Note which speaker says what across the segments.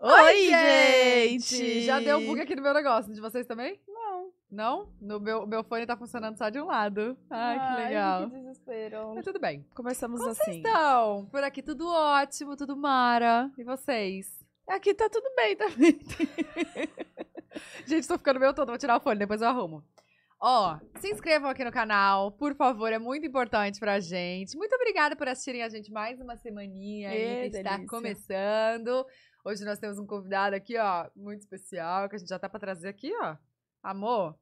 Speaker 1: Oi,
Speaker 2: gente! Já deu bug aqui no meu negócio. De vocês também?
Speaker 1: Não.
Speaker 2: Não? No meu, meu fone tá funcionando só de um lado. Ai, que legal.
Speaker 1: Que desespero.
Speaker 2: Mas tudo bem.
Speaker 1: Começamos
Speaker 2: Como
Speaker 1: assim.
Speaker 2: Então, por aqui tudo ótimo, tudo mara. E vocês?
Speaker 1: Aqui tá tudo bem também.
Speaker 2: Gente, tô ficando meio todo, vou tirar o fone, depois eu arrumo. Ó, se inscrevam aqui no canal, por favor, é muito importante pra gente. Muito obrigada por assistirem a gente mais uma semaninha aí
Speaker 1: Ê,
Speaker 2: que está
Speaker 1: delícia.
Speaker 2: começando. Hoje nós temos um convidado aqui, ó, muito especial, que a gente já tá pra trazer aqui, ó. Amor,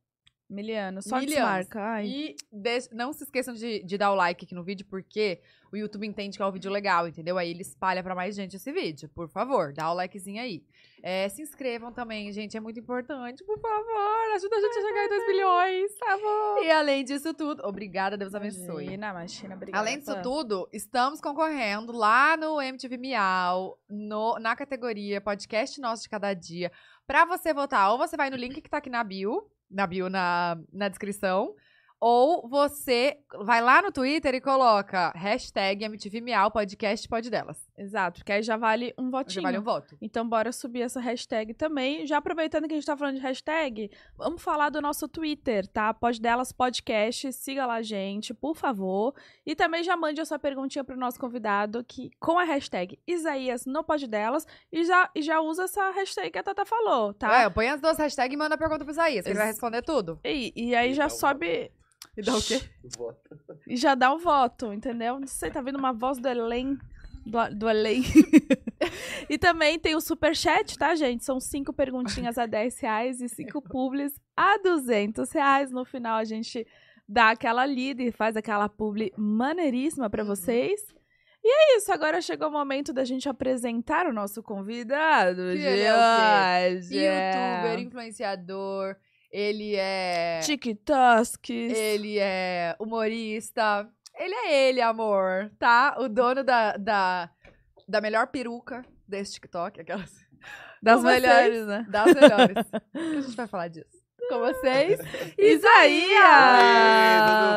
Speaker 1: Miliano, só
Speaker 2: Milianos.
Speaker 1: desmarca. Ai.
Speaker 2: e deixa- não se esqueçam de, de dar o like aqui no vídeo, porque o YouTube entende que é um vídeo legal, entendeu? Aí ele espalha pra mais gente esse vídeo. Por favor, dá o likezinho aí. É, se inscrevam também, gente, é muito importante. Por favor, ajuda a gente a chegar em 2 milhões.
Speaker 1: Tá bom.
Speaker 2: E além disso tudo, obrigada, Deus abençoe.
Speaker 1: Imagina, imagina, obrigada.
Speaker 2: Além disso tudo, estamos concorrendo lá no MTV Miau, no- na categoria Podcast Nosso de Cada Dia. Pra você votar, ou você vai no link que tá aqui na bio, na bio, na, na descrição, ou você vai lá no Twitter e coloca hashtag MTV Miau Podcast Pode Delas.
Speaker 1: Exato, porque aí já vale um
Speaker 2: Já
Speaker 1: votinho.
Speaker 2: vale um voto.
Speaker 1: Então bora subir essa hashtag também. Já aproveitando que a gente tá falando de hashtag, vamos falar do nosso Twitter, tá? Pode delas podcast, siga lá a gente, por favor. E também já mande a sua perguntinha pro nosso convidado que com a hashtag Isaías no Pode delas e já e já usa essa hashtag que a Tata falou, tá?
Speaker 2: É, põe as duas hashtags e manda a pergunta pro Isaías, que ele vai responder tudo.
Speaker 1: E, e aí já sobe
Speaker 2: E dá o quê?
Speaker 3: Voto.
Speaker 1: e já dá o voto, entendeu? Não sei, tá vindo uma voz do Elém. Do, do Elém. e também tem o superchat, tá, gente? São cinco perguntinhas a 10 reais e cinco publis a 200 reais. No final, a gente dá aquela lida e faz aquela publi maneiríssima pra
Speaker 2: Uhum.
Speaker 1: vocês. E é isso, agora chegou o momento da gente apresentar o nosso convidado
Speaker 2: Que
Speaker 1: de
Speaker 2: ele é o
Speaker 1: hoje. É
Speaker 2: Youtuber, influenciador, ele é...
Speaker 1: TikTok.
Speaker 2: Ele é humorista. Ele é ele, amor, tá? O dono da, da, da melhor peruca desse TikTok, aquelas.
Speaker 1: das
Speaker 2: com vocês.
Speaker 1: melhores, né?
Speaker 2: Das melhores. a gente vai falar disso. Com vocês, Ah!
Speaker 3: Aê, tudo
Speaker 1: Isaías!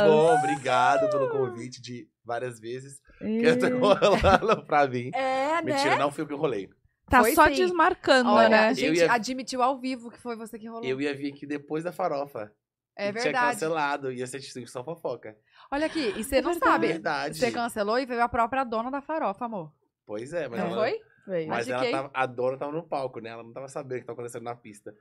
Speaker 3: bom? Obrigado pelo convite de várias vezes. Que até rolaram pra mim.
Speaker 2: É,
Speaker 3: Mentira, não fui eu que enrolei.
Speaker 1: Tá
Speaker 2: Foi
Speaker 1: só
Speaker 2: sim.
Speaker 1: desmarcando,
Speaker 2: Olha,
Speaker 1: né?
Speaker 2: a
Speaker 3: eu
Speaker 2: gente
Speaker 3: ia-
Speaker 2: admitiu ao vivo que foi você que rolou.
Speaker 3: Eu ia vir aqui depois da farofa.
Speaker 2: é
Speaker 3: e Tinha
Speaker 2: verdade.
Speaker 3: cancelado, ia ser tipo só fofoca.
Speaker 2: Olha aqui, e você não
Speaker 1: verdade.
Speaker 2: sabe.
Speaker 3: Verdade.
Speaker 2: Ah, Você cancelou e veio a própria dona da farofa, amor.
Speaker 3: Pois é, mas,
Speaker 2: Não
Speaker 3: ela,
Speaker 2: foi?
Speaker 1: Veio.
Speaker 3: mas ela
Speaker 2: Indiquei.
Speaker 3: tava, a dona tava no palco, né? Ela não tava sabendo o que tava acontecendo na pista.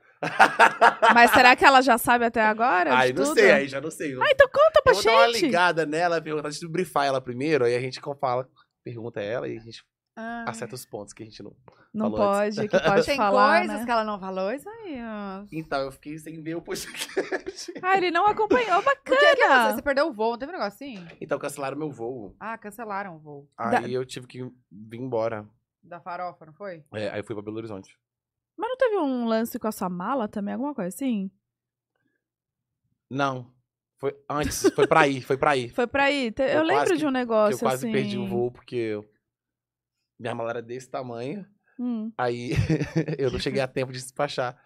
Speaker 1: Mas será que ela já sabe até agora? de
Speaker 3: Aí não
Speaker 1: tudo?
Speaker 3: sei, aí já não sei.
Speaker 1: Ah, então conta pra
Speaker 3: eu vou dar uma
Speaker 1: gente.
Speaker 3: ligada nela, perguntar, deixa eu brifar ela primeiro, aí a gente fala, pergunta ela e a gente
Speaker 2: Ah.
Speaker 3: acerta os pontos que a gente não
Speaker 1: Não
Speaker 3: Falou
Speaker 1: pode, que pode
Speaker 2: Tem
Speaker 1: falar.
Speaker 2: coisas
Speaker 1: né?
Speaker 2: que ela não falou, isso aí. ó.
Speaker 3: Então, eu fiquei sem ver o podcast.
Speaker 1: Ah, ele não acompanhou,
Speaker 2: O que, que
Speaker 1: bacana.
Speaker 2: aconteceu? Você perdeu o voo, não teve um negócio assim?
Speaker 3: Então, cancelaram meu voo.
Speaker 2: Ah, cancelaram o voo.
Speaker 3: Aí eu tive que vir embora.
Speaker 2: Da farofa, não foi?
Speaker 3: É, aí eu fui pra Belo Horizonte.
Speaker 1: Mas não teve um lance com a sua mala também, alguma coisa assim?
Speaker 3: Não. Foi antes. Foi pra ir, foi pra ir.
Speaker 1: Foi pra aí. Te- Eu,
Speaker 3: Eu
Speaker 1: lembro
Speaker 3: quase-
Speaker 1: de um
Speaker 3: Que
Speaker 1: negócio
Speaker 3: eu quase
Speaker 1: assim.
Speaker 3: perdi o voo, porque eu- minha mala era desse tamanho.
Speaker 1: Hum.
Speaker 3: Aí eu não cheguei a tempo de despachar.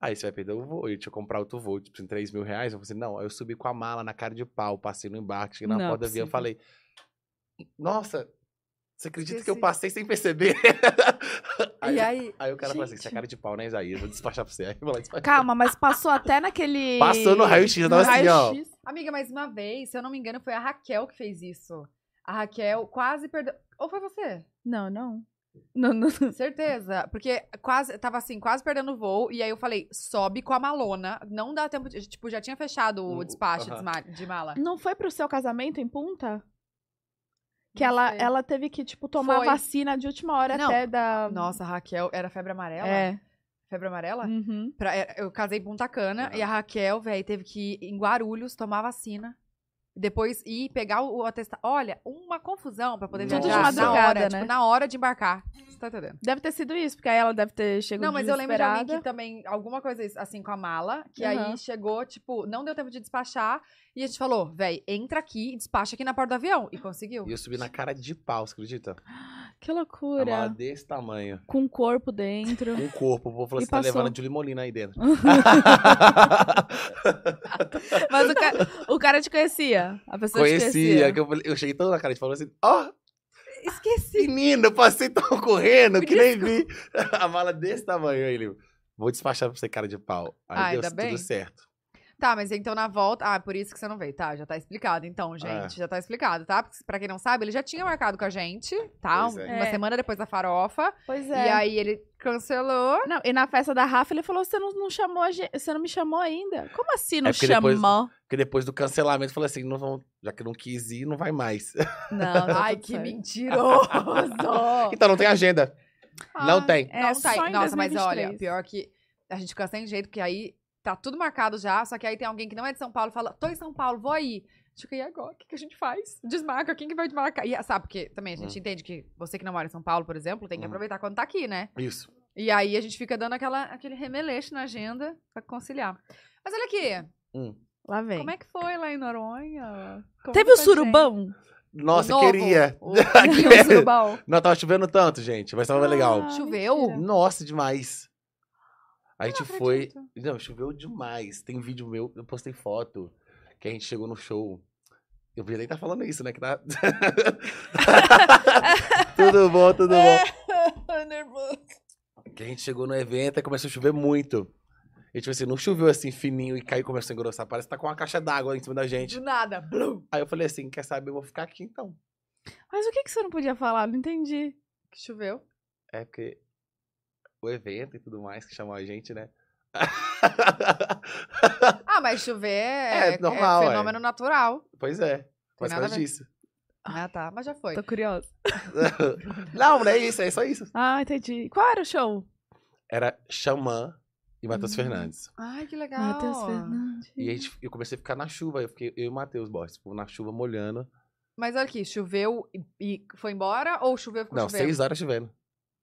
Speaker 3: Aí você vai perder o voo. Eu tinha que comprar outro voo, tipo, em 3 mil reais. Eu falei assim, não. Aí eu subi com a mala na cara de pau, passei no embarque, cheguei na
Speaker 1: Não é
Speaker 3: porta do avião e
Speaker 1: possível.
Speaker 3: falei. Nossa, você acredita que eu
Speaker 2: Esqueci.
Speaker 3: passei sem perceber? Aí
Speaker 2: e
Speaker 3: eu-
Speaker 2: aí?
Speaker 3: Aí o cara falou assim,
Speaker 1: Gente.
Speaker 3: você é cara de pau, né, Isaías? Vou despachar pra você. Aí eu vou lá despachar.
Speaker 1: Calma, mas passou até naquele.
Speaker 3: Passou no raio-x, eu tava
Speaker 1: No
Speaker 3: assim, ó.
Speaker 1: raio-x.
Speaker 2: Amiga, mas uma vez, se eu não me engano, foi a Raquel que fez isso. A Raquel quase perdeu. Ou foi você?
Speaker 1: Não, não. Não, não.
Speaker 2: Certeza. Porque quase, tava assim, quase perdendo o voo. E aí eu falei, sobe com a malona. Não dá tempo de. Tipo, já tinha fechado o
Speaker 3: Hum,
Speaker 2: despacho
Speaker 3: aham.
Speaker 2: de ma- de mala.
Speaker 1: Não foi pro seu casamento em Punta? Que
Speaker 2: Não
Speaker 1: ela,
Speaker 2: sei.
Speaker 1: ela teve que, tipo, tomar
Speaker 2: Foi.
Speaker 1: vacina de última hora
Speaker 2: Não.
Speaker 1: até da.
Speaker 2: Nossa, a Raquel era febre amarela?
Speaker 1: É.
Speaker 2: Febre amarela?
Speaker 1: Uhum.
Speaker 2: Pra- era- eu casei em Punta Cana
Speaker 3: Aham.
Speaker 2: e a Raquel, velho, teve que ir em Guarulhos tomar vacina. Depois ir pegar o, o atestado. Olha, uma confusão pra poder
Speaker 3: Tudo de
Speaker 2: viajar na
Speaker 1: madrugada,
Speaker 2: hora,
Speaker 1: né?
Speaker 2: tipo, na hora de embarcar. Você tá entendendo?
Speaker 1: Deve ter sido isso, porque aí ela deve ter chegado
Speaker 2: não, mas eu lembro de alguém que
Speaker 1: desesperada.
Speaker 2: também, alguma coisa assim com a mala, que
Speaker 1: Aham.
Speaker 2: aí chegou, tipo, não deu tempo de despachar. E a gente falou, véi, entra aqui e despacha aqui na porta do avião. E conseguiu.
Speaker 3: E eu subi na cara de pau, você acredita? É
Speaker 1: Que
Speaker 3: Uma mala
Speaker 1: loucura.
Speaker 3: desse tamanho.
Speaker 1: Com
Speaker 2: um
Speaker 1: o corpo dentro.
Speaker 3: Um corpo. O povo falou
Speaker 1: E
Speaker 3: assim, tá
Speaker 1: passou.
Speaker 3: levando a Julie Molina aí dentro.
Speaker 1: mas o, ca... o cara te conhecia. A pessoa te
Speaker 3: Conhecia.
Speaker 1: conhecia.
Speaker 3: Que eu, falei- eu cheguei toda na cara de pau falei assim, ó,
Speaker 2: Esqueci.
Speaker 3: Menino, eu passei tão correndo que
Speaker 2: Por
Speaker 3: nem vi. A mala desse tamanho aí, ele. Vou despachar pra você, cara de pau. Aí
Speaker 2: Ah,
Speaker 3: deu
Speaker 2: ainda
Speaker 3: tudo
Speaker 2: bem.
Speaker 3: certo.
Speaker 2: Tá, mas então na volta. Ah, por isso que você não veio. Tá, já tá explicado então,
Speaker 1: É.
Speaker 2: gente. Já tá explicado, tá? Porque, pra quem não sabe, ele já tinha marcado com a gente, tá?
Speaker 3: Pois
Speaker 1: é.
Speaker 2: Uma
Speaker 1: É.
Speaker 2: semana depois da farofa.
Speaker 1: Pois é.
Speaker 2: E aí ele cancelou.
Speaker 1: Não, e na festa da Rafa, ele falou: você não, não chamou a gente, você não me chamou ainda. Como assim não
Speaker 3: É porque
Speaker 1: chamou?
Speaker 3: depois- Porque depois do cancelamento, eu falei assim: não vão, já que não quis ir, não vai mais.
Speaker 1: Não, tá
Speaker 2: Ai,
Speaker 1: tudo
Speaker 2: que
Speaker 1: certo.
Speaker 2: mentiroso!
Speaker 3: Então não tem agenda. Não
Speaker 2: Ai,
Speaker 3: tem.
Speaker 1: É,
Speaker 2: não
Speaker 1: só
Speaker 2: tem.
Speaker 1: em
Speaker 2: Nossa, mas olha,
Speaker 1: 2023.
Speaker 2: pior que a gente fica sem jeito, porque aí tá tudo marcado já, só que aí tem alguém que não é de São Paulo e fala, tô em São Paulo, vou aí. A gente Fica, e agora? O que, que a gente faz? Desmarca, quem que vai desmarcar? E, sabe, porque também a gente
Speaker 1: Hum.
Speaker 2: entende que você que não mora em São Paulo, por exemplo, tem que
Speaker 3: Hum.
Speaker 2: aproveitar quando tá aqui, né?
Speaker 3: Isso.
Speaker 2: E aí a gente fica dando aquela, aquele remeleixo na agenda pra conciliar. Mas olha aqui,
Speaker 3: Hum.
Speaker 1: Lá vem.
Speaker 2: como é que foi lá em Noronha? Conta
Speaker 1: Teve o
Speaker 2: pra
Speaker 1: surubão?
Speaker 3: Nossa,
Speaker 2: novo.
Speaker 3: queria.
Speaker 2: O, o surubão.
Speaker 3: Não, tava chovendo tanto, gente, mas tava legal.
Speaker 1: Ah,
Speaker 2: Choveu?
Speaker 1: mentira.
Speaker 3: Nossa, demais. A gente
Speaker 2: Não
Speaker 3: foi.
Speaker 2: acredito.
Speaker 3: Não, choveu demais. Tem vídeo meu, eu postei foto que a gente chegou no show. Eu podia nem estar falando isso, né? Que tá... tudo bom, tudo bom.
Speaker 1: Nervoso.
Speaker 3: Que a gente chegou no evento e começou a chover muito. E tipo assim, não choveu assim fininho e caiu e começou a engrossar. Parece que tá com uma caixa d'água em cima da gente.
Speaker 2: Do nada, blum.
Speaker 3: Aí eu falei assim: quer saber? Eu vou ficar aqui então.
Speaker 1: Mas o que, que você não podia falar? Não entendi.
Speaker 2: Que choveu.
Speaker 3: É porque o evento e tudo mais que chamou a gente, né?
Speaker 2: Ah, mas chover
Speaker 3: É
Speaker 2: é, é
Speaker 3: normal, é.
Speaker 2: fenômeno natural.
Speaker 3: pois é. Mas
Speaker 2: nada a
Speaker 3: nada
Speaker 2: ver.
Speaker 3: disso.
Speaker 2: Ah, tá. Mas já foi.
Speaker 1: Tô curiosa.
Speaker 3: não, não é isso, é só isso.
Speaker 1: Ah, entendi. Qual era o show?
Speaker 3: Era Xamã e Matheus
Speaker 1: Hum.
Speaker 3: Fernandes.
Speaker 2: Ai, que legal.
Speaker 1: Matheus Fernandes.
Speaker 3: E a gente, eu comecei a ficar na chuva, eu fiquei eu e o Matheus Borges, tipo, na chuva molhando.
Speaker 2: Mas olha aqui, choveu e, e foi embora ou choveu e ficou
Speaker 3: não,
Speaker 2: chovendo?
Speaker 3: seis horas chovendo.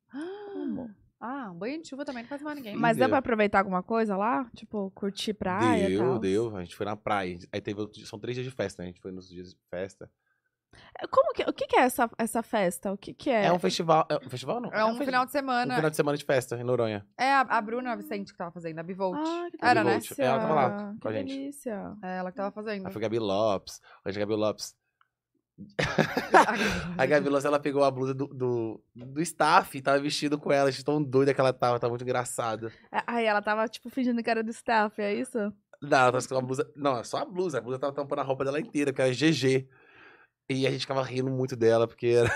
Speaker 2: Ah,
Speaker 1: Como?
Speaker 2: Ah, um banho de chuva também não faz mal a ninguém.
Speaker 1: Tá
Speaker 3: Mas-
Speaker 1: Mas deu
Speaker 3: Entendeu?
Speaker 1: pra aproveitar alguma coisa lá? Tipo, curtir praia e
Speaker 3: deu,
Speaker 1: tal?
Speaker 3: deu. A gente foi na praia. Aí teve outro dia, são três dias de festa, né? A gente foi nos dias de festa.
Speaker 1: Como que, o que, que é essa, essa festa? O que, que é?
Speaker 3: É, um festival. É um festival, não?
Speaker 2: É um
Speaker 3: festi-
Speaker 2: final de semana.
Speaker 3: um final de semana de festa em Noronha.
Speaker 2: É a, a Bruna Vicente que tava fazendo, a Bivolt.
Speaker 1: Ah, que
Speaker 2: Era, né?
Speaker 1: delícia.
Speaker 3: Ela tava lá com a
Speaker 1: que
Speaker 3: gente.
Speaker 1: delícia.
Speaker 2: É ela que tava fazendo.
Speaker 3: Aí foi Gabi Lopes. Hoje a Gabi Lopes. A Gabi Lopes, ela pegou a blusa do, do, do staff e tava vestido com ela. A gente tão doida que ela tava, tava muito engraçada.
Speaker 1: Aí ela tava, tipo, fingindo que era do staff, é isso?
Speaker 3: Não, ela tava com uma blusa. Não, só a blusa. A blusa tava tampando a roupa dela inteira, que era GG. E a gente ficava rindo muito dela, porque era.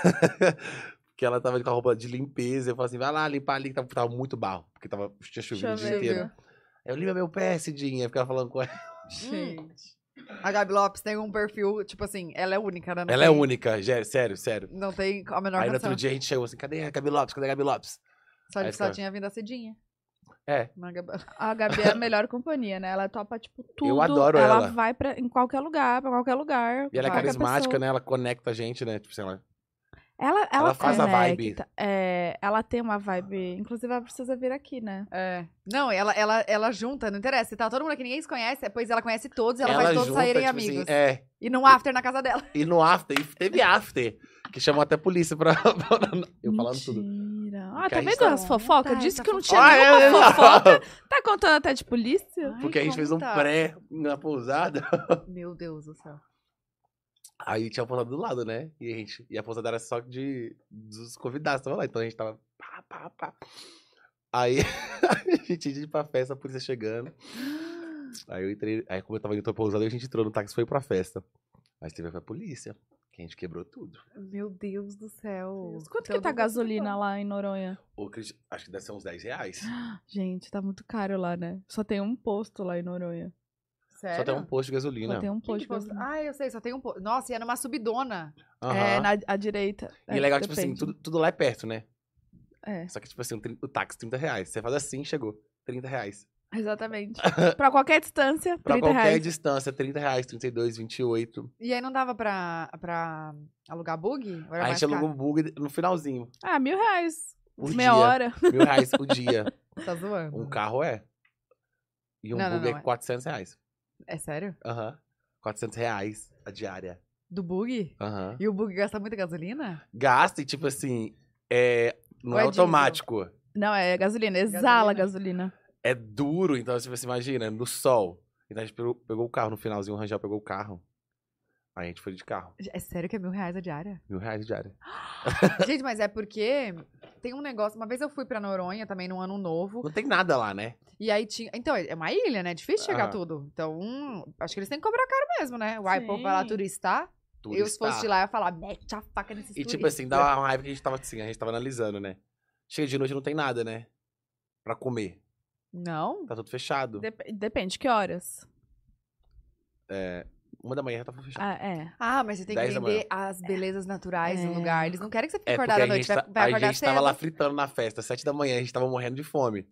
Speaker 3: porque ela tava com a roupa de limpeza. Eu falava assim, vai lá limpar ali, que tava, tava muito barro. Porque tava, tinha chovido o dia
Speaker 1: Choveu.
Speaker 3: inteiro. Eu limpa meu pé, Cidinha. Eu ficava falando com ela.
Speaker 2: Gente. A Gabi Lopes tem um perfil, tipo assim, ela é única, né? Não
Speaker 3: Ela é
Speaker 2: tem-
Speaker 3: única, gé- sério, sério.
Speaker 2: Não tem a menor
Speaker 3: Aí no
Speaker 2: condição.
Speaker 3: outro dia a gente chegou assim, cadê a Gabi Lopes? Cadê a Gabi Lopes?
Speaker 2: Só,
Speaker 3: Aí tá.
Speaker 2: só
Speaker 3: fica-
Speaker 2: tinha vindo a cedinha.
Speaker 3: É.
Speaker 2: Mas a Gabi-
Speaker 1: A Gabi é a melhor companhia, né? Ela topa, tipo, tudo.
Speaker 3: adoro
Speaker 1: ela.
Speaker 3: ela.
Speaker 1: vai pra, em qualquer lugar, pra qualquer lugar.
Speaker 3: E ela é
Speaker 2: Qualquer
Speaker 3: carismática,
Speaker 1: pessoa.
Speaker 3: né? Ela conecta a gente, né? Tipo, sei lá.
Speaker 1: Ela, ela,
Speaker 3: Ela faz a vibe.
Speaker 1: conecta, É, ela tem uma vibe. Inclusive, ela precisa vir aqui, né?
Speaker 2: É. Não, ela, ela, ela junta, não interessa. Se tá todo mundo que ninguém se conhece, pois ela conhece todos, ela, faz todos saírem
Speaker 3: tipo
Speaker 2: amigos.
Speaker 3: Assim, é.
Speaker 2: E num after na casa dela.
Speaker 3: E no after, e teve after. Que chamou até a polícia pra. eu falando tudo.
Speaker 1: Mentira. Ah,
Speaker 3: Porque
Speaker 1: tá
Speaker 3: a gente
Speaker 1: vendo
Speaker 2: tá-
Speaker 1: as fofocas?
Speaker 2: Tá,
Speaker 1: Disse
Speaker 2: tá
Speaker 1: que não
Speaker 2: fofo-
Speaker 1: tinha
Speaker 3: Ah, é,
Speaker 1: nenhuma
Speaker 3: é,
Speaker 1: fofoca. Tá contando até de polícia?
Speaker 3: Porque a gente fez um pré na pousada.
Speaker 2: Meu Deus do céu.
Speaker 3: Aí tinha a pousada do lado, né? E a, gente, e a pousada era só de, dos convidados, tava lá. Então a gente tava. Pá, pá, pá. Aí a gente ia pra festa, a polícia chegando. Aí eu entrei. Aí, como eu tava indo pra pousada, a gente entrou no táxi e foi pra festa. Mas teve a polícia, que a gente quebrou tudo.
Speaker 2: Meu Deus do céu.
Speaker 1: Quanto que tá a gasolina lá em Noronha?
Speaker 3: Ô, Cris, acho que deve ser uns 10 reais.
Speaker 1: Gente, tá muito caro lá, né? Só tem um posto lá em Noronha.
Speaker 2: Sério?
Speaker 3: Só tem um posto de gasolina.
Speaker 1: Só tem um
Speaker 2: Quem
Speaker 1: posto.
Speaker 2: que
Speaker 1: de
Speaker 2: posta?
Speaker 1: gasolina.
Speaker 2: Ah, eu sei, só tem um. po- Nossa, e é numa subidona.
Speaker 1: É,
Speaker 3: Ah, Aham.
Speaker 1: na à direita.
Speaker 3: E é legal, tipo assim,
Speaker 1: depende.
Speaker 3: tudo, tudo lá é perto, né?
Speaker 1: É,
Speaker 3: Só que, tipo assim, o tri- o táxi, 30 reais. Você faz assim, chegou. 30 reais.
Speaker 1: exatamente. pra qualquer distância, 30
Speaker 3: Pra qualquer
Speaker 1: reais.
Speaker 3: distância, 30 reais, 32, 28.
Speaker 2: E aí não dava pra, pra alugar bug? Ou era
Speaker 3: Aí a
Speaker 2: mais
Speaker 3: gente alugou
Speaker 2: caro?
Speaker 3: um bug no finalzinho.
Speaker 1: Ah, mil reais.
Speaker 3: O
Speaker 1: Meia
Speaker 3: dia.
Speaker 1: hora.
Speaker 3: Mil reais o dia.
Speaker 2: Tá zoando.
Speaker 3: Um carro é. E um
Speaker 2: Não, não,
Speaker 3: bug
Speaker 2: não,
Speaker 3: é
Speaker 2: é.
Speaker 3: 400 reais.
Speaker 2: É sério?
Speaker 3: Aham. 400 reais a diária.
Speaker 2: Do bug?
Speaker 3: Aham.
Speaker 2: E o bug gasta muita gasolina?
Speaker 3: Gasta e, tipo assim, é... não
Speaker 2: Ou
Speaker 3: é
Speaker 2: é diesel?
Speaker 3: automático.
Speaker 1: Não, é gasolina. Exala gasolina.
Speaker 3: é duro, então tipo, você imagina, no sol. Então a gente pegou, pegou o carro, no finalzinho o Rangel pegou o carro. Aí a gente foi de carro.
Speaker 2: É sério que é mil reais a diária?
Speaker 3: Mil reais diária.
Speaker 2: Gente, mas é porque tem um negócio. Uma vez eu fui pra Noronha também no ano novo.
Speaker 3: Não tem nada lá, né?
Speaker 2: E aí tinha. Então, é uma ilha, né? É Difícil chegar
Speaker 3: Aham.
Speaker 2: tudo. Então, hum, acho que eles têm que cobrar caro mesmo, né? Uai, o povo vai lá
Speaker 1: Sim.
Speaker 2: turistar. Eu, se
Speaker 3: Turista.
Speaker 2: fosse de lá, eu ia falar, mete a faca nesses
Speaker 3: E tipo
Speaker 2: turistas."
Speaker 3: assim, dá uma raiva que a gente tava assim, a gente tava analisando, né? Chega de noite não tem nada, né? Pra comer.
Speaker 2: Não?
Speaker 3: Tá tudo fechado.
Speaker 1: Dep- depende, que horas?
Speaker 3: É, uma da manhã já tava fechado.
Speaker 1: Ah, é.
Speaker 2: Ah, mas você tem que
Speaker 3: Dez da manhã.
Speaker 2: entender as belezas naturais do
Speaker 1: É.
Speaker 2: lugar. Eles não querem que você fique
Speaker 3: É, porque
Speaker 2: acordado
Speaker 3: a
Speaker 2: à noite,
Speaker 3: gente,
Speaker 2: vai,
Speaker 3: tá-
Speaker 2: vai
Speaker 3: a
Speaker 2: acordar
Speaker 3: gente
Speaker 2: cedo.
Speaker 3: tava lá fritando na festa, sete da manhã, a gente tava morrendo de fome.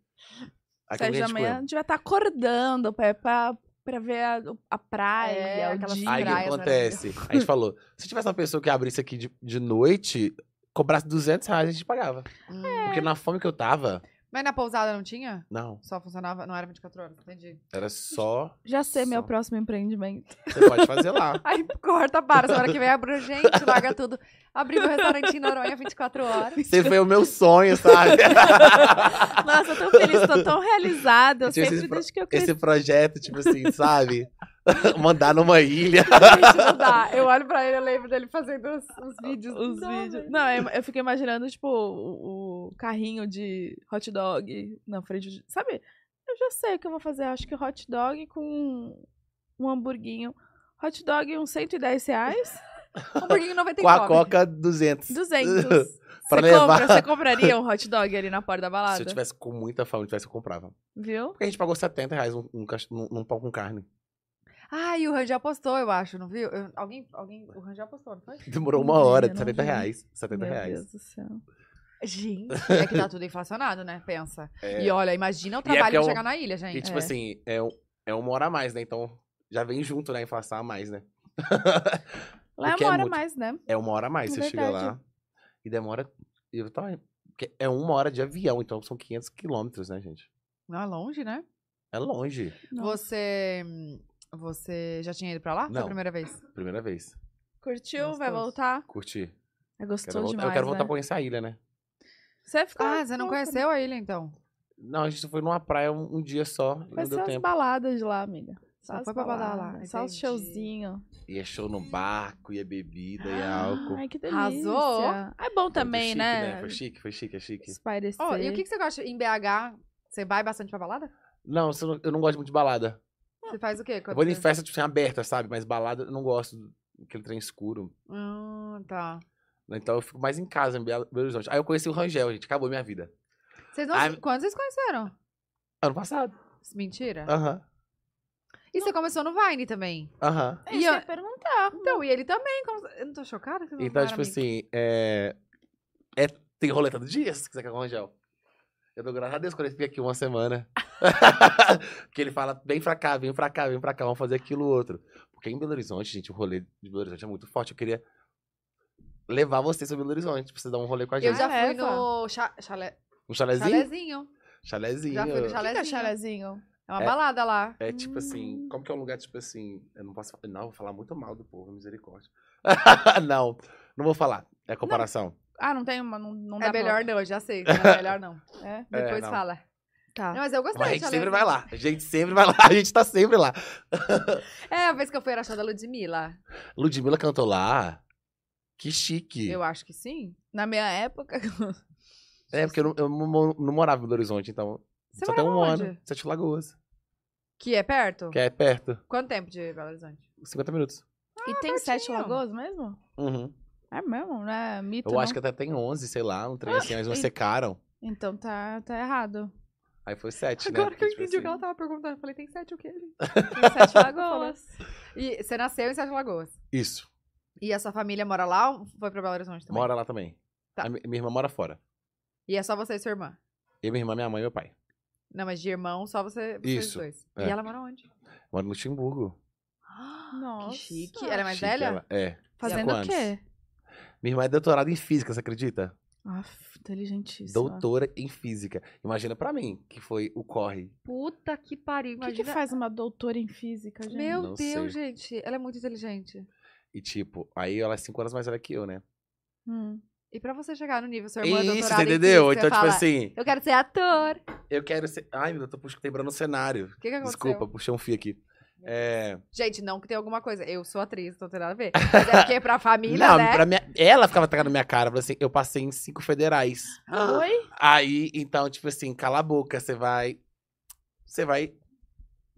Speaker 3: Aí como
Speaker 1: Sete
Speaker 3: que a tipo,
Speaker 1: da
Speaker 3: gente
Speaker 1: manhã, a gente vai estar acordando pra, pra, pra ver a, a praia, né,
Speaker 2: É, o
Speaker 1: aquelas
Speaker 2: dia.
Speaker 3: Aí o que
Speaker 2: praias
Speaker 3: acontece? A gente falou, se tivesse uma pessoa que abrisse aqui de, de noite, cobrasse 200 reais, a gente pagava.
Speaker 2: Hum.
Speaker 3: Porque na fome que eu tava,
Speaker 2: Mas na pousada não tinha?
Speaker 3: não,
Speaker 2: Só funcionava, não era 24 horas, entendi.
Speaker 3: era só...
Speaker 1: Já sei meu
Speaker 3: Só.
Speaker 1: próximo empreendimento.
Speaker 3: Você pode fazer lá.
Speaker 2: Aí corta, para, semana que vem abre, gente, larga tudo. Abri meu restaurante em Noronha 24 horas.
Speaker 3: Você foi o meu sonho, sabe?
Speaker 1: Nossa, eu tô feliz, tô tão realizada. Eu
Speaker 3: Tinha
Speaker 1: sempre
Speaker 3: Então, esses pro-
Speaker 1: desde que eu cresci.
Speaker 3: Esse projeto, tipo assim, sabe? Mandar numa ilha.
Speaker 2: Gente, não dá. Eu olho pra ele, eu lembro dele fazendo os, os vídeos.
Speaker 1: Os
Speaker 2: Não dá,
Speaker 1: vídeos.
Speaker 2: velho.
Speaker 1: Não, eu, eu fiquei imaginando, tipo, o, o carrinho de hot dog na frente de. Sabe? Eu já sei o que eu vou fazer. Acho que hot dog com um hamburguinho. Hot dog, uns 110 reais?
Speaker 2: Um burguinho
Speaker 3: Com a
Speaker 2: 99.
Speaker 3: Coca, 200.
Speaker 1: 200. você
Speaker 3: Pra levar.
Speaker 1: compra, você compraria um hot dog ali na porta da
Speaker 3: Se eu
Speaker 1: balada?
Speaker 3: tivesse com muita fome, tivesse, eu comprava.
Speaker 1: Viu?
Speaker 3: Porque a gente pagou 70 reais num, num, cach- num- num pão com carne.
Speaker 2: Ah, e o Rangel postou, eu acho, não viu? Eu- alguém, alguém, o Rangel postou, não foi?
Speaker 3: Demorou
Speaker 1: Não
Speaker 3: uma
Speaker 1: vi,
Speaker 3: hora,
Speaker 1: não
Speaker 3: 70
Speaker 1: vi.
Speaker 3: reais. 70
Speaker 1: Meu
Speaker 3: reais.
Speaker 1: Deus do céu.
Speaker 2: Gente, é que tá tudo inflacionado, né? Pensa.
Speaker 3: É.
Speaker 2: E olha, imagina o
Speaker 3: que
Speaker 2: trabalho
Speaker 3: é
Speaker 2: de
Speaker 3: um-
Speaker 2: chegar na ilha, gente.
Speaker 3: E tipo assim, é, um- é uma hora a mais, né? Então já vem junto, né? Inflação a mais, né?
Speaker 1: Lá é
Speaker 3: Porque
Speaker 1: uma
Speaker 3: é
Speaker 1: hora a
Speaker 3: muito.
Speaker 1: mais, né?
Speaker 3: É uma hora a mais.
Speaker 1: É
Speaker 3: Você chega
Speaker 1: verdade.
Speaker 3: lá e demora. E eu tava- porque é uma hora de avião, então são 500 quilômetros, né, gente?
Speaker 2: Não é longe, né?
Speaker 3: É longe.
Speaker 1: Não.
Speaker 2: Você. hum, Você já tinha ido pra lá? Foi a
Speaker 3: Não.
Speaker 2: primeira vez?
Speaker 3: Primeira vez.
Speaker 1: Curtiu? Vai
Speaker 2: Gostoso.
Speaker 1: voltar?
Speaker 3: Curti.
Speaker 1: É
Speaker 3: Quero
Speaker 1: gostoso
Speaker 3: voltar-
Speaker 1: demais.
Speaker 3: eu quero voltar
Speaker 1: né?
Speaker 3: pra conhecer a ilha, né?
Speaker 1: Você ficou.
Speaker 2: Ah, você não
Speaker 1: louca, né?
Speaker 2: conheceu a ilha, então?
Speaker 3: Não, a gente foi numa praia um, um dia só. e
Speaker 1: Vai
Speaker 3: Não
Speaker 1: ser
Speaker 3: deu
Speaker 1: as
Speaker 3: tempo.
Speaker 1: baladas de lá, amiga.
Speaker 2: Só
Speaker 1: as
Speaker 2: foi pra balada lá,
Speaker 1: baladas, Só os
Speaker 2: entendi.
Speaker 1: showzinhos.
Speaker 3: E é show no barco, e é bebida, e é álcool.
Speaker 1: Ai, que delícia.
Speaker 2: Arrasou.
Speaker 1: Ah, É bom
Speaker 3: Foi muito
Speaker 1: Ah, também,
Speaker 3: chique,
Speaker 1: né?
Speaker 3: Foi chique, foi chique, é chique.
Speaker 1: Espairecer.
Speaker 2: Ó, e o que, que você gosta em BH? Você vai bastante pra balada?
Speaker 3: Não, isso eu não- eu não gosto muito de balada.
Speaker 2: Você faz o quê?
Speaker 3: Eu
Speaker 2: quando
Speaker 3: vou em
Speaker 2: você-
Speaker 3: festa, tipo, assim, aberta, sabe? Mas balada eu não gosto. Aquele trem escuro.
Speaker 2: Ah, tá.
Speaker 3: né? Então eu fico mais em casa, em Belo Belo Horizonte. Aí eu conheci o Rangel, gente. Acabou minha vida.
Speaker 2: Vocês não...
Speaker 3: Ah,
Speaker 2: Quando vocês conheceram?
Speaker 3: Ano passado.
Speaker 2: Mentira.
Speaker 1: É.
Speaker 3: Aham.
Speaker 2: E você começou no Vine também.
Speaker 3: Aham.
Speaker 1: É
Speaker 2: E
Speaker 1: isso que eu ia
Speaker 2: eu-
Speaker 1: perguntar.
Speaker 2: Então, e ele também. Como... Eu não tô chocada? que vocês não
Speaker 3: Então,
Speaker 2: eram
Speaker 3: tipo
Speaker 2: amigos.
Speaker 3: assim, é... é. Tem rolê todo dia, se quiser que eu arranje, ó. Eu dou graças a Deus quando ele fica aqui uma semana. Porque ele fala, vem pra cá, vem pra cá, vem pra cá, vamos fazer aquilo outro. Porque em Belo Horizonte, gente, o rolê de Belo Horizonte é muito forte. Eu queria levar vocês pra Belo Horizonte, pra você dar um rolê com a
Speaker 2: Eu
Speaker 3: gente.
Speaker 2: já fui
Speaker 1: Caraca.
Speaker 2: no cha... chalé...
Speaker 3: Um chalezinho?
Speaker 2: chalézinho.
Speaker 3: Chalezinho.
Speaker 2: Já fui no
Speaker 1: O que que é
Speaker 2: chalézinho.
Speaker 1: chalezinho?
Speaker 2: É uma
Speaker 3: É.
Speaker 2: balada lá.
Speaker 3: É tipo assim,
Speaker 1: Hum.
Speaker 3: como que é um lugar, tipo assim, eu não posso falar, não, eu vou falar muito mal do povo, misericórdia. não, não vou falar, é comparação.
Speaker 1: Ah, não tem uma. Não, não
Speaker 2: É
Speaker 1: dá pra-
Speaker 2: melhor não, eu já sei. que É melhor não.
Speaker 1: É?
Speaker 3: É,
Speaker 2: Depois
Speaker 3: não.
Speaker 2: fala.
Speaker 1: Tá.
Speaker 2: Não, um mas eu gostei.
Speaker 3: Mas a
Speaker 2: do
Speaker 3: gente
Speaker 2: chalézinho.
Speaker 3: sempre vai lá, a gente sempre vai lá, a gente tá sempre lá.
Speaker 2: É, a vez que eu fui era show da Ludmilla.
Speaker 3: Ludmilla cantou lá. Que chique.
Speaker 2: Eu acho que sim.
Speaker 1: Na minha época.
Speaker 3: É, porque eu, não- eu não mo- não morava em Belo Horizonte, então.
Speaker 2: Você
Speaker 3: só tem um
Speaker 2: morava onde?
Speaker 3: ano. Sete Lagoas.
Speaker 2: Que é perto?
Speaker 3: Que é perto.
Speaker 2: Quanto tempo de Belo Horizonte? Ah,
Speaker 3: 50 minutos.
Speaker 1: e tem sete
Speaker 2: pertinho.
Speaker 1: lagoas mesmo?
Speaker 3: Uhum.
Speaker 1: É mesmo, né? Mito.
Speaker 3: Eu
Speaker 2: Tá
Speaker 3: acho que
Speaker 1: não?
Speaker 3: até tem 11, sei lá, um trem assim, mas não
Speaker 1: e-
Speaker 3: secaram.
Speaker 1: Então tá, tá errado.
Speaker 3: Aí foi 7, né?
Speaker 2: Agora que eu
Speaker 3: Porque, tipo
Speaker 2: entendi o que
Speaker 3: assim,
Speaker 2: ela tava perguntando. Eu falei, tem sete o quê?
Speaker 1: Tem sete lagoas.
Speaker 2: E você nasceu em Sete Lagoas.
Speaker 3: Isso.
Speaker 2: E a sua família mora lá ou foi pra Belo Horizonte também?
Speaker 3: Mora lá também.
Speaker 2: Tá.
Speaker 3: A mi- minha irmã mora fora.
Speaker 2: E é só você e sua irmã?
Speaker 3: Eu, minha irmã, minha mãe e meu pai.
Speaker 2: Não, mas de irmão, só você, vocês
Speaker 3: Isso,
Speaker 2: dois.
Speaker 3: é.
Speaker 2: E ela mora onde?
Speaker 3: Mora em Luxemburgo.
Speaker 1: Nossa.
Speaker 2: Que chique. Ela é mais
Speaker 3: Chique
Speaker 2: velha?
Speaker 3: ela. É.
Speaker 1: Fazendo
Speaker 3: Cinco
Speaker 1: o quê?
Speaker 3: Minha irmã é doutorada em física, você acredita?
Speaker 1: Aff, inteligentíssima.
Speaker 3: Doutora em física. Imagina pra mim, que foi o corre.
Speaker 2: Puta que pariu.
Speaker 1: O que, que faz uma doutora em física, gente?
Speaker 2: Meu
Speaker 3: Não
Speaker 2: Deus, gente. Ela é muito inteligente.
Speaker 3: E tipo, aí ela é 5 horas mais velha que eu, né?
Speaker 1: Hum.
Speaker 2: E pra você chegar no nível, sua irmã é
Speaker 3: Isso,
Speaker 2: doutorada
Speaker 3: você
Speaker 2: em
Speaker 3: entendeu?
Speaker 2: física,
Speaker 3: Então,
Speaker 2: você
Speaker 3: tipo
Speaker 2: fala,
Speaker 3: assim,
Speaker 2: Eu quero ser ator.
Speaker 3: eu quero ser. Ai, meu Deus, eu tô puxando- quebrando o cenário.
Speaker 2: O que, que aconteceu?
Speaker 3: Desculpa, puxei um fio aqui. É...
Speaker 2: Gente, não que tem alguma coisa. Eu sou atriz, não tem nada a ver. Mas é porque pra família,
Speaker 3: Não,
Speaker 2: né?
Speaker 3: pra minha... ela ficava atacando minha cara, falando assim, eu passei em cinco federais.
Speaker 2: Ah,
Speaker 1: Oi?
Speaker 3: Aí, então, tipo assim, cala a boca, você vai. Você vai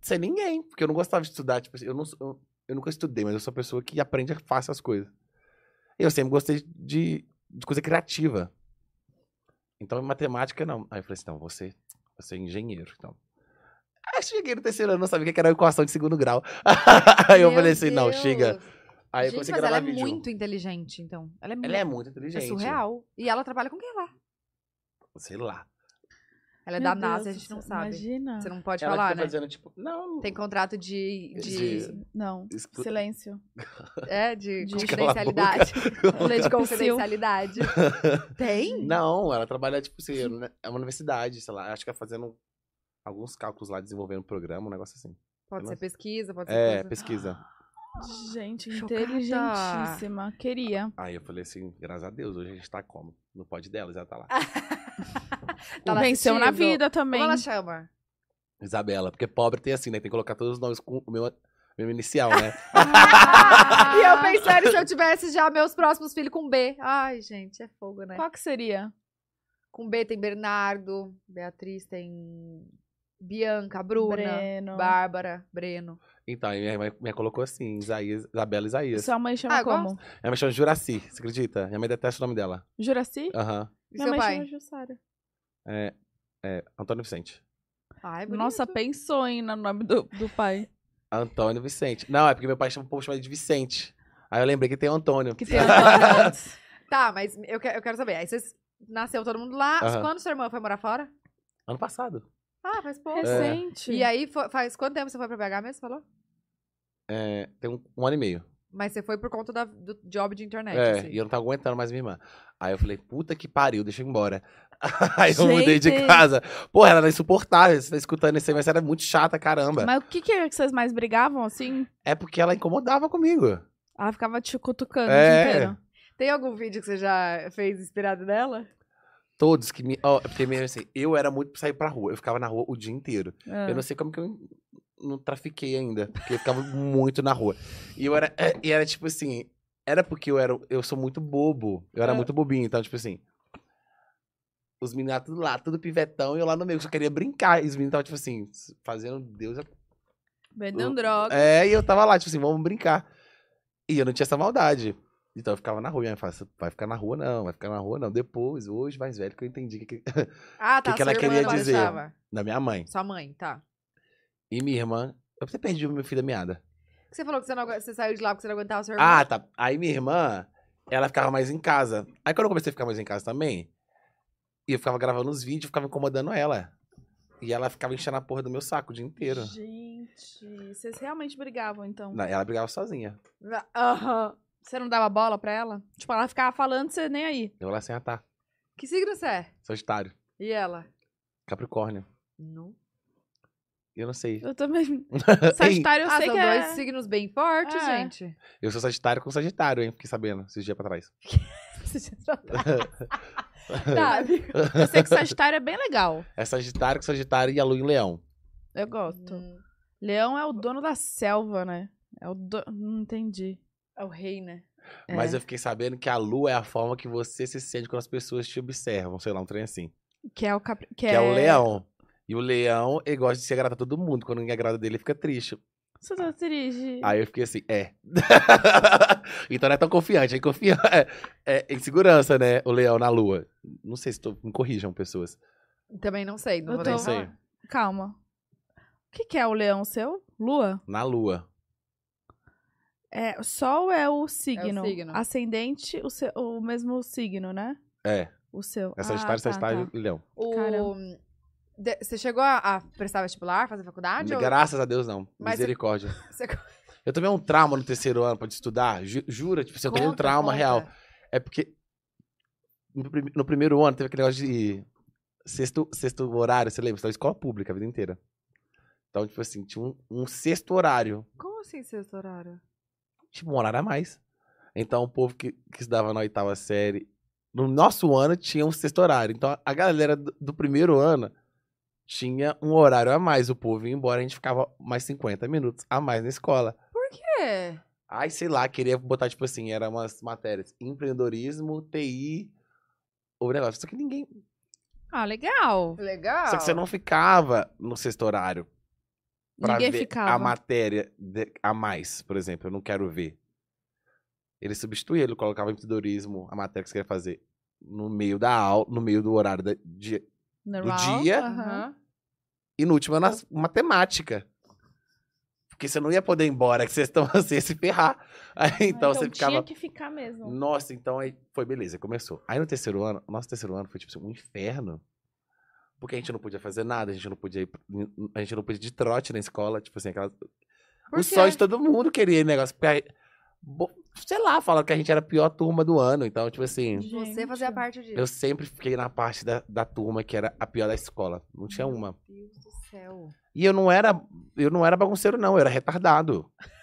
Speaker 3: ser ninguém. Porque eu não gostava de estudar, tipo assim, eu, não, sou- eu, eu nunca estudei, mas eu sou uma pessoa que aprende fácil as coisas. Eu sempre gostei de, de coisa criativa. Então, em matemática, não. Aí eu falei assim, não, você, você é engenheiro, então. Aí cheguei no terceiro ano, não sabia o que era uma equação de segundo grau. Aí eu
Speaker 2: Meu
Speaker 3: falei assim, não,
Speaker 2: Deus.
Speaker 3: chega. Aí eu
Speaker 2: Gente,
Speaker 3: comecei a
Speaker 2: mas
Speaker 3: gravar
Speaker 2: ela é
Speaker 3: vídeo.
Speaker 2: muito inteligente, então. Ela é muito,
Speaker 3: Ela é muito inteligente.
Speaker 2: é surreal. E ela trabalha com quem lá?
Speaker 3: Sei lá.
Speaker 2: Ela é
Speaker 1: Meu
Speaker 2: da
Speaker 1: Deus
Speaker 2: NASA,
Speaker 1: do
Speaker 2: a gente não
Speaker 1: céu,
Speaker 2: sabe.
Speaker 1: Imagina.
Speaker 2: Você não pode
Speaker 3: ela
Speaker 2: falar,
Speaker 3: fica
Speaker 2: né?
Speaker 3: fazendo, tipo, não.
Speaker 2: Tem contrato de. de,
Speaker 3: De-
Speaker 1: Não.
Speaker 3: escu-
Speaker 1: Silêncio.
Speaker 2: É, de,
Speaker 1: De-
Speaker 2: confidencialidade.
Speaker 1: Leite com sil.
Speaker 2: confidencialidade. Tem?
Speaker 3: Não, ela trabalha, tipo, assim, né, é uma universidade, sei lá. Acho que é fazendo alguns cálculos lá, desenvolvendo um programa, um negócio assim.
Speaker 2: Pode ser pesquisa, pode ser.
Speaker 3: É,
Speaker 2: coisa.
Speaker 3: pesquisa.
Speaker 1: Ah. Gente,
Speaker 2: Chocada.
Speaker 1: inteligentíssima. Queria.
Speaker 3: Aí eu falei assim, graças a Deus, hoje a gente tá como? No pod dela, já tá lá.
Speaker 1: Ah.
Speaker 2: Tá lá
Speaker 1: Venceu na
Speaker 2: assistindo.
Speaker 1: vida também.
Speaker 2: Como ela chama?
Speaker 3: Isabela, porque pobre tem assim, né? Tem que colocar todos os nomes com o meu, meu inicial, né?
Speaker 1: Ah!
Speaker 2: E eu pensando se eu tivesse já meus próximos filhos com B. Ai, gente, é fogo, né?
Speaker 1: Qual que seria?
Speaker 2: Com B tem Bernardo, Beatriz tem Bianca, Bruna,
Speaker 1: Breno.
Speaker 2: Bárbara, Breno.
Speaker 3: Então, aí minha mãe me colocou assim, Isaías, Isabela Isaías.
Speaker 1: Sua mãe chama
Speaker 2: Ah, eu
Speaker 1: como?
Speaker 3: Ela me chama de Juraci, você acredita? Minha mãe detesta o nome dela.
Speaker 1: Juraci?
Speaker 3: Aham.
Speaker 2: E
Speaker 1: Minha
Speaker 2: seu
Speaker 1: mãe
Speaker 2: pai?
Speaker 1: chama Jussara.
Speaker 3: É, é, Antônio Vicente.
Speaker 2: Ai, É bonito.
Speaker 1: Nossa, pensou, hein, no nome do, do pai.
Speaker 3: Antônio Vicente. Não, é porque meu pai chama, o povo chama ele de Vicente. Aí eu lembrei que tem o Antônio.
Speaker 1: Que tem Antônio antes.
Speaker 2: Tá, mas eu quero, eu quero saber. Aí vocês nasceu todo mundo lá.
Speaker 3: Aham.
Speaker 2: Quando sua irmã foi morar fora?
Speaker 3: Ano passado.
Speaker 2: Ah, faz pouco.
Speaker 1: É. Recente.
Speaker 2: E aí, fo- faz quanto tempo você foi pra BH mesmo? Falou?
Speaker 3: É, tem um, um ano e meio.
Speaker 2: Mas você foi por conta da- do job de internet.
Speaker 3: É,
Speaker 1: então
Speaker 2: assim.
Speaker 3: e eu não tava aguentando mais minha irmã. Aí eu falei, puta que pariu, deixa eu ir embora. Aí eu mudei de
Speaker 1: Gente!
Speaker 3: casa. Porra, ela era insuportável. Você tá escutando isso aí, mas ela era muito chata, caramba.
Speaker 1: Mas o que, que é que vocês mais brigavam, assim?
Speaker 3: É porque ela incomodava comigo.
Speaker 1: Ela ficava te cutucando o
Speaker 3: É.
Speaker 1: dia inteiro.
Speaker 2: Tem algum vídeo que você já fez inspirado nela?
Speaker 3: Todos que me. ó, é porque mesmo assim, eu era muito pra sair pra rua. Eu ficava na rua o dia inteiro.
Speaker 1: Ah.
Speaker 3: Eu não sei como que eu não trafiquei ainda. Porque eu ficava muito na rua. E eu era. é, E era tipo assim. Era porque eu era. Eu sou muito bobo. Eu era
Speaker 1: Ah.
Speaker 3: muito bobinho. Então, tipo assim. Os meninos lá, tudo lá, tudo pivetão, e eu lá no meio, que só queria brincar. E os meninos estavam, tipo assim, fazendo Deus. a-
Speaker 1: Vendendo Ah, droga.
Speaker 3: É, e eu tava lá, tipo assim, vamos brincar. E eu não tinha essa maldade. Então eu ficava na rua. E minha mãe falava, "Você vai ficar na rua, não, vai ficar na rua, não. Depois, hoje, mais velho, que eu entendi. que- que-
Speaker 2: Ah, tá.
Speaker 3: que
Speaker 2: sua
Speaker 3: ela
Speaker 2: irmã
Speaker 3: queria
Speaker 2: não
Speaker 3: dizer?
Speaker 2: deixava.
Speaker 3: Da minha mãe.
Speaker 2: Sua mãe, tá.
Speaker 3: E minha irmã. Eu até perdi o meu filho da meada.
Speaker 2: Você falou que você, não agu- você saiu de lá porque você não aguentava sua irmã.
Speaker 3: Ah, tá. Aí minha irmã, ela ficava mais em casa. Aí quando eu comecei a ficar mais em casa também, e eu ficava gravando os vídeos, ficava incomodando ela. E ela ficava enchendo a porra do meu saco o dia inteiro.
Speaker 1: Gente, vocês realmente brigavam, então?
Speaker 3: Não, Ela brigava sozinha.
Speaker 2: Na- Aham.
Speaker 1: Você não dava bola pra ela? Tipo, ela ficava falando, você nem aí.
Speaker 3: Eu lá sem atar.
Speaker 2: Que signo você é?
Speaker 3: Sagitário.
Speaker 2: E ela?
Speaker 3: Capricórnio.
Speaker 2: Não.
Speaker 3: Eu não sei.
Speaker 1: Eu também. Sagitário, eu
Speaker 2: ah,
Speaker 1: sei
Speaker 2: são
Speaker 1: que
Speaker 2: dois
Speaker 1: é...
Speaker 2: signos bem fortes,
Speaker 1: É.
Speaker 2: gente.
Speaker 3: Eu sou Sagitário com Sagitário, hein? Fiquei sabendo esses dias pra trás.
Speaker 1: Tá. Eu sei que Sagitário é bem legal.
Speaker 3: É Sagitário com Sagitário e a Lua em Leão.
Speaker 1: Eu gosto.
Speaker 2: Uhum.
Speaker 3: Hum.
Speaker 1: Leão é o dono da selva, né? É o dono. Não entendi.
Speaker 2: É o rei, né?
Speaker 1: É.
Speaker 3: Mas eu fiquei sabendo que a Lua é a forma que você se sente quando as pessoas te observam. Sei lá, um trem assim.
Speaker 1: Que é o capri... que,
Speaker 3: Que é o leão. E o leão, ele gosta de se agradar a todo mundo. Quando ninguém agrada dele, ele fica triste.
Speaker 1: Você tá triste.
Speaker 3: Aí eu fiquei assim, é. então não é tão confiante, é, confia... é, é insegurança, né? O leão na lua. Não sei se tô... me corrijam pessoas.
Speaker 2: Também não sei, não
Speaker 1: Eu
Speaker 2: vou
Speaker 1: tô-
Speaker 2: nem
Speaker 3: Não
Speaker 2: falar.
Speaker 3: sei.
Speaker 1: Calma. O que, que é o leão seu? Lua?
Speaker 3: Na lua.
Speaker 1: É, sol é o signo.
Speaker 2: signo.
Speaker 1: Ascendente, o, seu- o mesmo signo, né?
Speaker 3: É.
Speaker 1: O seu.
Speaker 3: É Sagitário,
Speaker 1: Ah, tá,
Speaker 3: Sagitário
Speaker 1: tá.
Speaker 3: e Leão.
Speaker 2: O-
Speaker 1: Caramba.
Speaker 2: De- Você chegou a, a prestar vestibular, fazer faculdade? ou-
Speaker 3: Graças a Deus, não.
Speaker 2: Ah, Mas-
Speaker 3: Misericórdia.
Speaker 2: Você...
Speaker 3: Eu tomei um trauma no terceiro ano pra te estudar. ju- Jura? Tipo, se eu tomei um
Speaker 2: Conta,
Speaker 3: trauma
Speaker 2: conta.
Speaker 3: real. É porque no, prime- no primeiro ano teve aquele negócio de sexto, sexto horário, você lembra? Você tava em escola pública a vida inteira. Então, tipo assim, tinha um, um sexto horário.
Speaker 1: tá.
Speaker 2: Como assim sexto horário?
Speaker 3: Tipo, um horário a mais. Então, o povo que, que estudava na oitava série, no nosso ano tinha um sexto horário. Então, a galera do, do primeiro ano tinha um horário a mais. O povo ia embora, a gente ficava mais 50 minutos a mais na escola.
Speaker 2: É.
Speaker 3: Ai, sei lá, queria botar, tipo assim, era umas matérias. Empreendedorismo, TI, ou negócio. Só que ninguém.
Speaker 1: Ah, legal.
Speaker 2: Legal.
Speaker 3: Só que você não ficava no sexto horário pra
Speaker 1: Ninguém
Speaker 3: ver
Speaker 1: ficava.
Speaker 3: a matéria de- a mais, por exemplo. Eu não quero ver. Ele substituía, ele colocava empreendedorismo, a matéria que você queria fazer, no meio da aula, no meio do horário da, de,
Speaker 1: Normal.
Speaker 3: dia?
Speaker 1: Aham.
Speaker 2: Aham.
Speaker 3: E no último, na matemática. Porque você não ia poder ir embora, que vocês estão assim, ia se ferrar. Aí,
Speaker 1: Ah,
Speaker 3: então, você ficava.
Speaker 1: Tinha que ficar mesmo.
Speaker 3: Nossa, então aí foi beleza, começou. Aí no terceiro ano, nosso terceiro ano foi tipo assim, um inferno. Porque a gente não podia fazer nada, a gente não podia ir, a gente não podia ir de trote na escola, tipo assim, aquela,
Speaker 2: Por
Speaker 3: o
Speaker 2: quê?
Speaker 3: sonho de todo mundo queria ir negócio, porque aí, bo- sei lá, falaram que a gente era a pior turma do ano, então tipo assim,
Speaker 2: Você fazia parte disso.
Speaker 3: eu sempre fiquei na parte da, da turma que era a pior da escola, não tinha
Speaker 2: Uhum.
Speaker 3: uma.
Speaker 2: Meu Deus do céu.
Speaker 3: E eu não era, eu não era bagunceiro, não, eu era retardado.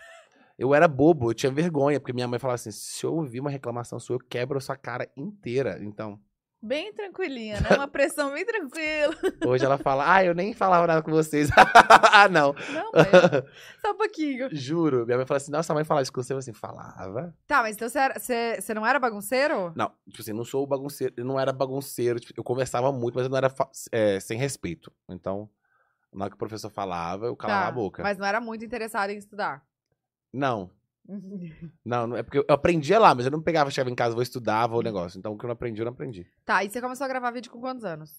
Speaker 3: Eu era bobo, eu tinha vergonha, porque minha mãe falava assim: se eu ouvir uma reclamação sua, eu quebro a sua cara inteira. Então,
Speaker 1: Bem tranquilinha, né? Uma pressão bem tranquila.
Speaker 3: hoje ela fala: ah, eu nem falava nada com vocês. ah, não.
Speaker 2: um
Speaker 1: Não, mas... Só um pouquinho.
Speaker 3: Juro. Minha mãe fala assim: nossa, a mãe falava isso com você. Eu assim: falava.
Speaker 2: Tá, mas então você, era- você, você não era bagunceiro?
Speaker 3: Não, tipo assim, não sou o bagunceiro, eu não era bagunceiro. tipo, eu conversava muito, mas eu não era fa- é, sem respeito. Então, na hora que o professor falava, eu calava
Speaker 2: Tá,
Speaker 3: a boca.
Speaker 2: Mas não era muito interessado em estudar.
Speaker 3: Não. Não, não é porque eu aprendia lá, mas eu não pegava, chegava em casa, vou estudar,
Speaker 1: Hum.
Speaker 3: vou o negócio. Então, o que eu não aprendi, eu não aprendi.
Speaker 2: Tá, e você começou a gravar vídeo com quantos anos?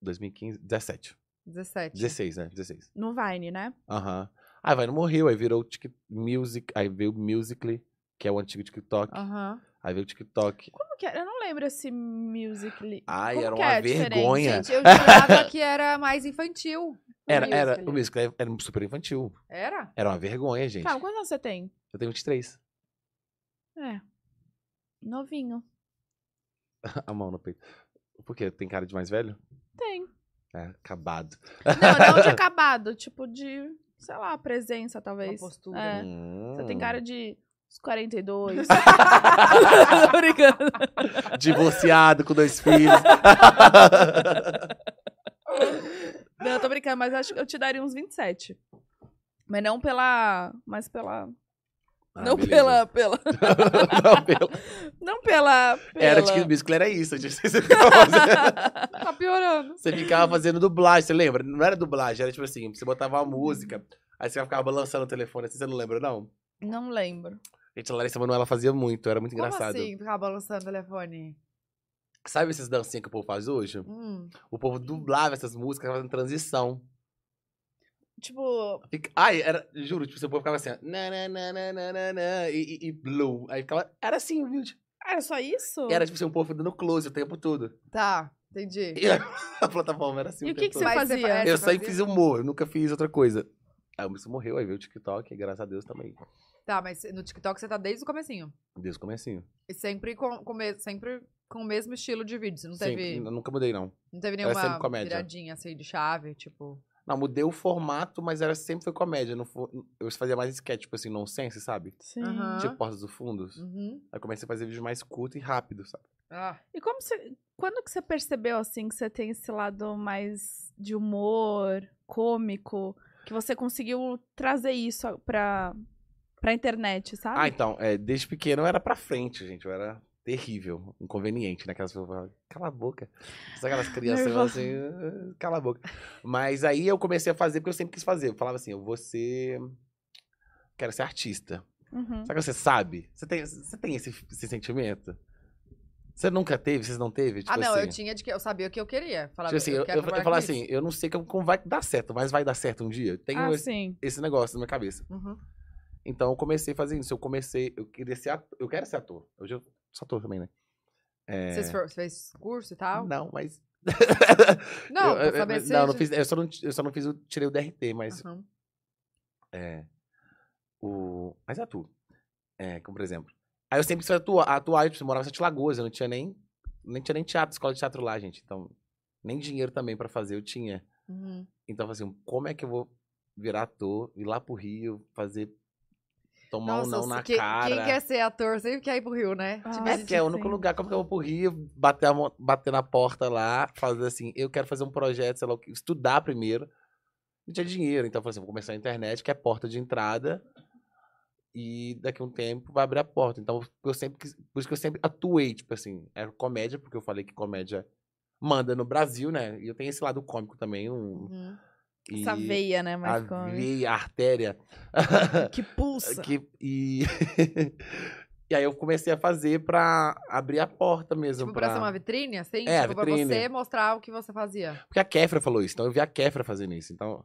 Speaker 3: 2015, 17.
Speaker 2: 17.
Speaker 3: 16, né? 16.
Speaker 1: No Vine, né?
Speaker 3: Aham. Aí vai, não morreu, aí virou o Tik Music, aí veio o Musical.ly, que é o antigo TikTok.
Speaker 1: Ah.
Speaker 2: Aham.
Speaker 3: Aí veio o TikTok.
Speaker 1: Como que era? Eu não lembro esse music.
Speaker 3: Ai,
Speaker 1: Como
Speaker 3: era
Speaker 1: que
Speaker 3: uma
Speaker 1: é a diferença?
Speaker 3: vergonha.
Speaker 2: Gente, eu jurava que era mais infantil.
Speaker 3: Era, era,
Speaker 2: Musical.ly.
Speaker 3: o Musical.ly é, era super infantil.
Speaker 2: Era?
Speaker 3: Era uma vergonha, gente.
Speaker 1: Tá, quantos anos você tem?
Speaker 3: Eu tenho 23.
Speaker 1: É. Novinho.
Speaker 3: A mão no peito. Por quê? Tem cara de mais velho?
Speaker 1: Tem.
Speaker 3: É, acabado.
Speaker 1: Não, não de acabado. Tipo de, sei lá, presença, talvez.
Speaker 2: Uma postura.
Speaker 1: É.
Speaker 3: Hum.
Speaker 1: Você tem cara de uns 42. Tô brincando.
Speaker 3: Divorciado com dois filhos.
Speaker 1: Não, eu tô brincando, mas acho que eu te daria uns 27. Mas não pela. Mas pela.
Speaker 3: Ah,
Speaker 1: não
Speaker 3: beleza.
Speaker 1: pela, pela.
Speaker 3: não pela.
Speaker 1: Não pela. pela...
Speaker 3: Era tipo, de que o Musical.ly era é isso. gente. Você ficava fazendo-
Speaker 2: Tá piorando.
Speaker 3: Você ficava fazendo dublagem, você lembra? Não era dublagem, era tipo assim, você botava uma música, aí você ficava balançando o telefone assim, você não lembra, não?
Speaker 1: Não lembro.
Speaker 3: Gente, a Larissa Manoela fazia muito, era muito engraçado.
Speaker 2: Como assim, ficar balançando o telefone?
Speaker 3: Sabe essas dancinhas que o povo faz hoje?
Speaker 2: Hum.
Speaker 3: O povo dublava essas músicas, fazendo transição.
Speaker 1: Tipo,
Speaker 3: Fica- Ai, era, juro, tipo, o povo ficava assim, ó, na, na, na, na, na, na, na, e, e, e blue. Aí ficava, era assim, humilde.
Speaker 1: era só isso?
Speaker 3: Era tipo assim, o povo dando close o tempo todo.
Speaker 2: Tá, entendi.
Speaker 3: E a plataforma era assim
Speaker 1: E o
Speaker 3: o
Speaker 1: que
Speaker 3: tempo
Speaker 1: que
Speaker 3: todo.
Speaker 1: você
Speaker 2: Mas
Speaker 1: fazia?
Speaker 2: fa- é,
Speaker 3: Eu
Speaker 2: você fazia?
Speaker 3: sempre fiz humor, eu nunca fiz outra coisa. Aí o Wilson morreu, aí veio o TikTok, e graças a Deus também.
Speaker 2: Tá, mas no TikTok você tá desde o comecinho.
Speaker 3: Desde o comecinho.
Speaker 2: E sempre com, com, o me- sempre com o mesmo estilo de vídeo. Você não
Speaker 3: Sempre,
Speaker 2: teve,
Speaker 3: eu nunca mudei, não.
Speaker 2: não teve
Speaker 3: era sempre
Speaker 2: nenhuma
Speaker 3: comédia.
Speaker 2: viradinha assim de chave, tipo.
Speaker 3: Não, mudei o formato, mas era sempre foi comédia. Não foi, eu fazia mais sketch, tipo assim, nonsense, sabe?
Speaker 1: Sim.
Speaker 2: Aham.
Speaker 3: Tipo Portas dos Fundos.
Speaker 1: Hum.
Speaker 2: Uhum.
Speaker 3: Aí comecei a fazer vídeo mais curto e rápido, sabe?
Speaker 2: Ah,
Speaker 3: Tipo
Speaker 1: E como você. Quando que você percebeu, assim, que você tem esse lado mais de humor, cômico, que você conseguiu trazer isso pra, pra internet, sabe?
Speaker 3: Ah, então, é, desde pequeno eu era pra frente, gente. Eu era terrível, inconveniente, né? Aquelas pessoas falavam, cala a boca. Sabe aquelas crianças falam assim, "Ah, cala a boca. Mas aí eu comecei a fazer porque eu sempre quis fazer. Eu falava assim, eu vou ser. Quero ser artista.
Speaker 1: Uhum.
Speaker 3: Sabe que você sabe? Você tem, você tem esse, esse sentimento? Você nunca teve? Vocês não teve? Tipo
Speaker 2: ah não,
Speaker 3: assim,
Speaker 2: eu tinha de que eu sabia o que eu queria. Falava,
Speaker 3: Tipo assim, eu,
Speaker 2: eu
Speaker 3: eu,
Speaker 2: quero
Speaker 3: eu
Speaker 2: trabalhar com
Speaker 3: falo
Speaker 2: isso.
Speaker 3: assim, eu não sei como como vai dar certo, mas vai dar certo um dia. Eu tenho
Speaker 1: Ah,
Speaker 3: esse,
Speaker 1: sim.
Speaker 3: esse negócio na minha cabeça.
Speaker 2: Uhum.
Speaker 3: Então eu comecei a fazer isso. Eu comecei, eu queria ser ator. Eu quero ser ator. Hoje eu sou ator também, né? É,
Speaker 2: Você for- fez curso e tal?
Speaker 3: Não, mas.
Speaker 2: Não,
Speaker 3: eu,
Speaker 2: pra
Speaker 3: eu-
Speaker 2: saber
Speaker 3: eu-
Speaker 2: se.
Speaker 3: não, não fiz, eu só não, eu só não fiz, o- tirei o DRT, mas
Speaker 2: Uhum.
Speaker 3: É. O... Mas eu atuo. É, como por exemplo. Aí eu sempre quis atuar, atuar tipo, eu morava em Sete Lagoas, eu não tinha nem. Nem tinha nem teatro, escola de teatro lá, gente. Então, nem dinheiro também pra fazer eu tinha.
Speaker 2: Uhum.
Speaker 3: Então, eu falei assim, como é que eu vou virar ator, ir lá pro Rio, fazer Tomar um não
Speaker 2: se-
Speaker 3: na
Speaker 2: que-
Speaker 3: cara.
Speaker 2: quem quer ser ator sempre quer ir pro Rio, né?
Speaker 1: Ah,
Speaker 2: Tipo,
Speaker 3: É
Speaker 1: Nossa,
Speaker 3: porque é o único
Speaker 1: sim.
Speaker 3: lugar. Como que eu vou pro Rio, bater, a mo- bater na porta lá, fazer assim, eu quero fazer um projeto, sei lá o que, estudar primeiro. Não tinha dinheiro, então eu falei assim, vou começar a internet, que é a porta de entrada. E daqui a um tempo vai abrir a porta. Então, eu sempre, quis- por isso que eu sempre atuei, tipo assim, era comédia, porque eu falei que comédia manda no Brasil, né? E eu tenho esse lado cômico também. Um,
Speaker 2: uhum.
Speaker 1: Essa
Speaker 3: e
Speaker 1: veia, né?
Speaker 3: a
Speaker 1: Mais cômica.
Speaker 3: veia, a artéria.
Speaker 1: Que pulsa.
Speaker 3: Que- e... e aí eu comecei a fazer pra abrir a porta mesmo.
Speaker 2: Tipo, pra ser uma vitrine, assim?
Speaker 3: É,
Speaker 2: tipo,
Speaker 3: vitrine.
Speaker 2: pra você mostrar o que você fazia.
Speaker 3: Porque a Kefra falou isso, então eu vi a Kefra fazendo isso. Então,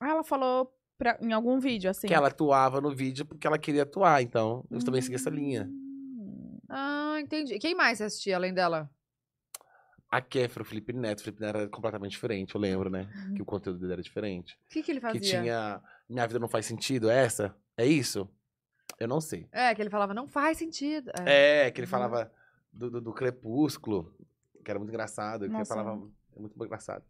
Speaker 1: Ah, ela falou pra- em algum vídeo, assim.
Speaker 3: que ela atuava no vídeo porque ela queria atuar, então eu também segui essa linha.
Speaker 1: Hum.
Speaker 2: Ah, entendi. Quem mais você assistia além dela?
Speaker 3: A Kefra, o Felipe Neto, o Felipe Neto era completamente diferente, eu lembro, né? Que o conteúdo dele era diferente.
Speaker 2: O que, que ele Uhum. fazia?
Speaker 3: Que tinha Minha Vida Não Faz Sentido, é essa? É isso? Eu não sei.
Speaker 2: É, que ele falava, não faz sentido. É.
Speaker 3: É, que ele
Speaker 2: Uhum.
Speaker 3: falava do, do, do Crepúsculo, que era muito engraçado, que ele
Speaker 1: Nossa.
Speaker 3: falava é muito engraçado.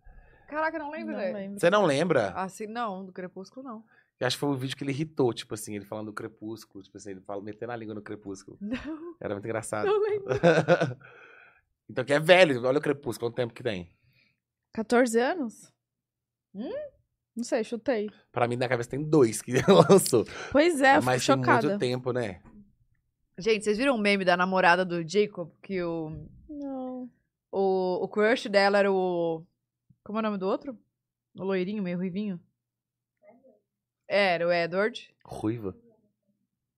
Speaker 2: Caraca, eu não lembro
Speaker 1: Não
Speaker 2: dele.
Speaker 1: lembro.
Speaker 3: Você não lembra?
Speaker 2: Assim, não, do Crepúsculo não.
Speaker 3: Eu acho que foi um vídeo que ele irritou, tipo assim, ele falando do crepúsculo, tipo assim, ele fala, metendo a língua no crepúsculo.
Speaker 2: Não,
Speaker 3: Era muito engraçado.
Speaker 2: não lembro.
Speaker 3: então que é velho, olha o crepúsculo, quanto tempo que tem.
Speaker 1: 14 anos?
Speaker 2: Hum?
Speaker 1: Não sei, chutei.
Speaker 3: Pra mim, na cabeça tem dois que lançou.
Speaker 1: Pois é, eu fico
Speaker 3: Ah, Mas tem muito
Speaker 1: chocada.
Speaker 3: tempo, né?
Speaker 2: Gente, vocês viram o meme da namorada do Jacob? Que o,
Speaker 1: Não.
Speaker 2: o, o crush dela era o... Como é o nome do outro? O loirinho, meio ruivinho? Era o Edward.
Speaker 3: Ruiva.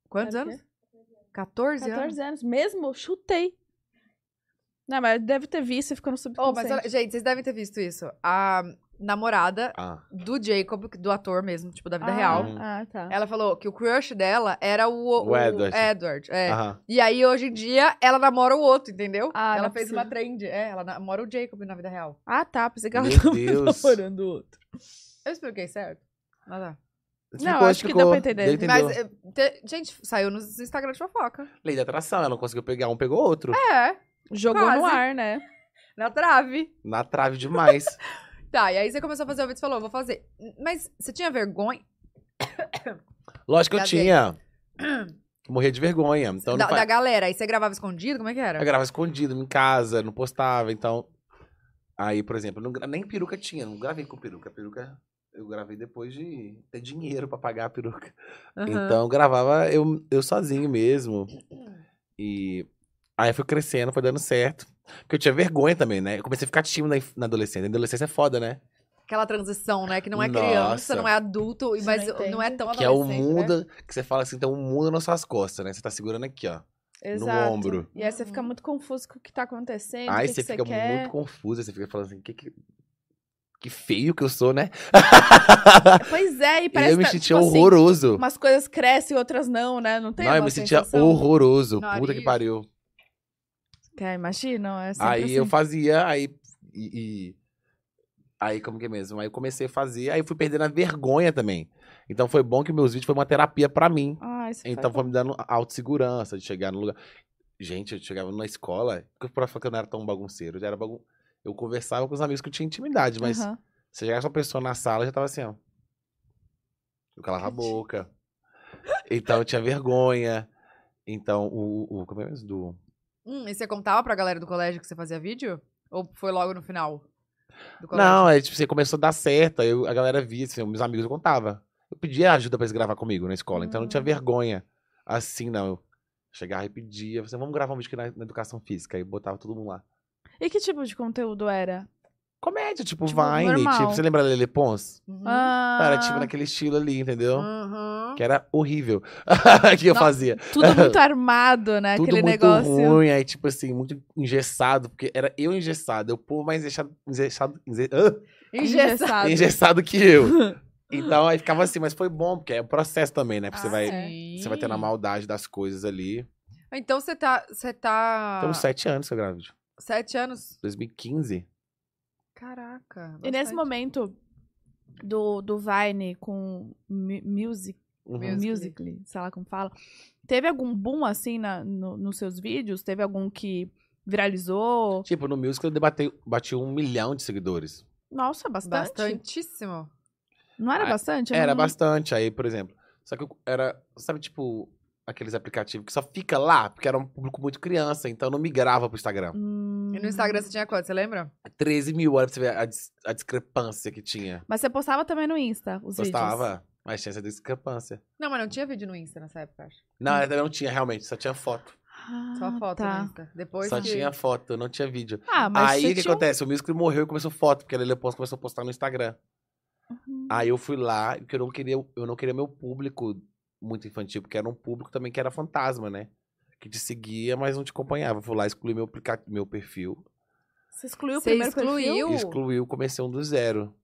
Speaker 2: Quantos
Speaker 1: Era É o quê?
Speaker 2: anos? 14, anos?
Speaker 1: 14 anos. Mesmo, chutei. Não, mas deve ter visto e ficou no
Speaker 2: Oh,
Speaker 1: subconsciente.
Speaker 2: mas olha, gente, vocês devem ter visto isso. A namorada
Speaker 3: Ah.
Speaker 2: do Jacob, do ator mesmo, tipo, da vida
Speaker 1: ah,
Speaker 2: real. É
Speaker 3: Hum.
Speaker 1: Ah, tá.
Speaker 2: Ela falou que o crush dela era o,
Speaker 3: O Edward.
Speaker 2: Edward, é.
Speaker 3: Aham.
Speaker 2: E aí, hoje em dia, ela namora o outro, entendeu?
Speaker 1: Ah,
Speaker 2: ela
Speaker 1: não é
Speaker 2: fez
Speaker 1: possível.
Speaker 2: uma trend. É, ela namora o Jacob na vida real.
Speaker 1: Ah, tá. Pensei que ela
Speaker 3: Meu
Speaker 1: tava
Speaker 3: Deus.
Speaker 1: namorando o outro.
Speaker 2: Eu expliquei certo? Nada.
Speaker 3: Explicou,
Speaker 1: acho que
Speaker 3: explicou.
Speaker 1: deu pra entender.
Speaker 3: Deu, entendeu.
Speaker 2: Mas, é, te- gente, saiu nos Instagram de fofoca.
Speaker 3: Lei da atração, ela não conseguiu pegar um, pegou outro.
Speaker 2: É,
Speaker 1: Jogou no
Speaker 2: Quase.
Speaker 1: ar, né?
Speaker 2: na trave.
Speaker 3: Na trave demais.
Speaker 2: Tá, e aí você começou a fazer o vídeo e falou, vou fazer. Mas você tinha vergonha?
Speaker 3: Lógico que eu
Speaker 2: Da
Speaker 3: tinha. Morria de vergonha. Então eu
Speaker 2: da,
Speaker 3: não faz...
Speaker 2: da galera, aí você gravava escondido? Como é que era?
Speaker 3: Eu gravava escondido em casa, não postava, então. Aí, por exemplo, eu não gra- nem peruca tinha, não gravei com peruca. Peruca eu gravei depois de ter dinheiro pra pagar a peruca.
Speaker 2: Aham.
Speaker 3: Então eu gravava eu, eu sozinho mesmo. E aí foi crescendo, foi dando certo. Porque eu tinha vergonha também, né? Eu comecei a ficar tímido na inf- na adolescência. Na adolescência é foda, né?
Speaker 2: Aquela transição, né? Que não é
Speaker 3: Nossa.
Speaker 2: criança, não é adulto,
Speaker 1: Você
Speaker 2: mas
Speaker 1: não
Speaker 2: não, é
Speaker 1: entende.
Speaker 2: tão adolescente.
Speaker 3: Que é o
Speaker 2: né?
Speaker 3: mundo. Que você fala assim, tem um mundo nas suas costas, né? Você tá segurando aqui, ó.
Speaker 1: Exato.
Speaker 3: ombro.
Speaker 1: E aí você fica muito confuso com o que tá acontecendo, o
Speaker 3: Aí
Speaker 1: que
Speaker 3: você
Speaker 1: que você
Speaker 3: fica
Speaker 1: quer.
Speaker 3: muito confusa, você fica falando assim, que, que, que feio que eu sou, né?
Speaker 1: Pois é, e
Speaker 3: E
Speaker 1: parece
Speaker 3: eu me
Speaker 1: que tá,
Speaker 3: sentia
Speaker 1: tipo assim,
Speaker 3: horroroso.
Speaker 1: umas coisas crescem e outras não, né? Não tem
Speaker 3: não, eu
Speaker 1: uma
Speaker 3: me sentia
Speaker 1: sensação?
Speaker 3: horroroso.
Speaker 2: Nariz.
Speaker 3: Puta que pariu.
Speaker 1: Quer, imagina, é sempre
Speaker 3: Aí
Speaker 1: assim.
Speaker 3: eu fazia, aí. E, e- Aí, como que é mesmo? Aí eu comecei a fazer, aí eu fui perdendo a vergonha também. Então foi bom que meus vídeos foi uma terapia pra mim.
Speaker 1: Ah, isso
Speaker 3: Então
Speaker 1: faz-
Speaker 3: foi me dando autossegurança de chegar no lugar. Gente, eu chegava na escola, que o prof falou que eu não era tão bagunceiro. Eu, já era bagun... eu conversava com os amigos que eu tinha intimidade, mas
Speaker 1: Aham.
Speaker 3: Você chegasse uma pessoa na sala, já tava assim, ó. Eu calava a
Speaker 1: Tadinho.
Speaker 3: boca. Então eu tinha vergonha. Então, o. o como é mesmo? Do...
Speaker 2: Hum, e você contava pra galera do colégio que você fazia vídeo? Ou foi logo no final do colégio?
Speaker 3: Não, aí tipo, você começou a dar certo. aí Eu, a galera via, assim, meus amigos eu contava. Eu pedia ajuda pra eles gravar comigo na escola, então eu não tinha
Speaker 1: Hum.
Speaker 3: vergonha. Assim, não. Eu chegava e pedia, assim, vamos gravar um vídeo aqui na, na educação física. Aí botava todo mundo lá.
Speaker 1: E que tipo de conteúdo era?
Speaker 3: Comédia, tipo,
Speaker 1: Tipo,
Speaker 3: Vine.
Speaker 1: normal.
Speaker 3: Tipo, você lembra da Lele Pons?
Speaker 2: Uhum.
Speaker 1: Ah, Hum.
Speaker 3: Era tipo naquele estilo ali, entendeu?
Speaker 2: Uhum.
Speaker 3: Que era horrível que eu
Speaker 2: Não,
Speaker 3: fazia.
Speaker 1: tudo muito armado, né?
Speaker 3: tudo
Speaker 1: Aquele
Speaker 3: muito
Speaker 1: negócio.
Speaker 3: ruim, aí tipo assim, muito engessado, porque era eu engessado, eu povo mais engessado, engessado, enze- hã?
Speaker 2: Engessado.
Speaker 1: Engessado.
Speaker 3: engessado que eu. Então aí ficava assim, mas foi bom, porque é o processo também, né? Porque você
Speaker 1: Ah,
Speaker 3: vai,
Speaker 1: é.
Speaker 3: você vai tendo a maldade das coisas ali.
Speaker 2: Então você tá. Você tá.
Speaker 1: Ah.
Speaker 3: Então, uns sete anos que eu gravo vídeo.
Speaker 2: Sete anos.
Speaker 3: 2015.
Speaker 2: Caraca.
Speaker 1: E
Speaker 2: bastante.
Speaker 1: nesse momento do, do Vine com mu- music,
Speaker 3: Uhum.
Speaker 2: Musical.ly.
Speaker 1: Musical.ly, sei lá como fala, teve algum boom assim na, no- nos seus vídeos? Teve algum que viralizou?
Speaker 3: Tipo, no Musical eu debatei, bati um milhão de seguidores.
Speaker 1: Nossa, bastante.
Speaker 2: Bastantíssimo.
Speaker 1: Não era
Speaker 3: Ah,
Speaker 1: bastante? Eu
Speaker 3: Era
Speaker 1: não-
Speaker 3: bastante. Aí, por exemplo, só que eu era, sabe, tipo, aqueles aplicativos que só fica lá, porque era um público muito criança, então não migrava pro Instagram.
Speaker 1: Hum.
Speaker 2: E no Instagram você tinha quanto, você lembra?
Speaker 3: 13 mil, olha pra você ver a, dis- a discrepância que tinha.
Speaker 1: Mas você postava também no Insta os vídeos.
Speaker 3: Gostava, mas tinha essa discrepância.
Speaker 2: Não, mas não tinha vídeo no Insta nessa época, acho.
Speaker 1: Hum.
Speaker 3: Não, ainda não tinha realmente, só tinha foto.
Speaker 1: Ah,
Speaker 2: Só foto né?
Speaker 1: tá.
Speaker 2: no Insta. Depois
Speaker 3: só
Speaker 2: que...
Speaker 3: tinha foto, não tinha vídeo.
Speaker 1: Ah, é. mas
Speaker 3: aí
Speaker 1: você
Speaker 3: o que
Speaker 1: tinha um-
Speaker 3: acontece? O Musical.ly morreu e começou foto, porque a Lele Pons começou a postar no Instagram.
Speaker 1: hum.
Speaker 3: Aí eu fui lá, porque eu não queria, eu não queria meu público muito infantil, porque era um público também que era fantasma, né? Que te seguia, mas não te acompanhava. Eu Fui lá, excluí meu, aplica- meu perfil.
Speaker 1: Você excluiu o
Speaker 2: Você
Speaker 1: primeiro
Speaker 2: excluiu?
Speaker 1: perfil?
Speaker 2: Eu?
Speaker 3: Excluiu, comecei um do zero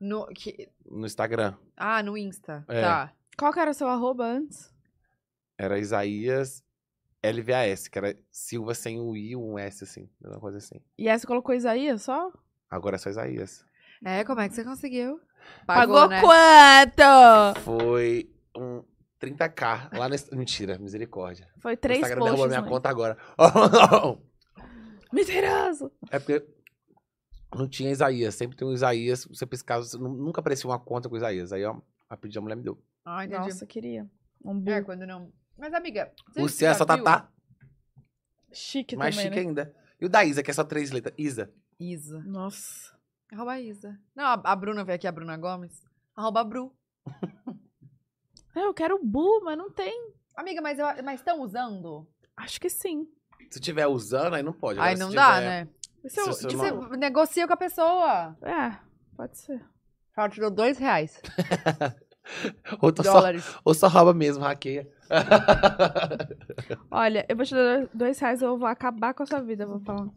Speaker 2: No... que-
Speaker 3: no Instagram.
Speaker 2: Ah, no Insta.
Speaker 3: É.
Speaker 2: Tá.
Speaker 1: Qual que era o seu arroba antes?
Speaker 3: Era Isaías LVAS, que era Silva sem o I, um S, assim, uma coisa assim.
Speaker 1: E aí você colocou Isaías só?
Speaker 3: Agora é só Isaías.
Speaker 2: É, como é que você conseguiu? né?
Speaker 1: quanto?
Speaker 3: Foi um 30k lá nesse. Mentira, misericórdia.
Speaker 1: Foi
Speaker 3: O
Speaker 1: três
Speaker 3: Instagram derrubou
Speaker 1: posts.
Speaker 3: minha
Speaker 1: né?
Speaker 3: conta agora.
Speaker 1: Mentiroso!
Speaker 3: É porque não tinha Isaías. Sempre tem um Isaías. Você pescava, você nu- nunca aparecia uma conta com Isaías. Aí, ó, a pedida a mulher me deu.
Speaker 2: Ah, entendi.
Speaker 1: Nossa, queria. Um bu
Speaker 2: É, quando não... Mas, amiga... você
Speaker 3: o C é
Speaker 2: já
Speaker 3: só
Speaker 2: viu?
Speaker 3: Tatá,
Speaker 1: chique
Speaker 3: mais
Speaker 1: também,
Speaker 3: chique
Speaker 1: né?
Speaker 3: ainda. E o da Isa, que é só três letras. Isa.
Speaker 2: Isa.
Speaker 1: Nossa.
Speaker 2: Arroba a Isa. Não, a, a Bruna veio aqui, a Bruna Gomes. Arroba a Bru.
Speaker 1: É, Eu quero bu, mas não tem.
Speaker 2: Amiga, mas estão mas tão usando?
Speaker 1: Acho que sim.
Speaker 3: Se tiver usando, aí não pode.
Speaker 2: Aí
Speaker 3: Agora,
Speaker 2: não
Speaker 3: se
Speaker 2: dá,
Speaker 3: tiver-
Speaker 2: né?
Speaker 1: Esse é o-
Speaker 3: Se
Speaker 2: E
Speaker 3: eu
Speaker 1: esse é-
Speaker 3: não-
Speaker 2: você negocia com a pessoa.
Speaker 1: É, pode ser.
Speaker 2: Ela tirou dois reais.
Speaker 3: Ou, tô só,
Speaker 2: dólares.
Speaker 3: ou só rouba mesmo, hackeia.
Speaker 1: Olha, eu vou te dar dois reais, eu vou acabar com a sua vida, eu vou falar. O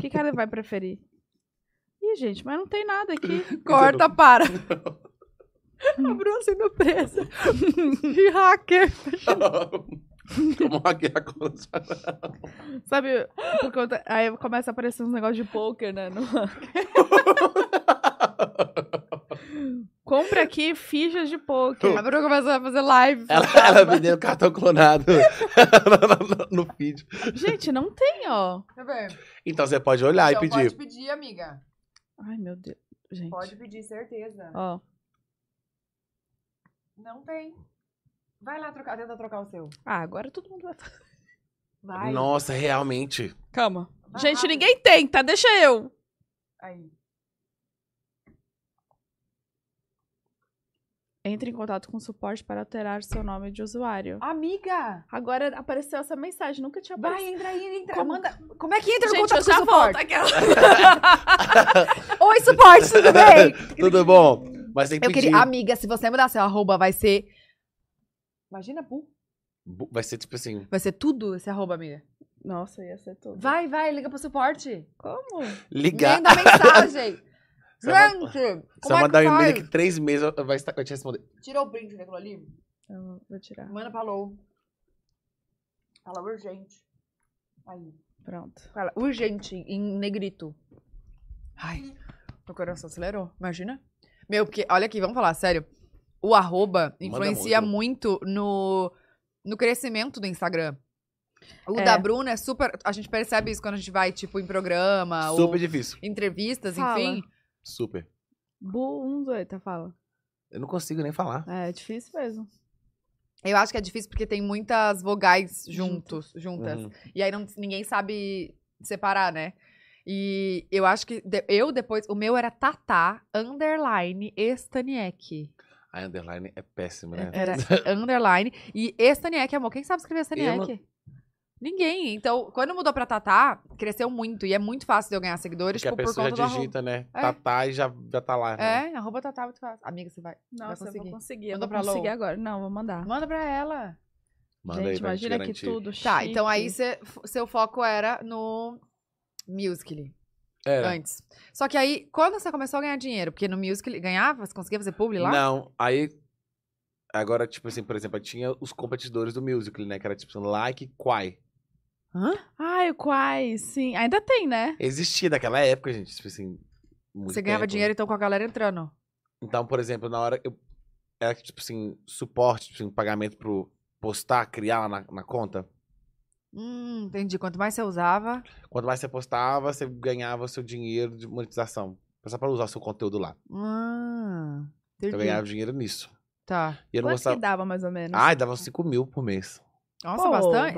Speaker 1: que que ela vai preferir? Ih, gente, mas não tem nada aqui.
Speaker 2: Corta, para.
Speaker 1: a Bruna sendo presa.
Speaker 2: De hacker.
Speaker 3: Como hackear a conta.
Speaker 1: Sabe, por conta... aí começa a aparecer uns negócios de pôquer, né? no- Compre aqui fichas de pôquer.
Speaker 2: A Bruna começou a fazer live.
Speaker 3: Ela, ela vendendo cartão clonado no, no- no feed. Então Ah,
Speaker 2: Então é
Speaker 3: tipo assim,
Speaker 2: é
Speaker 3: um
Speaker 2: é tipo, Ah, é né? É, Então, é tipo, É? Tá, então É. então, Hum, ah, Tá. Nossa, bastante. E
Speaker 1: um, tá, É Tá, então né? Pô,
Speaker 3: Uhum. é né? né? Tá, É. tipo assim, né, tipo assim, né? Então, tipo assim, Então, Ah,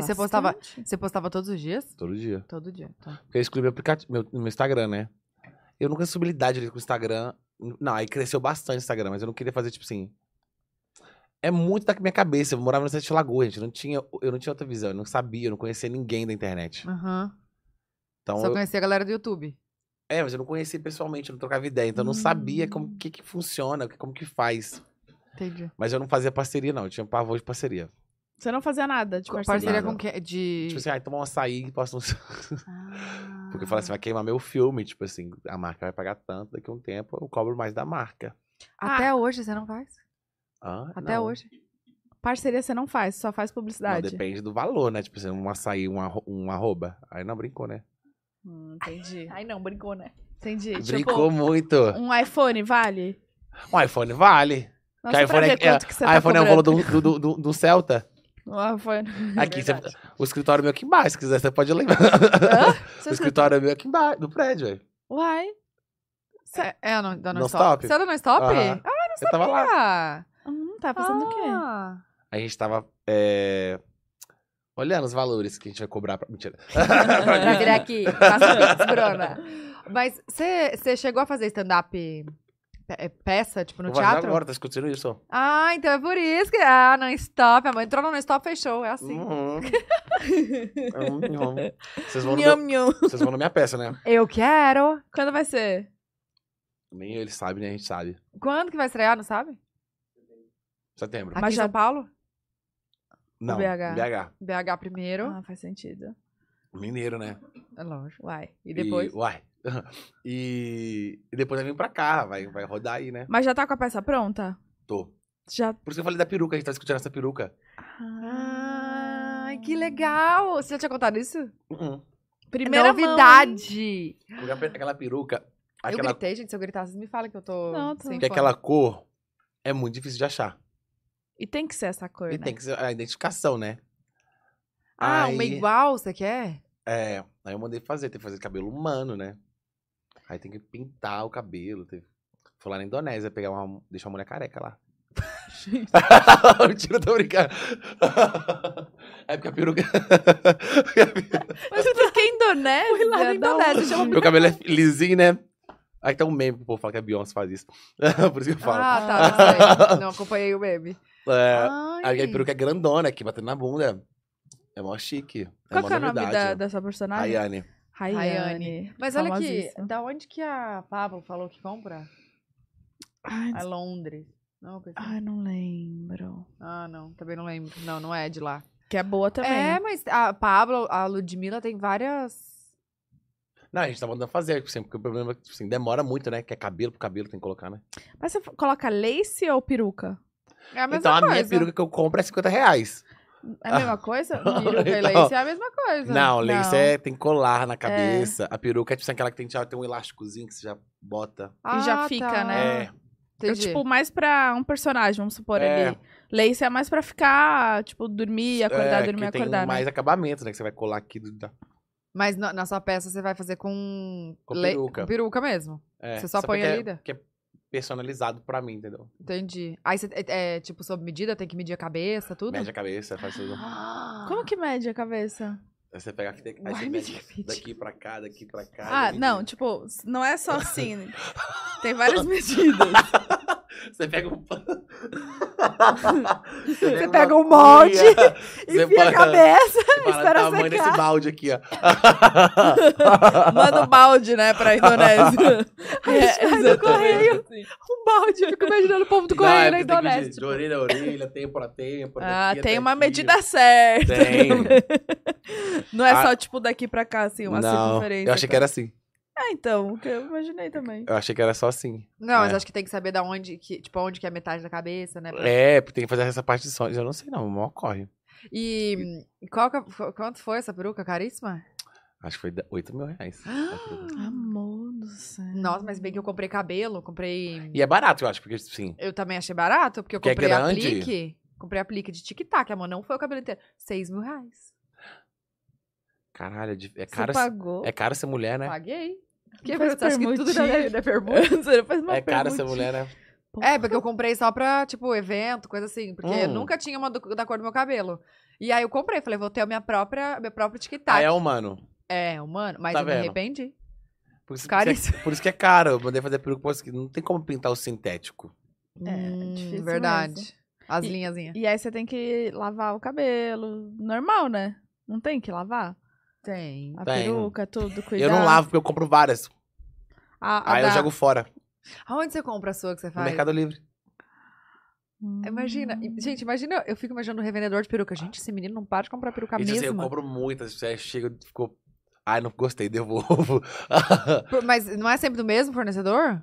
Speaker 2: Você postava,
Speaker 1: bastante.
Speaker 2: você postava todos os dias?
Speaker 3: Todo dia.
Speaker 2: Todo dia. tá.
Speaker 3: Porque eu excluí meu aplicativo, meu, meu Instagram, né? Eu nunca subi habilidade ali com o Instagram. Não, aí cresceu bastante o Instagram, mas eu não queria fazer, tipo assim. É muito da minha cabeça. Eu morava no Sete Lagoas, gente. Eu não tinha, eu não tinha outra visão. Eu não sabia, eu não conhecia ninguém da internet.
Speaker 2: Aham.
Speaker 3: Então,
Speaker 2: Só
Speaker 3: eu-
Speaker 2: conhecia a galera do YouTube.
Speaker 3: é, mas eu não conhecia pessoalmente, eu não trocava ideia. Então eu não sabia
Speaker 2: Hum.
Speaker 3: como que, que funciona, como que faz.
Speaker 2: Entendi.
Speaker 3: Mas eu não fazia parceria, não. Eu tinha um pavor de parceria.
Speaker 1: Você não fazia nada de
Speaker 2: Co-
Speaker 1: Tipo, parceria.
Speaker 2: Tipo, Parceria
Speaker 3: Nada.
Speaker 2: com quem? De.
Speaker 3: Tipo assim, ah, toma um açaí e posso.
Speaker 2: Ah.
Speaker 3: Porque eu falei assim, vai queimar meu filme. Tipo assim, a marca vai pagar tanto, daqui a um tempo eu cobro mais da marca.
Speaker 2: Até hoje você não faz?
Speaker 3: Ah,
Speaker 2: Até
Speaker 3: não.
Speaker 2: hoje?
Speaker 1: Parceria você não faz, só faz
Speaker 3: Não,
Speaker 1: publicidade.
Speaker 3: depende do valor, né? Tipo assim, um açaí, um, arro- um arroba. Aí não brincou, né?
Speaker 1: Hum, entendi. Ai, não, brincou, né?
Speaker 2: É,
Speaker 1: Entendi.
Speaker 3: brincou muito.
Speaker 1: Tipo, um iPhone vale?
Speaker 3: Um iPhone vale.
Speaker 1: Nossa,
Speaker 3: Que
Speaker 1: pra
Speaker 3: iPhone é-
Speaker 1: ver quanto que você tá
Speaker 3: iPhone é o
Speaker 1: cobrando.
Speaker 3: valor do, do, do, do- do Celta.
Speaker 1: Um iPhone.
Speaker 2: É
Speaker 3: Aqui, você-
Speaker 1: Verdade.
Speaker 3: o escritório meu aqui embaixo, se quiser, você pode levar.
Speaker 1: Hã?
Speaker 3: o
Speaker 1: Você escritou-
Speaker 3: escritório meu aqui embaixo, do prédio, velho.
Speaker 1: Uai.
Speaker 2: Cê- É, a no- da
Speaker 3: No
Speaker 2: Non-Stop.
Speaker 3: Stop.
Speaker 2: Você é da Non-Stop?
Speaker 3: Aham.
Speaker 2: Ah,
Speaker 3: Eu tava lá.
Speaker 2: lá.
Speaker 1: Hum, tá fazendo o quê?
Speaker 2: Ah!
Speaker 3: A gente tava é, olhando os valores que a gente vai cobrar. Pra... Mentira.
Speaker 2: Ah.
Speaker 3: Pra
Speaker 2: Pra
Speaker 3: mim.
Speaker 2: vir aqui. Passa o Pix, Bruna. Mas você chegou a fazer stand-up pe- é, peça, tipo, no
Speaker 3: Vou fazer
Speaker 2: teatro?
Speaker 3: agora, tá escutando isso?
Speaker 2: Ah, então é por isso que. Ah, non-stop. A mãe entrou no non-stop, fechou. É assim.
Speaker 3: Uhum. Uhum. Vocês vão no
Speaker 1: Nham,
Speaker 3: meu-
Speaker 1: nham.
Speaker 3: vocês vão na minha peça, né?
Speaker 2: Eu quero.
Speaker 1: Quando vai ser?
Speaker 3: Nem ele sabe, nem a gente sabe.
Speaker 2: Quando que vai estrear, não sabe?
Speaker 3: Setembro.
Speaker 2: Aqui
Speaker 1: Mas
Speaker 2: em
Speaker 1: já-
Speaker 2: São Paulo?
Speaker 3: Não,
Speaker 1: BH.
Speaker 3: BH.
Speaker 2: BH primeiro.
Speaker 1: Ah, faz sentido.
Speaker 3: Mineiro, né?
Speaker 2: É lógico.
Speaker 1: Uai.
Speaker 2: E depois?
Speaker 3: uai. E, e depois vai vir pra cá, vai, vai rodar aí, né?
Speaker 1: Mas já tá com a peça pronta?
Speaker 3: Tô.
Speaker 1: Já.
Speaker 3: Por isso que eu falei da peruca, a gente tá discutindo essa peruca.
Speaker 2: Ah. Ai, que legal. Você já tinha contado isso?
Speaker 3: Uhum.
Speaker 1: Primeira mão, hein?
Speaker 2: Novidade.
Speaker 3: Porque Aquela peruca,
Speaker 2: Eu
Speaker 3: aquela,
Speaker 2: gritei, gente. Se eu gritar, vocês me falam que eu tô.
Speaker 1: Não, tá.
Speaker 2: sem
Speaker 3: que é
Speaker 2: fone.
Speaker 3: aquela cor é muito difícil de achar.
Speaker 1: E tem que ser essa cor,
Speaker 3: E
Speaker 1: né?
Speaker 3: tem que ser a identificação, né?
Speaker 2: Ah,
Speaker 3: Aí-
Speaker 2: uma igual, você quer?
Speaker 3: É, aí eu mandei fazer, tem que fazer cabelo humano, né? Aí tem que pintar o cabelo. Teve... Fui lá na Indonésia pegar uma. Deixar uma mulher careca lá. Mentira, tô brincando. É porque a peruca.
Speaker 1: Mas por que Indonésia? Foi
Speaker 2: lá na Indonésia, chama-
Speaker 3: Meu cabelo é lisinho, né? Aí tem um meme que o povo fala que a Beyoncé faz isso. Por isso que eu falo.
Speaker 2: Ah, tá, não sei. Não acompanhei o meme.
Speaker 3: É,
Speaker 2: Ai.
Speaker 3: aí a peruca é grandona aqui, batendo na bunda. É mó chique. É
Speaker 1: Qual
Speaker 3: uma
Speaker 1: que é o nome
Speaker 3: novidade.
Speaker 1: da, dessa personagem?
Speaker 3: Rayane.
Speaker 1: Rayane.
Speaker 2: Mas olha aqui,
Speaker 1: Famosíssima.
Speaker 2: da onde que a Pablo falou que compra?
Speaker 1: Ai,
Speaker 2: É Londres. Não, coisa assim.
Speaker 1: ai, não lembro.
Speaker 2: Ah, não, também não lembro. Não, não é de lá.
Speaker 1: Que é boa também.
Speaker 2: É, mas a Pablo, a Ludmilla tem várias.
Speaker 3: Não, a gente tá mandando fazer, tipo assim, porque o problema é que tipo assim, demora muito, né? Que é cabelo pro cabelo, tem que colocar, né?
Speaker 1: Mas você coloca lace ou peruca?
Speaker 2: É a mesma
Speaker 3: então
Speaker 2: coisa.
Speaker 3: a minha peruca que eu compro é 50 reais.
Speaker 1: É a mesma coisa?
Speaker 2: Peruca e
Speaker 3: Então-
Speaker 2: lace é a mesma coisa.
Speaker 3: Não, lace
Speaker 1: Não.
Speaker 3: é, tem colar na cabeça. A peruca é tipo assim, aquela que tem, já tem um elásticozinho que você já bota.
Speaker 1: E já fica, né?
Speaker 3: É.
Speaker 1: É
Speaker 2: Ah, tá. Entendi.
Speaker 1: tipo mais pra um personagem, vamos supor
Speaker 3: É.
Speaker 1: ali. Lace é mais pra ficar, tipo, dormir, acordar,
Speaker 3: é,
Speaker 1: dormir,
Speaker 3: que tem
Speaker 1: acordar. né?
Speaker 3: mais acabamento, né? Que você vai colar aqui do, da,
Speaker 2: Mas na, na sua peça você vai fazer com.
Speaker 3: com
Speaker 2: le-
Speaker 3: peruca.
Speaker 2: Peruca mesmo.
Speaker 3: É,
Speaker 2: Você só põe
Speaker 3: porque é-
Speaker 2: ali, né?
Speaker 3: Que é personalizado pra mim, entendeu?
Speaker 2: Entendi. Aí você é, é, tipo sob medida, tem que medir a cabeça, tudo?
Speaker 3: Mede a cabeça, faz tudo.
Speaker 1: Como que mede a cabeça?
Speaker 3: Aí você pega aqui, aí
Speaker 2: Uai,
Speaker 3: você
Speaker 2: me
Speaker 3: mede
Speaker 2: divide.
Speaker 3: daqui pra cá, daqui pra cá.
Speaker 1: Ah,
Speaker 3: daqui.
Speaker 1: não, tipo, não é só assim. Tem várias medidas.
Speaker 3: Você pega um pano.
Speaker 1: Você
Speaker 3: uma
Speaker 1: pega um molde,
Speaker 3: cuia, você
Speaker 1: Enfia a
Speaker 3: põe-
Speaker 1: cabeça,
Speaker 3: você fala,
Speaker 1: espera
Speaker 3: tamanho
Speaker 1: secar."
Speaker 3: desse balde aqui, ó.
Speaker 1: manda um balde, né, pra Indonésia. É, exatamente.
Speaker 2: Um balde. Eu fico imaginando o povo do
Speaker 3: Não, é
Speaker 2: Correio na
Speaker 3: porque tem que medir
Speaker 2: Indonésia.
Speaker 3: De orelha a orelha, tempo a tempo.
Speaker 1: Ah,
Speaker 3: daqui até
Speaker 1: tem uma
Speaker 3: aqui.
Speaker 1: medida certa.
Speaker 3: Tem.
Speaker 1: Não é
Speaker 3: Ah.
Speaker 1: só, tipo, daqui pra cá, assim, uma
Speaker 3: Não,
Speaker 1: circunferência.
Speaker 3: eu achei que era assim.
Speaker 1: Ah, então, que eu imaginei também.
Speaker 3: Eu achei que era só assim.
Speaker 2: Não, mas
Speaker 3: É.
Speaker 2: acho que tem que saber da onde que, tipo, onde que é a metade da cabeça, né?
Speaker 3: É, porque tem que fazer essa parte de sons. Eu não sei não, mal ocorre.
Speaker 2: E hum, qual que- fo- quanto foi essa peruca caríssima?
Speaker 3: Acho que foi 8 mil reais.
Speaker 1: Amor do céu.
Speaker 2: Nossa, mas
Speaker 1: Hum.
Speaker 2: bem que eu comprei cabelo, comprei.
Speaker 3: E é barato, eu acho, porque sim.
Speaker 2: Eu também achei barato, porque eu
Speaker 3: Que é
Speaker 2: comprei
Speaker 3: grande.
Speaker 2: aplique. Comprei aplique de tic-tac, amor. Não foi o cabelo inteiro. Seis mil reais.
Speaker 3: Caralho, é dif- é
Speaker 1: Você
Speaker 3: caro,
Speaker 1: pagou.
Speaker 3: é caro ser mulher, né?
Speaker 2: Paguei. Que
Speaker 1: Faz
Speaker 2: você acha que tudo
Speaker 1: permutinha.
Speaker 2: na, na permuta?
Speaker 1: Você faz uma
Speaker 3: É caro ser
Speaker 1: perguntinha.
Speaker 3: mulher, né?
Speaker 2: É, porque eu comprei só pra, tipo, evento, coisa assim. Porque eu
Speaker 3: Hum.
Speaker 2: nunca tinha uma do- da cor do meu cabelo. E aí eu comprei, falei, vou ter a minha própria, meu próprio
Speaker 3: Aí
Speaker 1: Tá.
Speaker 2: tic-tac.
Speaker 3: é humano.
Speaker 2: É, humano, mas
Speaker 3: Tá
Speaker 2: eu me
Speaker 3: vendo?
Speaker 2: arrependi.
Speaker 3: Por isso,
Speaker 2: Caríssimo.
Speaker 3: Que, por isso que é caro. Eu mandei fazer peruca, porque não tem como pintar o sintético.
Speaker 1: É, difícil
Speaker 2: Verdade.
Speaker 1: mesmo.
Speaker 2: As
Speaker 1: E-
Speaker 2: linhazinhas.
Speaker 1: E aí você tem que lavar o cabelo. Normal, né? Não tem que lavar?
Speaker 2: Tem.
Speaker 1: A
Speaker 3: Tenho.
Speaker 1: peruca, tudo,
Speaker 3: E
Speaker 1: cuidar.
Speaker 3: Eu não lavo, porque eu compro várias.
Speaker 1: A, a
Speaker 3: Aí Ah, eu
Speaker 1: da-
Speaker 3: jogo fora.
Speaker 2: Aonde você compra a sua que você
Speaker 3: No
Speaker 2: faz?
Speaker 3: Mercado Livre.
Speaker 1: Hum.
Speaker 2: Imagina, e- gente, imagina, eu fico imaginando o revendedor de peruca. Gente, esse menino não para de comprar peruca
Speaker 3: E, tipo assim, eu
Speaker 2: mesmo.
Speaker 3: compro muitas. Aí chega e ficou... Ai, não gostei, devolvo.
Speaker 2: Mas não é sempre do mesmo fornecedor?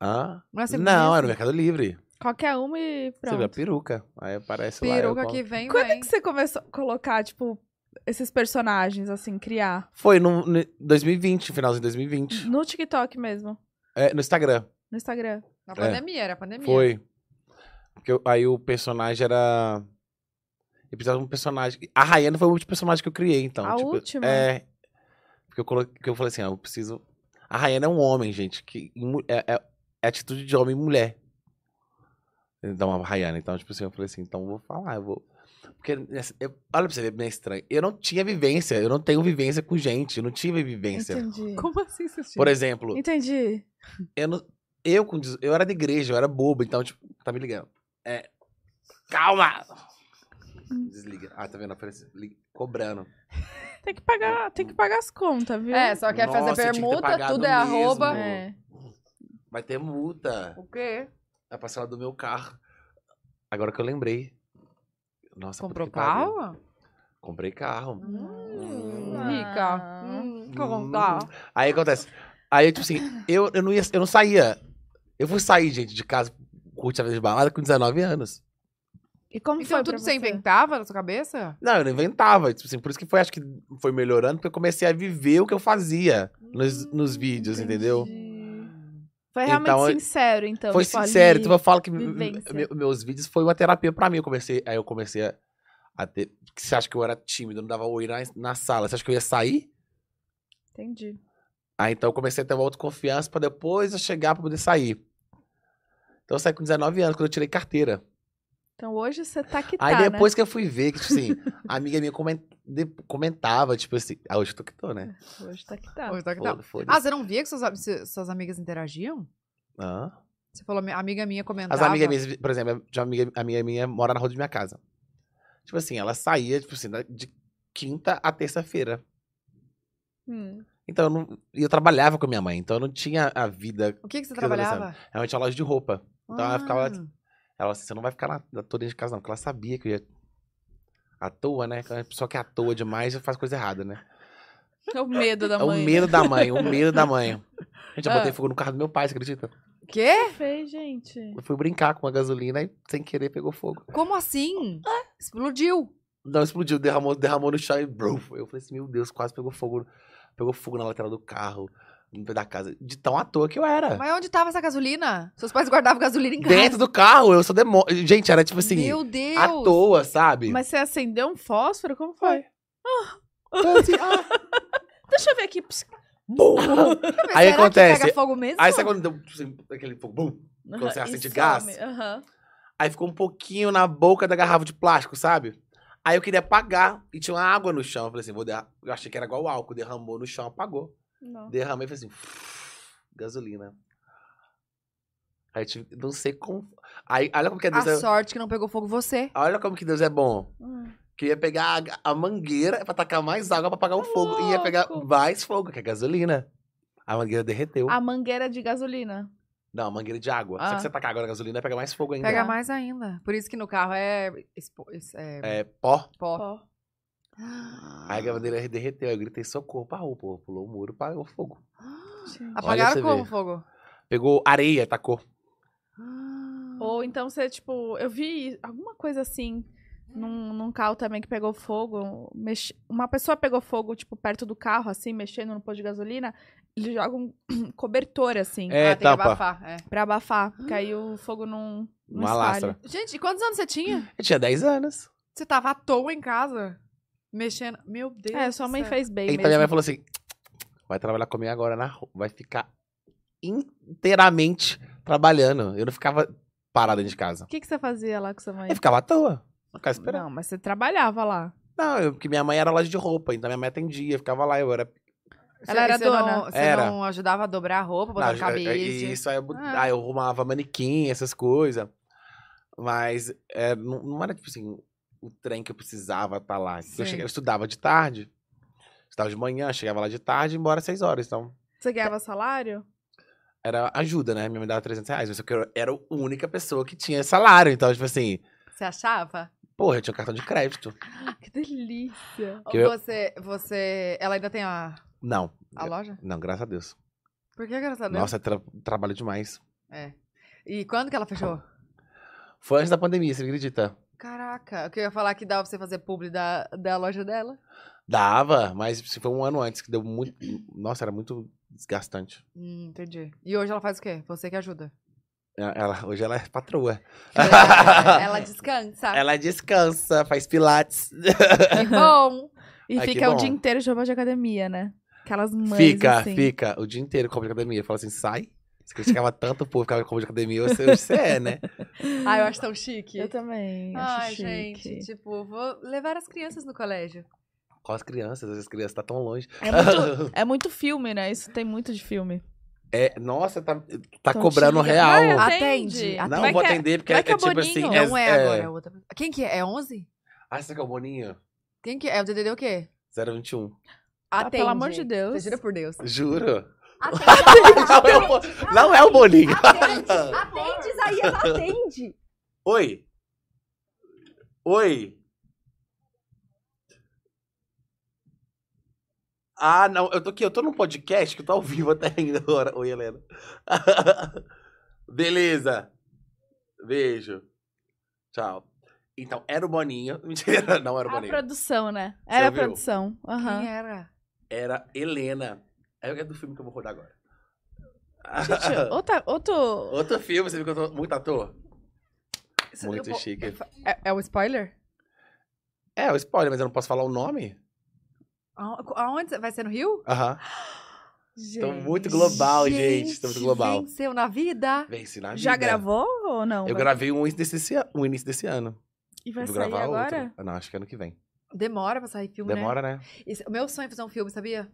Speaker 3: Hã?
Speaker 2: Não é sempre do
Speaker 3: Não,
Speaker 2: mesmo?
Speaker 3: era no Mercado Livre.
Speaker 1: Qualquer uma e
Speaker 3: Você vê a
Speaker 1: pronto.
Speaker 3: peruca. Aí aparece lá. eu
Speaker 2: Peruca
Speaker 3: compro.
Speaker 2: que vem,
Speaker 1: Quando é
Speaker 2: vem.
Speaker 1: que você começou a colocar, tipo, esses personagens, assim, criar?
Speaker 3: Foi no, no 2020, finalzinho de 2020.
Speaker 1: No TikTok mesmo,
Speaker 3: É, no Instagram.
Speaker 1: no Instagram.
Speaker 2: Na pandemia, era a
Speaker 1: É
Speaker 2: pandemia.
Speaker 3: Foi. Porque eu- aí o personagem era. Eu precisava de um personagem. A Rayane foi o último personagem que eu criei, então.
Speaker 1: A
Speaker 3: tipo,
Speaker 1: última?
Speaker 3: É. Porque eu, coloquei, porque eu falei assim, ah, eu preciso. A Rayane é um homem, gente. Que mu- é, é- é atitude de homem e mulher. Então, a Rayane. Então, tipo assim, eu falei assim, então eu vou falar, eu vou. Porque, nessa- eu- olha pra você ver, é bem estranho. Eu não tinha vivência, eu não tenho vivência com gente, eu não tive vivência.
Speaker 1: Entendi.
Speaker 2: Como assim, Cecília?
Speaker 3: Por exemplo,
Speaker 1: Entendi.
Speaker 3: eu, não- eu, com, dezo- eu era da igreja, eu era bobo, então, tipo, tá me ligando. É. Calma! Desliga. Ah, tá vendo? Aparece, li- cobrando.
Speaker 1: Tem que pagar, tem que pagar as contas, viu?
Speaker 2: É, só quer fazer
Speaker 3: Nossa, eu tinha que ter
Speaker 2: permuta,
Speaker 3: pagado
Speaker 2: tudo é
Speaker 3: mesmo.
Speaker 2: arroba.
Speaker 1: É.
Speaker 3: Vai ter multa.
Speaker 2: O quê?
Speaker 3: A parcela do meu carro. Agora que eu lembrei. Nossa,
Speaker 2: Comprou
Speaker 3: puta que pariu.
Speaker 2: carro?
Speaker 3: Comprei carro.
Speaker 2: Hum,
Speaker 1: Ah.
Speaker 2: rica. Hum, contar.
Speaker 3: Aí acontece. Aí, tipo assim, eu, eu, não ia, eu não saía. Eu fui sair, gente, de casa, curtir a vida de balada com 19 anos.
Speaker 1: E como
Speaker 2: Então
Speaker 1: foi
Speaker 2: tudo
Speaker 1: pra
Speaker 2: você
Speaker 1: você?
Speaker 2: inventava na sua cabeça?
Speaker 3: Não, eu não inventava. Tipo assim, por isso que foi, acho que foi melhorando, porque eu comecei a viver o que eu fazia nos, nos vídeos,
Speaker 1: entendi.
Speaker 3: entendeu?
Speaker 1: Foi realmente
Speaker 3: Então, eu-
Speaker 1: sincero, então.
Speaker 3: foi
Speaker 1: tipo, ali-
Speaker 3: sincero. Então eu falo que me-
Speaker 1: vivência.
Speaker 3: me- meus vídeos foi uma terapia pra mim. Eu comecei, aí eu comecei a, a ter. que Você acha que eu era tímido, eu não dava oi na, na sala? Você acha que eu ia sair?
Speaker 1: Entendi.
Speaker 3: Aí então eu comecei a ter uma autoconfiança pra depois eu chegar pra poder sair. Então eu saí com 19 anos, quando eu tirei carteira.
Speaker 1: Então hoje você tá que
Speaker 3: Aí
Speaker 1: tá,
Speaker 3: depois que eu fui ver, que, tipo assim, a amiga minha comen- de- comentava, tipo assim, ah, hoje eu tô que tô, né?
Speaker 1: né? Hoje tá que tá.
Speaker 2: Ou tá que tá?
Speaker 3: Foda- Foda-se.
Speaker 2: Ah, você não via que suas, am- se- suas amigas interagiam?
Speaker 3: Ah.
Speaker 2: Você falou, "Mi- amiga minha comentava.
Speaker 3: As amigas minhas, por exemplo, tinha uma amiga, a minha, minha mora na rua de minha casa. Tipo assim, ela saía, tipo assim, da- de quinta a terça-feira.
Speaker 1: Hum.
Speaker 3: Então eu não. E eu trabalhava com a minha mãe, então eu não tinha a vida.
Speaker 2: O que, que você
Speaker 3: que eu tô
Speaker 2: trabalhava?
Speaker 3: Ela tinha loja de roupa. Então ela
Speaker 2: Ah,
Speaker 3: ficava- Ela assim, você não vai ficar na, na toa dentro de casa, não, porque ela sabia que eu ia. À toa, né? Aquela pessoa que é à toa demais faz coisa errada, né?
Speaker 1: É o medo da
Speaker 3: É o
Speaker 1: mãe.
Speaker 3: medo da mãe, o medo da mãe. Gente, eu
Speaker 2: Ah.
Speaker 3: botei fogo no carro do meu pai, você acredita?
Speaker 2: Quê?
Speaker 1: que fez, É, gente.
Speaker 3: Eu fui brincar com a gasolina e sem querer pegou fogo.
Speaker 2: Como assim?
Speaker 3: É.
Speaker 2: Explodiu.
Speaker 3: Não, explodiu, derramou, derramou no chão e bro. Eu falei assim, meu Deus, quase pegou fogo. Pegou fogo na lateral do carro, no pé da casa. De tão à toa que eu era.
Speaker 2: Mas onde tava essa gasolina? Seus pais guardavam gasolina em casa.
Speaker 3: Dentro do carro, eu sou demônio. Gente, era tipo assim,
Speaker 2: Meu Deus.
Speaker 3: à toa, sabe?
Speaker 1: Mas você acendeu um fósforo? Como foi?
Speaker 3: Então, assim, ah,
Speaker 1: Deixa eu ver aqui. Pss,
Speaker 3: bum.
Speaker 2: Mas
Speaker 3: Aí
Speaker 2: será que
Speaker 3: acontece.
Speaker 2: pega fogo mesmo?
Speaker 3: Aí sabe quando deu assim, aquele fogo, bum? Quando você
Speaker 1: Aham,
Speaker 3: acende
Speaker 1: e
Speaker 3: gás?
Speaker 1: some, aham.
Speaker 3: Aí ficou um pouquinho na boca da garrafa de plástico, sabe? Aí eu queria apagar e tinha uma água no chão. Eu falei assim, vou derrar. Eu achei que era igual álcool, derramou no chão, apagou.
Speaker 1: Não.
Speaker 3: Derramei e falei assim. Gasolina. Aí eu tive, não sei como. Aí, olha como que Deus
Speaker 2: A
Speaker 3: é,
Speaker 2: sorte que não pegou fogo você.
Speaker 3: olha como que Deus é bom.
Speaker 1: Hum.
Speaker 3: Que eu ia pegar a, a mangueira pra tacar mais água pra apagar o fogo. E ia pegar
Speaker 1: louco.
Speaker 3: mais fogo, que é gasolina. A mangueira derreteu.
Speaker 1: A mangueira de gasolina.
Speaker 3: Não, a mangueira de água. Só
Speaker 2: Ah.
Speaker 3: que você tacar agora a gasolina, pega mais fogo ainda.
Speaker 2: Pega mais ainda. Por isso que no carro é, expo- é
Speaker 3: É pó.
Speaker 2: pó.
Speaker 1: Ó.
Speaker 3: Aí a mangueira derreteu. Aí eu gritei socorro. Parou, pô. Pulou o muro, pagou fogo.
Speaker 1: Gente.
Speaker 2: Apagaram
Speaker 3: você
Speaker 2: como
Speaker 3: ver.
Speaker 2: o fogo?
Speaker 3: Pegou areia, tacou.
Speaker 1: Ou então você, tipo, eu vi alguma coisa assim num, num carro também que pegou fogo. mex- Uma pessoa pegou fogo, tipo, perto do carro, assim, mexendo no posto de gasolina. Eles jogam um cobertor, assim,
Speaker 3: É,
Speaker 2: ah, tem
Speaker 3: tapa.
Speaker 2: que abafar. é.
Speaker 1: pra abafar. Porque aí o fogo não. não
Speaker 3: Uma
Speaker 1: espalha.
Speaker 3: lastra.
Speaker 2: Gente, e quantos anos você tinha?
Speaker 3: Eu tinha 10 anos.
Speaker 2: Você tava à toa em casa? Mexendo. Meu Deus.
Speaker 1: É, sua
Speaker 2: do
Speaker 1: mãe
Speaker 2: céu.
Speaker 1: fez bem.
Speaker 3: Então minha mãe
Speaker 1: mesmo.
Speaker 3: falou assim: vai trabalhar comigo agora na rua, vai ficar inteiramente trabalhando. Eu não ficava parada dentro de casa.
Speaker 1: O que, que você fazia lá com sua mãe?
Speaker 3: Eu ficava à toa. Ficar esperando.
Speaker 1: Não, mas você trabalhava lá.
Speaker 3: Não, eu- porque minha mãe era loja de roupa, então minha mãe atendia, ficava lá, eu era.
Speaker 1: Ela era
Speaker 2: você não-
Speaker 1: dona.
Speaker 2: você
Speaker 3: Era.
Speaker 2: não ajudava a dobrar a roupa, botar
Speaker 3: Não,
Speaker 2: no
Speaker 3: eu- eu-
Speaker 2: cabide.
Speaker 3: Isso, aí eu, bot-
Speaker 2: Ah.
Speaker 3: aí eu arrumava manequim, essas coisas. Mas é, não, não era, tipo assim, o trem que eu precisava estar lá. Porque
Speaker 2: Sim.
Speaker 3: Eu, chegava- eu estudava de tarde, estudava de manhã, chegava lá de tarde e ia embora às seis horas. Então,
Speaker 1: Você ganhava salário?
Speaker 3: era ajuda, né? Minha mãe dava 300 reais, mas só que eu era a única pessoa que tinha salário. Então, tipo assim,
Speaker 2: Você achava?
Speaker 3: porra, eu tinha um cartão de crédito.
Speaker 2: Ah,
Speaker 1: Que delícia.
Speaker 3: Que eu-
Speaker 2: Você, você. Ela ainda tem a,
Speaker 3: Não,
Speaker 2: a loja?
Speaker 3: não, graças a Deus.
Speaker 2: Por que,
Speaker 1: Tá
Speaker 2: graças a Deus?
Speaker 3: Nossa, é tra trabalho demais.
Speaker 2: É. E quando que ela fechou?
Speaker 3: Foi antes da pandemia, você acredita?
Speaker 2: Caraca, o que eu ia falar que dava pra você fazer publi da, da loja dela?
Speaker 3: Dava, mas se foi um ano antes que deu muito. Nossa, era muito desgastante.
Speaker 2: Hum, entendi. E hoje ela faz o quê? Você que ajuda.
Speaker 3: É, Ela, hoje ela é patroa.
Speaker 2: Ela, ela descansa.
Speaker 1: Ah.
Speaker 3: Ela descansa, faz pilates.
Speaker 2: Que bom.
Speaker 1: E
Speaker 3: Ai, que
Speaker 1: fica o
Speaker 3: bom.
Speaker 1: dia inteiro chamando de academia, né? Aquelas mães
Speaker 3: fica,
Speaker 1: assim.
Speaker 3: fica o dia inteiro com a academia. Fala assim, sai. Você criticava tanto o povo ficava com a academia, hoje você- hoje você é, né?
Speaker 2: Ai, Ah, eu acho tão chique.
Speaker 1: Eu também. acho
Speaker 2: Ai,
Speaker 1: chique.
Speaker 2: gente, tipo, vou levar as crianças no colégio.
Speaker 3: Com as crianças, as crianças tá tão longe.
Speaker 1: É muito, é muito filme, né? Isso tem muito de filme.
Speaker 3: É, nossa, tá, tá
Speaker 1: Então
Speaker 3: cobrando
Speaker 1: te liga.
Speaker 3: real.
Speaker 1: Vai,
Speaker 2: Atende, atende.
Speaker 3: não
Speaker 1: Vai
Speaker 3: vou
Speaker 1: que é-
Speaker 3: atender, porque é,
Speaker 1: vai que é
Speaker 3: é tipo
Speaker 1: Boninho.
Speaker 3: assim.
Speaker 2: Não é, agora, é outra. Quem que é? É 11?
Speaker 3: Ah, isso aqui é o Boninho?
Speaker 2: Quem que é? É o DDD o quê?
Speaker 3: 021.
Speaker 1: Ah,
Speaker 2: Atende.
Speaker 1: pelo amor de Deus.
Speaker 2: Você jura por Deus.
Speaker 3: Juro.
Speaker 1: Ah, tá.
Speaker 3: Não é o,
Speaker 4: Atende,
Speaker 3: Bo- não é o Boninho.
Speaker 4: atende, Isaías, atende.
Speaker 3: Oi. Oi. Ah, não, eu tô aqui, eu tô num podcast que eu tô ao vivo até ainda agora. Oi, Helena. Beleza. Beijo. Tchau. Então, era o Boninho. Mentira, não era o
Speaker 1: A
Speaker 3: Boninho.
Speaker 1: produção, né?
Speaker 3: Você
Speaker 1: Era a
Speaker 3: ouviu?
Speaker 1: produção. Aham.
Speaker 2: Quem era?
Speaker 3: Era Helena. É é do filme que eu vou rodar agora.
Speaker 1: Gente, outra, outro.
Speaker 3: Outro filme, você viu que eu tô muito ator?
Speaker 2: Isso- eu
Speaker 3: Muito
Speaker 2: vou-
Speaker 3: chique.
Speaker 2: É, é o spoiler?
Speaker 3: É, o spoiler, mas eu não posso falar o nome?
Speaker 2: Aon- Aonde? Vai ser no Rio?
Speaker 3: Aham. Tô
Speaker 1: Gente.
Speaker 3: muito global, gente. Tô muito global.
Speaker 2: Venceu na vida.
Speaker 3: Vence na
Speaker 1: Já
Speaker 3: vida.
Speaker 1: gravou ou não?
Speaker 3: né? Eu
Speaker 1: Então Vai-
Speaker 3: gravei um início desse, a- um início desse ano.
Speaker 1: E vai
Speaker 3: eu vou
Speaker 1: sair
Speaker 3: gravar
Speaker 1: agora?
Speaker 3: outro. Ah, Não, acho que ano que vem.
Speaker 2: Demora pra sair filme, né?
Speaker 3: Demora, né?
Speaker 2: Isso- O meu sonho é fazer um filme, sabia?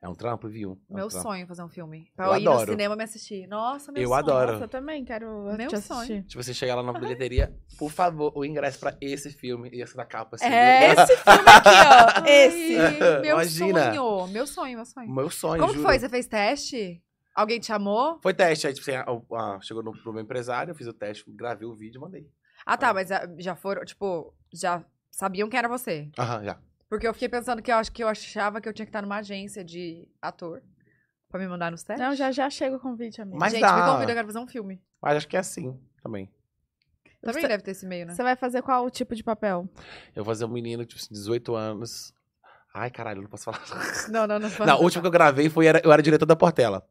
Speaker 3: É um trampo, viu? É um
Speaker 2: meu
Speaker 3: trampo.
Speaker 2: sonho é fazer um filme. Pra
Speaker 3: Eu
Speaker 2: ir no
Speaker 3: adoro.
Speaker 2: cinema me assistir. Nossa, meu
Speaker 3: Eu
Speaker 2: sonho.
Speaker 3: adoro.
Speaker 1: Nossa, eu também quero
Speaker 2: Meu
Speaker 1: te assistir.
Speaker 2: sonho.
Speaker 3: Tipo, você chegar lá na bilheteria, por favor, o ingresso pra esse filme e essa da capa. Assim,
Speaker 2: É,
Speaker 3: do-
Speaker 1: Esse filme aqui, ó.
Speaker 2: Ai,
Speaker 1: Esse.
Speaker 2: Meu
Speaker 3: Imagina.
Speaker 2: sonho. Meu sonho, meu sonho.
Speaker 3: Meu sonho,
Speaker 2: Como que
Speaker 3: juro.
Speaker 2: foi? Você fez teste? Alguém te chamou?
Speaker 3: Foi teste, aí tipo, assim, a- a- chegou no, pro meu empresário, eu fiz o teste, gravei o vídeo e mandei.
Speaker 2: Ah, tá,
Speaker 3: Ah.
Speaker 2: mas ah, já foram, tipo, já sabiam quem era você.
Speaker 3: Aham, já.
Speaker 2: Porque eu fiquei pensando que eu acho que eu achava que eu tinha que estar numa agência de ator pra me mandar nos testes.
Speaker 1: Não, já já chega o convite, amigo.
Speaker 3: Mas
Speaker 2: Gente, me
Speaker 3: dá.
Speaker 2: convida, eu quero fazer um filme.
Speaker 3: Mas acho que é assim também.
Speaker 2: Também
Speaker 1: Você-
Speaker 2: deve ter esse meio, né?
Speaker 1: Você vai fazer qual tipo de papel?
Speaker 3: Eu vou fazer um menino, tipo, assim, 18 anos. Ai, caralho, eu não posso falar.
Speaker 2: Não, não, não.
Speaker 3: Não, o último que eu gravei foi era- eu era diretor da Portela.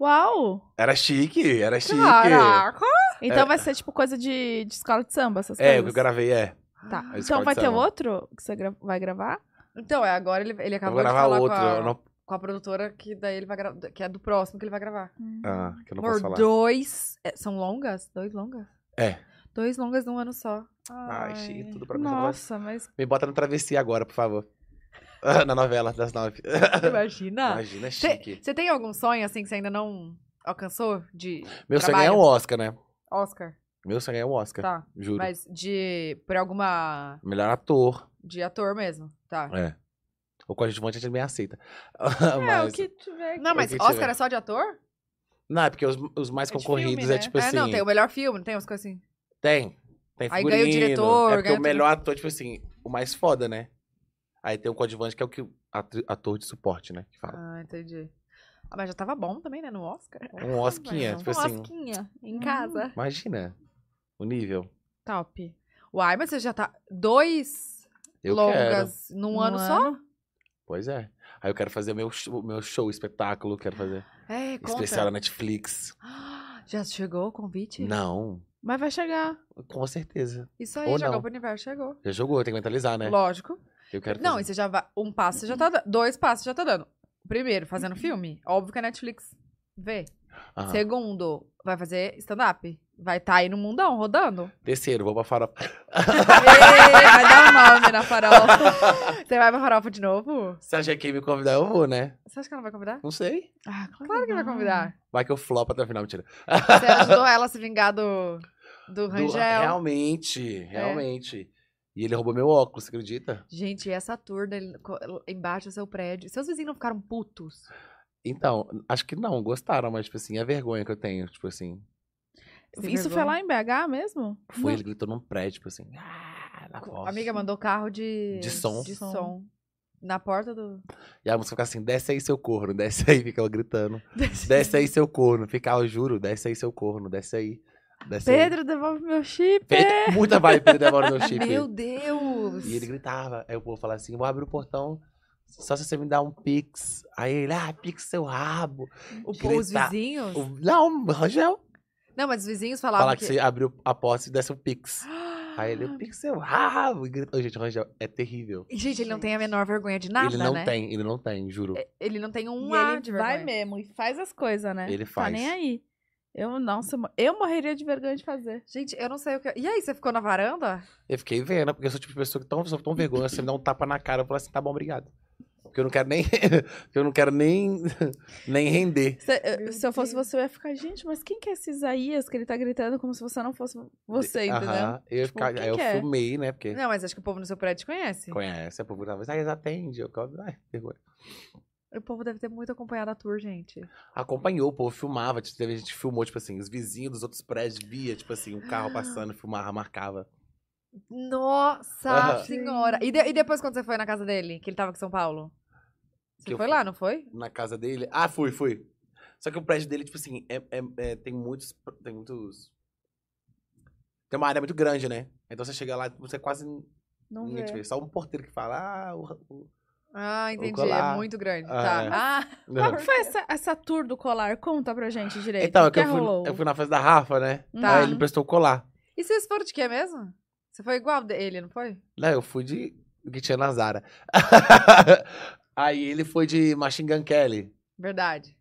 Speaker 1: Uau!
Speaker 3: Era chique, era chique.
Speaker 2: Caraca!
Speaker 1: Então vai ser tipo coisa de, de escola de samba, essas
Speaker 3: É, o que eu
Speaker 1: coisas.
Speaker 3: gravei é.
Speaker 1: Tá.
Speaker 3: a escola
Speaker 1: Então
Speaker 3: de
Speaker 1: vai ter
Speaker 3: samba.
Speaker 1: outro que você gra- vai gravar?
Speaker 2: Então, é, agora ele, ele
Speaker 3: Eu
Speaker 2: acabou
Speaker 3: vou
Speaker 2: de
Speaker 3: gravar
Speaker 2: falar
Speaker 3: outro.
Speaker 2: com, a,
Speaker 3: eu não-
Speaker 2: com a produtora que daí ele vai gravar, que é do próximo que ele vai gravar.
Speaker 3: Ah, que eu não
Speaker 2: Amor,
Speaker 3: posso falar.
Speaker 2: dois. é, são longas? Dois longas?
Speaker 3: É.
Speaker 2: Dois longas num ano só.
Speaker 3: Ai, chique, tudo pra mim.
Speaker 1: Nossa, mas
Speaker 3: Me bota no travessia agora, por favor. Ah, Na novela das nove.
Speaker 2: Imagina.
Speaker 3: Imagina, é chique.
Speaker 2: Você tem algum sonho, assim, que você ainda não alcançou? De
Speaker 3: Meu sonho é ganhar um
Speaker 2: trabalho?
Speaker 3: Oscar, né?
Speaker 2: Oscar,
Speaker 3: Meu sonho é ganhar um Oscar,
Speaker 2: tá.
Speaker 3: juro.
Speaker 2: Mas de... Por alguma...
Speaker 3: Melhor ator.
Speaker 2: De ator mesmo, tá.
Speaker 3: É. O coadjuvante a gente me aceita.
Speaker 1: é o
Speaker 3: Mas-
Speaker 1: que tiver.
Speaker 2: Não, mas
Speaker 3: que
Speaker 2: Oscar
Speaker 3: tiver.
Speaker 2: é só de ator?
Speaker 3: Não, é porque os, os mais
Speaker 1: É de
Speaker 3: concorridos
Speaker 1: filme, né?
Speaker 3: é tipo
Speaker 2: é,
Speaker 3: assim.
Speaker 2: não, tem o melhor filme, não tem umas coisas assim.
Speaker 3: Tem. Tem
Speaker 2: Aí
Speaker 3: figurino.
Speaker 2: ganha o diretor,
Speaker 3: É porque
Speaker 2: ganha
Speaker 3: o
Speaker 2: tudo.
Speaker 3: melhor ator, tipo assim, o mais foda, né? Aí tem o coadjuvante, que é o que atri- ator de suporte, né? Que fala.
Speaker 2: Ah, entendi. Ah, mas já tava bom também, né, no Oscar. Hum,
Speaker 3: Um
Speaker 1: né?
Speaker 3: Osquinha, tipo
Speaker 4: Uma
Speaker 3: assim.
Speaker 4: osquinha
Speaker 1: Hum,
Speaker 4: em casa.
Speaker 3: Imagina o nível.
Speaker 1: Top.
Speaker 2: Uai, mas você já tá... Dois
Speaker 3: Eu quero.
Speaker 2: longas num
Speaker 1: Um
Speaker 2: ano só?
Speaker 3: Pois é. Aí eu quero fazer o meu show, meu show espetáculo, quero fazer
Speaker 2: É, conta.
Speaker 3: especial na Netflix.
Speaker 2: Ah, Já chegou o convite?
Speaker 3: Não,
Speaker 1: Mas vai chegar.
Speaker 3: com certeza.
Speaker 2: Isso aí,
Speaker 3: Ou
Speaker 2: jogou
Speaker 3: não.
Speaker 2: pro universo, chegou.
Speaker 3: Já jogou, tem que mentalizar, né?
Speaker 2: Lógico.
Speaker 3: Eu quero
Speaker 2: Não, e
Speaker 3: fazer. Uhum.
Speaker 2: você já vai. Um passo você já tá dando. Dois passos você já tá dando. Primeiro, fazendo filme. Óbvio que a Netflix vê.
Speaker 3: Aham.
Speaker 2: Segundo, vai fazer stand-up. Vai estar aí no mundão, rodando.
Speaker 3: Terceiro, vou pra farofa.
Speaker 2: Ê, vai dar um nome na farofa. Você vai pra farofa de novo?
Speaker 3: Se a GQ me convidar, eu vou, né?
Speaker 2: Você acha que ela vai convidar?
Speaker 3: Não sei.
Speaker 2: Ah, claro que vai convidar.
Speaker 3: Vai que eu flopo até o final, mentira.
Speaker 2: Você ajudou ela a se vingar do, do
Speaker 3: Do- ah,
Speaker 2: Rangel. É.
Speaker 3: realmente, realmente. E ele roubou meu óculos, você acredita?
Speaker 2: Gente, essa turda ele- co- embaixo do seu prédio. Seus vizinhos não ficaram putos?
Speaker 3: Então, acho que não, gostaram, mas, tipo assim, é vergonha que eu tenho, tipo assim.
Speaker 2: Sem
Speaker 1: Isso foi
Speaker 2: vergonha.
Speaker 1: lá em BH mesmo?
Speaker 3: Foi, ele gritou num prédio, tipo assim. Ah, na
Speaker 2: A
Speaker 3: voz.
Speaker 2: amiga mandou carro de...
Speaker 3: De som.
Speaker 2: De
Speaker 1: De som.
Speaker 2: som. Na porta do...
Speaker 3: E a música ficava assim, desce aí seu corno, desce aí, ficava gritando. Desce aí seu corno, ficava, juro, desce aí seu corno, desce aí. Desce
Speaker 1: Pedro, devolve meu chip.
Speaker 3: aí. Pedro, muita vibe Pedro demora no chip.
Speaker 2: Meu Deus!
Speaker 3: E ele gritava. Aí o povo falava assim: vou abrir o portão só se você me dá um pix. Aí ele, ah, pix seu rabo.
Speaker 2: O povo, os
Speaker 3: gritar.
Speaker 2: vizinhos?
Speaker 3: O- Não, Rangel.
Speaker 2: Não, mas os vizinhos falavam
Speaker 3: Falar que
Speaker 2: que... Ah.
Speaker 3: você abriu a porta e desse um pix. Aí ele, o pix seu rabo. E gritou. Gente, o Rangel é terrível.
Speaker 2: Gente, ele não tem a menor vergonha de nada,
Speaker 3: ele não
Speaker 2: né?
Speaker 3: tem, ele não tem, juro.
Speaker 2: Ele não tem um
Speaker 1: E
Speaker 2: ar
Speaker 1: ele
Speaker 2: de vergonha.
Speaker 1: vai mesmo e faz as coisas, né?
Speaker 3: Ele
Speaker 1: Tá
Speaker 3: faz.
Speaker 1: nem aí. Eu, nossa, eu mo- eu morreria de vergonha de fazer.
Speaker 2: Gente, eu não sei o que... E aí, você ficou na varanda?
Speaker 3: Eu fiquei vendo, porque eu sou o tipo de pessoa que tão, sou tão vergonha, você me dá um tapa na cara, eu falo assim, tá bom, obrigado. Porque eu não quero nem. eu não quero nem. nem render.
Speaker 1: Se, eu-
Speaker 2: Meu
Speaker 1: se eu fosse
Speaker 2: Deus.
Speaker 1: você, eu ia ficar, gente, mas quem que é esse Isaías que ele tá gritando como se você não fosse você, entendeu?
Speaker 3: Aham, eu ia
Speaker 1: Tipo,
Speaker 3: ficar-
Speaker 1: quem
Speaker 3: aí eu
Speaker 1: que é?
Speaker 3: filmei, né? Porque
Speaker 2: Não, mas acho que o povo no seu prédio te conhece.
Speaker 3: conhece, a povo tava, mas aí eles atendem. Eu falo, ai, vergonha.
Speaker 2: O povo deve ter muito acompanhado a tour, gente.
Speaker 3: acompanhou, o povo filmava, tipo, teve- a gente filmou, tipo assim, os vizinhos dos outros prédios via, tipo assim, um
Speaker 1: Ah.
Speaker 3: carro passando, filmava, marcava.
Speaker 2: Nossa
Speaker 3: Aham.
Speaker 2: senhora! E, de- e depois quando você foi na casa dele, que ele tava com São Paulo? Você
Speaker 3: Que eu
Speaker 2: foi
Speaker 3: fui.
Speaker 2: lá, não foi?
Speaker 3: Na casa dele. Ah, fui, fui. Só que o prédio dele, tipo assim, é, é- é- tem muitos. Tem muitos. Tem uma área muito grande, né? Então você chega lá, você quase.
Speaker 1: Não
Speaker 3: ninguém te
Speaker 1: vê.
Speaker 3: vê. Só um porteiro que fala. Ah, o- o-
Speaker 2: Ah, entendi. É
Speaker 3: colar.
Speaker 2: muito grande.
Speaker 3: Ah,
Speaker 2: tá.
Speaker 3: é.
Speaker 2: Ah,
Speaker 1: Como que foi essa, essa tour do colar? Conta pra gente direito.
Speaker 3: Então, é
Speaker 1: o
Speaker 3: que
Speaker 1: que,
Speaker 3: eu fui,
Speaker 1: rolou? Hum.
Speaker 3: eu fui na festa da Rafa, né?
Speaker 2: Tá.
Speaker 3: Aí ele me prestou colar.
Speaker 2: e vocês foram de quê mesmo? Você foi igual dele, não foi?
Speaker 3: Não, eu fui de. O que tinha na Zara. Aí ele foi de Machine Gun Kelly.
Speaker 2: Verdade.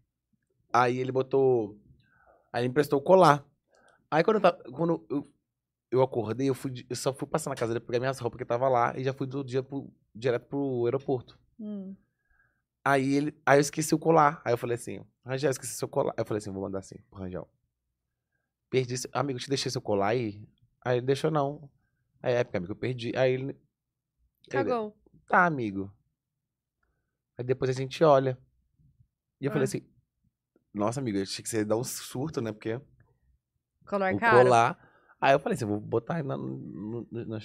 Speaker 3: Aí ele botou. Aí ele emprestou o colar. Aí quando eu, tava- quando eu, eu acordei, eu, fui, de- eu só fui passar na casa dele, pegar minhas roupas que tava lá e já fui do dia pro- direto pro aeroporto.
Speaker 1: Hum.
Speaker 3: Aí ele. Aí eu esqueci o colar. Aí eu falei assim, Rangel, esqueci seu colar. Aí eu falei assim, vou mandar assim pro Rangel. Perdi. seu- Amigo, te deixei seu colar aí? Aí ele deixou não. Aí é, porque, amigo, eu perdi. Aí ele. ele,
Speaker 1: Cagou.
Speaker 3: tá, amigo. Aí depois a gente olha. E eu
Speaker 2: Ah.
Speaker 3: falei assim, nossa, amigo, eu achei que você ia dar um surto, né? Porque
Speaker 2: Colar
Speaker 3: o
Speaker 2: caro.
Speaker 3: colar. Aí eu falei assim, vou botar na, no, no, no,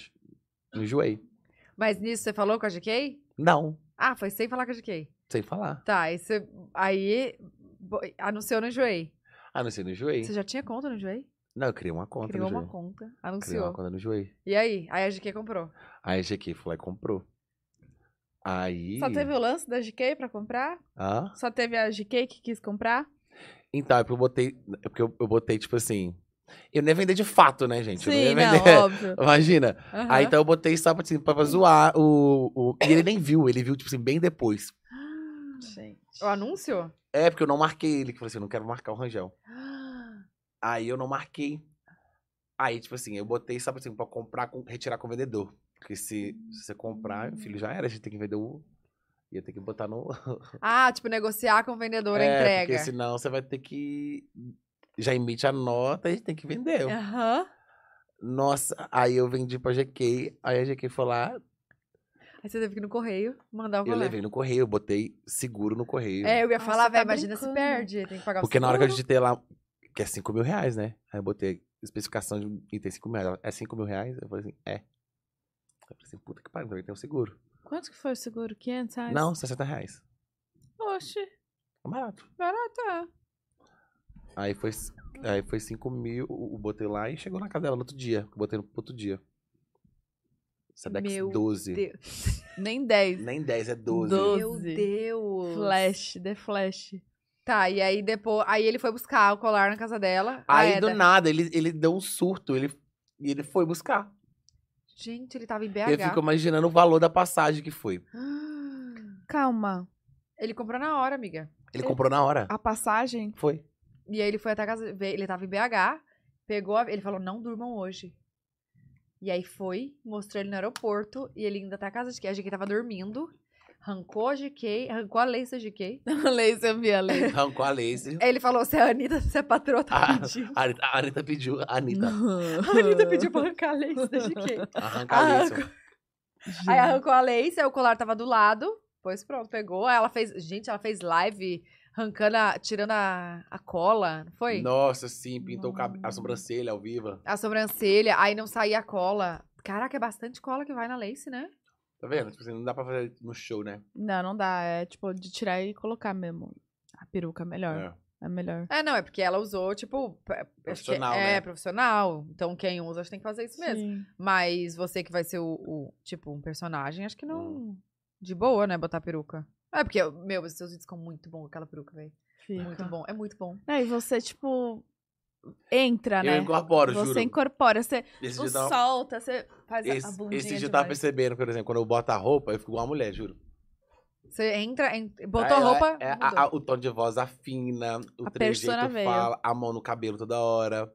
Speaker 3: no joelho.
Speaker 2: Mas nisso você falou com a GK?
Speaker 3: Não,
Speaker 2: Ah, foi sem falar com a GK.
Speaker 3: sem falar.
Speaker 2: Tá, aí você. Aí. bo- Anunciou no Joey.
Speaker 3: Ah, não sei, no joelho.
Speaker 2: Você já tinha conta no Joey?
Speaker 3: Não, eu criei uma conta
Speaker 2: Criou
Speaker 3: no
Speaker 2: uma
Speaker 3: joelho.
Speaker 2: conta.
Speaker 3: Criei
Speaker 2: Anunciou.
Speaker 3: uma conta no joelho.
Speaker 2: E aí? Aí a GK comprou.
Speaker 3: Aí a GQ foi lá e comprou. Aí.
Speaker 1: Só teve o lance da GK pra comprar?
Speaker 3: Hã?
Speaker 1: Só teve a GK que quis comprar?
Speaker 3: Então, é porque eu botei. É porque eu, eu botei, tipo assim. Eu nem ia vender de fato, né, gente? eu
Speaker 1: Sim,
Speaker 3: não ia
Speaker 1: não,
Speaker 3: vender.
Speaker 1: óbvio.
Speaker 3: Imagina.
Speaker 2: Aham.
Speaker 3: Aí então eu botei só pra, assim, pra, pra zoar o, o. E ele nem viu, ele viu, tipo assim, bem depois.
Speaker 1: Gente.
Speaker 2: O anúncio?
Speaker 3: É, porque eu não marquei ele, que eu falei assim, eu não quero marcar o Rangel. Aí eu não marquei. Aí, tipo assim, eu botei só pra, assim, pra comprar, com, retirar com o vendedor. Porque se, se você comprar, meu
Speaker 1: Hum.
Speaker 3: filho, já era, a gente tem que vender o. Ia ter que botar no.
Speaker 2: Ah, tipo, negociar com o vendedor a
Speaker 3: é,
Speaker 2: entrega.
Speaker 3: porque senão você vai ter que. Já emite a nota, a gente tem que vender. Eu,
Speaker 2: Aham.
Speaker 3: Nossa, aí eu vendi pra GK, aí a GK foi lá,
Speaker 2: Aí você teve que ir no correio, mandar o
Speaker 3: eu
Speaker 2: valor.
Speaker 3: levei no correio, eu botei seguro no correio.
Speaker 2: É, eu ia
Speaker 1: Ah,
Speaker 2: falar,
Speaker 1: você tá
Speaker 2: velho, imagina se
Speaker 1: brincando.
Speaker 2: perde, tem que pagar o
Speaker 3: Porque na hora que eu
Speaker 2: seguro.
Speaker 3: digitei lá, que é 5 mil reais, né? Aí eu botei especificação de item 5 mil reais. Ela, É 5 mil reais? Eu falei assim, é. Eu falei assim, puta que pariu, também tem um seguro.
Speaker 1: Quanto que foi o seguro? 500 reais?
Speaker 3: Não, 60 reais.
Speaker 1: Oxe,
Speaker 3: É barato.
Speaker 2: é.
Speaker 1: barato.
Speaker 3: Aí foi, aí foi 5 mil, eu botei lá e chegou na casa dela no outro dia. Eu botei no outro dia. Sedex
Speaker 2: Meu
Speaker 3: 12.
Speaker 2: Deus.
Speaker 1: Nem 10.
Speaker 3: Nem 10, é 12.
Speaker 1: Doze.
Speaker 2: Meu Deus.
Speaker 1: Flash, The Flash.
Speaker 2: Tá, e aí depois. Aí ele foi buscar o colar na casa dela. é a
Speaker 3: Aí
Speaker 2: Eda.
Speaker 3: do nada, ele, ele deu um surto, ele, e ele foi buscar.
Speaker 2: Gente, ele tava em
Speaker 3: Eu
Speaker 2: BH.
Speaker 3: fico imaginando o valor da passagem que foi.
Speaker 2: Ah,
Speaker 1: Calma.
Speaker 2: Ele comprou na hora, amiga. É.
Speaker 3: Ele comprou na hora.
Speaker 1: A passagem?
Speaker 3: Foi.
Speaker 2: E aí ele foi até a casa. veio- Ele tava em BH, pegou a- Ele falou, não durmam hoje. E aí foi, mostrou ele no aeroporto e ele ainda tá a casa de GK. A GK tava dormindo. Arrancou a GK, arrancou a lace da GK.
Speaker 1: Lace, eu vi a Lace.
Speaker 3: Arrancou a lace.
Speaker 2: Aí ele falou: se a Anitta, se a patroa tá
Speaker 3: Ah.
Speaker 2: pedindo.
Speaker 3: A Anitta, a Anitta pediu. A Anitta.
Speaker 2: A
Speaker 1: Ah.
Speaker 2: Anitta pediu pra arrancar a lace da GK.
Speaker 3: Arranca a lace.
Speaker 2: Aí arrancou a lace, aí o colar tava do lado. Pois pronto, pegou. Aí ela fez. Gente, ela fez live arrancando a. tirando a, a cola, não foi?
Speaker 3: Nossa, sim, pintou o cabe- a sobrancelha ao vivo.
Speaker 2: A sobrancelha, aí não saía a cola. Caraca, é bastante cola que vai na lace, né?
Speaker 3: Tá vendo? Tipo assim, não dá pra fazer no show, né?
Speaker 1: Não, não dá. É tipo de tirar e colocar mesmo. A peruca é melhor.
Speaker 3: É.
Speaker 1: É, melhor.
Speaker 2: É, não, é porque ela usou, tipo. p- acho que é-
Speaker 3: Profissional,
Speaker 2: É,
Speaker 3: né?
Speaker 2: profissional. Então quem usa, acho que tem que fazer isso mesmo.
Speaker 1: Sim.
Speaker 2: Mas você que vai ser o, o, tipo, um personagem, acho que
Speaker 3: Hum.
Speaker 2: não. De boa, né? Botar peruca. É porque, meu, os seus vídeos ficam muito bom com aquela peruca, velho.
Speaker 1: Fica.
Speaker 2: Muito bom, é muito bom.
Speaker 1: Não, e você, tipo, entra,
Speaker 3: Eu
Speaker 1: né?
Speaker 3: incorporo,
Speaker 1: você
Speaker 3: juro.
Speaker 1: incorpora, você
Speaker 3: Esse
Speaker 1: não
Speaker 3: dia eu tava-
Speaker 1: solta, você faz a- a
Speaker 3: esse-
Speaker 1: bundinha.
Speaker 3: esse dia eu
Speaker 1: demais.
Speaker 3: tava percebendo, por exemplo, quando eu boto a roupa, eu fico igual uma mulher, juro.
Speaker 2: Você entra, en- botou
Speaker 3: Aí
Speaker 2: a
Speaker 3: ela-
Speaker 2: roupa.
Speaker 3: é, a-
Speaker 2: mudou.
Speaker 3: a- o tom de voz afina, o
Speaker 1: A
Speaker 3: trejeito
Speaker 1: persona veio.
Speaker 3: fala, a mão no cabelo toda hora.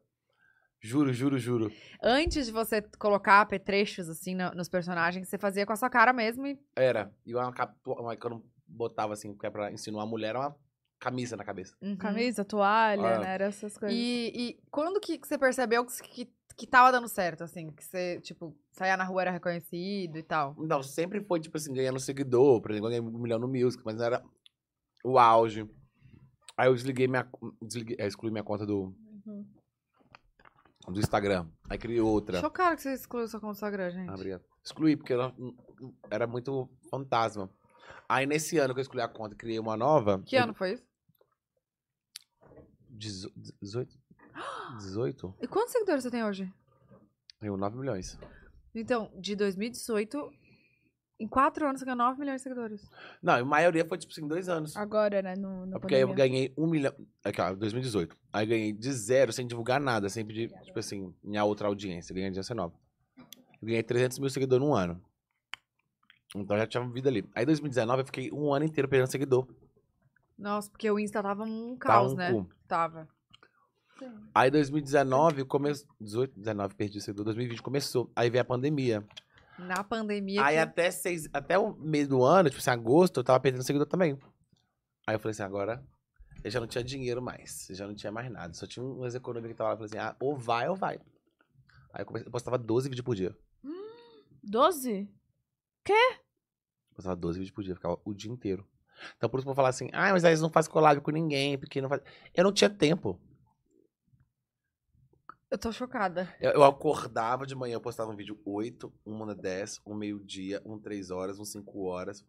Speaker 3: Juro, juro, juro.
Speaker 2: Antes de você colocar apetrechos, assim, no- nos personagens, você fazia com a sua cara mesmo e
Speaker 3: Era. E uma, cap- uma que eu não botava assim, porque é pra insinuar a mulher, era uma camisa na cabeça.
Speaker 2: Uhum.
Speaker 1: Camisa, toalha,
Speaker 3: Ah.
Speaker 1: né? Era essas coisas.
Speaker 2: E, e quando que que você percebeu que, que, que tava dando certo, assim? Que você, tipo, saia na rua era reconhecido e tal?
Speaker 3: Não, sempre foi, tipo assim, ganhando seguidor. Por exemplo, eu ganhei um milhão no Music, mas não era o auge. Aí eu desliguei minha. Desliguei, é, excluí minha conta do,
Speaker 1: Uhum.
Speaker 3: do Instagram. Aí criei outra.
Speaker 2: Chocado que você excluiu sua conta do Instagram, gente.
Speaker 3: Ah, obrigado. Excluí, porque ela hum, hum, era muito fantasma. Aí nesse ano que eu excluí a conta e criei uma nova.
Speaker 2: Que
Speaker 3: eu-
Speaker 2: ano foi isso?
Speaker 3: dezo- Dezoito? Dezoito?
Speaker 2: E quantos seguidores você tem hoje?
Speaker 3: Tenho 9 milhões.
Speaker 2: Então, de 2018, em quatro anos você ganhou 9 milhões de seguidores.
Speaker 3: Não, a maioria foi, tipo assim, dois anos.
Speaker 1: Agora, né? No, no
Speaker 3: É porque aí eu ganhei um milhão. Aqui, ó, 2018. Aí eu ganhei de zero, sem divulgar nada, sempre de, tipo assim, minha outra audiência, ganhei audiência nova. Eu ganhei 300 mil seguidores num ano. Então eu já tinha uma vida ali. Aí em 2019 eu fiquei um ano inteiro perdendo seguidor.
Speaker 2: Nossa, porque o Insta tava um
Speaker 3: Tava
Speaker 2: caos,
Speaker 3: um
Speaker 2: né?
Speaker 3: cu.
Speaker 2: Tava.
Speaker 3: Aí 2019 começou. 18, 19, perdi o seguidor. 2020 começou. Aí veio a pandemia.
Speaker 2: Na pandemia.
Speaker 3: Aí
Speaker 2: que-
Speaker 3: até, seis, até o mês do ano, tipo assim, agosto, eu tava perdendo seguidor também. Aí eu falei assim, agora eu já não tinha dinheiro mais, eu já não tinha mais nada. Só tinha umas econômicas que tava lá, eu falei assim, ah, ou vai ou vai. Aí eu, comecei, eu postava 12 vídeos por dia.
Speaker 1: 12?
Speaker 3: Eu postava 12 vídeos por dia, ficava o dia inteiro. Então por isso que eu falar assim, ah, mas aí eles não fazem collab com ninguém, porque não faz... Eu não tinha tempo.
Speaker 2: Eu tô chocada.
Speaker 3: Eu, eu acordava de manhã, eu postava um vídeo 8, um na 10, um meio-dia, um 3 horas, um 5 horas,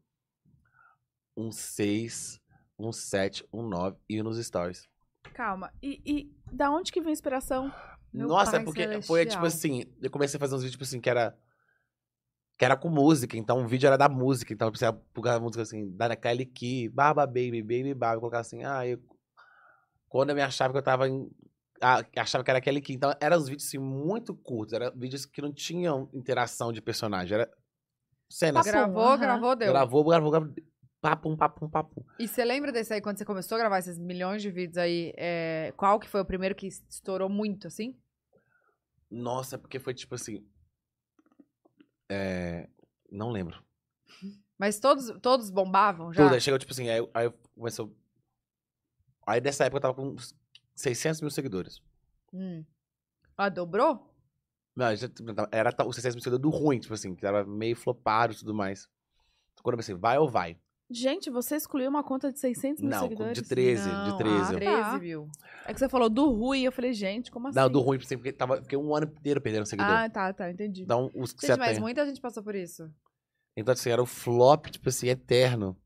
Speaker 3: um 6, um 7, um 9 e nos stories.
Speaker 1: Calma. E, e da onde que vem a inspiração?
Speaker 2: Meu
Speaker 3: Nossa,
Speaker 2: pai
Speaker 3: é porque foi tipo
Speaker 2: celestial.
Speaker 3: assim, eu comecei a fazer uns vídeos tipo assim que era que era com música, então o vídeo era da música, então eu precisava colocar a música assim, da Kelly Key, Baba Baby, Baby Baba, colocar assim, ah, eu quando eu me achava que eu tava em ah, achava que era Kelly Key, então eram uns vídeos assim muito curtos, eram vídeos que não tinham interação de personagem, era cenas.
Speaker 1: Papo,
Speaker 2: Gravou,
Speaker 1: aham.
Speaker 2: gravou, deu.
Speaker 3: Gravou, gravou, gravou, papum, papum, papum.
Speaker 2: E você lembra desse aí, quando você começou a gravar esses milhões de vídeos aí, é, qual que foi o primeiro que estourou muito, assim?
Speaker 3: Nossa, porque foi tipo assim, é, não lembro.
Speaker 2: Mas todos, todos bombavam já?
Speaker 3: Tudo, aí chegou, tipo assim, aí, aí começou. Aí nessa época eu tava com uns 600 mil seguidores.
Speaker 2: Hum. Ah, dobrou?
Speaker 3: Não, já- era ta- os 600 mil seguidores do ruim, tipo assim, que tava meio flopado e tudo mais. Então, quando eu pensei, vai ou vai?
Speaker 1: Gente, você excluiu uma conta de 600 mil
Speaker 3: Não,
Speaker 1: seguidores?
Speaker 3: de 13,
Speaker 2: Não,
Speaker 3: de 13.
Speaker 2: Ah,
Speaker 1: tá.
Speaker 2: 13 mil.
Speaker 1: É que você falou do Rui, eu falei, gente, como assim?
Speaker 3: Não, do ruim, tipo assim, porque tava, fiquei um ano inteiro perdendo seguidor.
Speaker 1: Ah, tá, tá, entendi.
Speaker 3: Então, os que
Speaker 2: Gente,
Speaker 3: você
Speaker 2: mas
Speaker 3: tem.
Speaker 2: muita gente passou por isso.
Speaker 3: Então, assim, era o flop, tipo assim, eterno.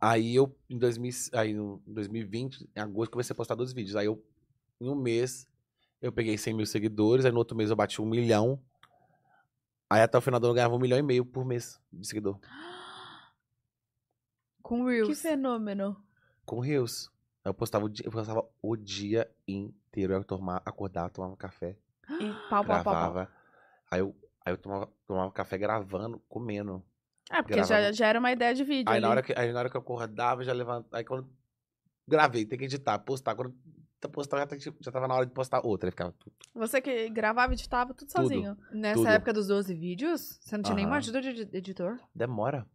Speaker 3: Aí eu, em, 2000, aí, no- em 2020, em agosto, comecei a postar dois vídeos. Aí eu, em um mês, eu peguei 100 mil seguidores. Aí no outro mês eu bati um milhão. Aí até o final do ano eu ganhava um milhão e meio por mês de seguidor.
Speaker 2: Com
Speaker 1: Que
Speaker 2: Reels.
Speaker 1: fenômeno.
Speaker 3: Com rios. Eu postava o dia, eu postava o dia inteiro. Eu tomar, acordava, tomava café,
Speaker 1: E pau, pau, pau, pau.
Speaker 3: gravava. Aí eu, aí eu tomava, tomava café gravando, comendo.
Speaker 1: É, porque já,
Speaker 3: Gravava.
Speaker 1: já era uma ideia de vídeo.
Speaker 3: Aí na,
Speaker 1: ali.
Speaker 3: hora que, aí na hora que eu acordava, eu já levantava. Aí quando gravei, tem que editar, postar. Quando tá postar, já, tá- já tava na hora de postar outra. Aí ficava tudo.
Speaker 1: Você que gravava, editava, tudo sozinho.
Speaker 2: Nessa
Speaker 3: Tudo.
Speaker 2: época dos 12 vídeos, você não tinha nenhuma
Speaker 3: Aham.
Speaker 2: ajuda de edi- editor?
Speaker 3: Demora.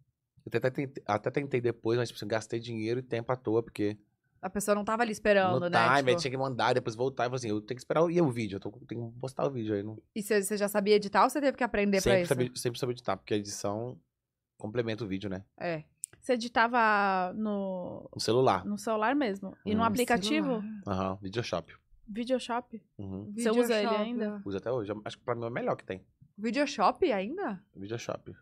Speaker 3: Eu até tentei, até tentei depois, mas tipo, assim, gastei dinheiro e tempo à toa, porque
Speaker 2: A pessoa não tava ali esperando,
Speaker 3: no
Speaker 2: né?
Speaker 3: time, aí
Speaker 2: Tipo,
Speaker 3: tinha que mandar, depois voltar. E falei assim, eu tenho que esperar o- e o vídeo, eu tô, tenho que postar o vídeo aí. Não...
Speaker 2: E você você já sabia editar ou você teve que aprender pra
Speaker 3: Sempre
Speaker 2: isso?
Speaker 3: soube, sempre soube editar, porque a edição complementa o vídeo, né?
Speaker 2: É.
Speaker 1: Você editava no,
Speaker 3: No
Speaker 2: Hum.
Speaker 3: celular.
Speaker 1: no celular mesmo. E no
Speaker 3: Hum.
Speaker 1: aplicativo?
Speaker 2: Celular.
Speaker 3: Aham, Videoshop.
Speaker 1: Videoshop?
Speaker 3: Uhum.
Speaker 1: Você usa ele
Speaker 2: Videoshop,
Speaker 1: ainda?
Speaker 2: ó.
Speaker 3: Uso até hoje. Acho que pra mim é o melhor que tem.
Speaker 2: Videoshop ainda?
Speaker 3: Videoshop.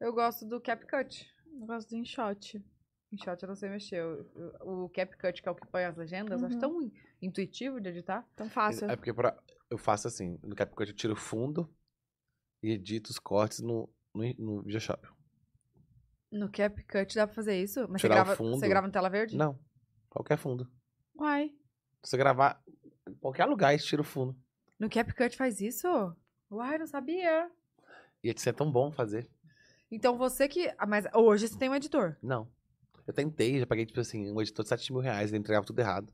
Speaker 2: Eu gosto do CapCut.
Speaker 1: Um Negócio do InShot.
Speaker 2: InShot eu não sei mexer. O- O o CapCut, que é o que põe as legendas, eu acho
Speaker 1: Uhum.
Speaker 2: tão in- intuitivo de editar.
Speaker 1: Tão fácil.
Speaker 3: É porque pra- eu faço assim, no CapCut eu tiro o fundo e edito os cortes no, no, no Videoshop.
Speaker 2: No CapCut dá pra fazer isso? Mas você
Speaker 3: Tirar o
Speaker 2: grava,
Speaker 3: fundo.
Speaker 2: você grava em tela verde?
Speaker 3: Não, qualquer fundo.
Speaker 1: Uai.
Speaker 3: Se você gravar em qualquer lugar, aí você tira o fundo.
Speaker 2: No CapCut faz isso? Uai, não sabia.
Speaker 3: E isso é tão bom fazer.
Speaker 2: Então você que. ah, Mas hoje você tem um editor.
Speaker 3: Não. Eu tentei, já paguei, tipo assim, um editor de 7 mil reais, ele entregava tudo errado.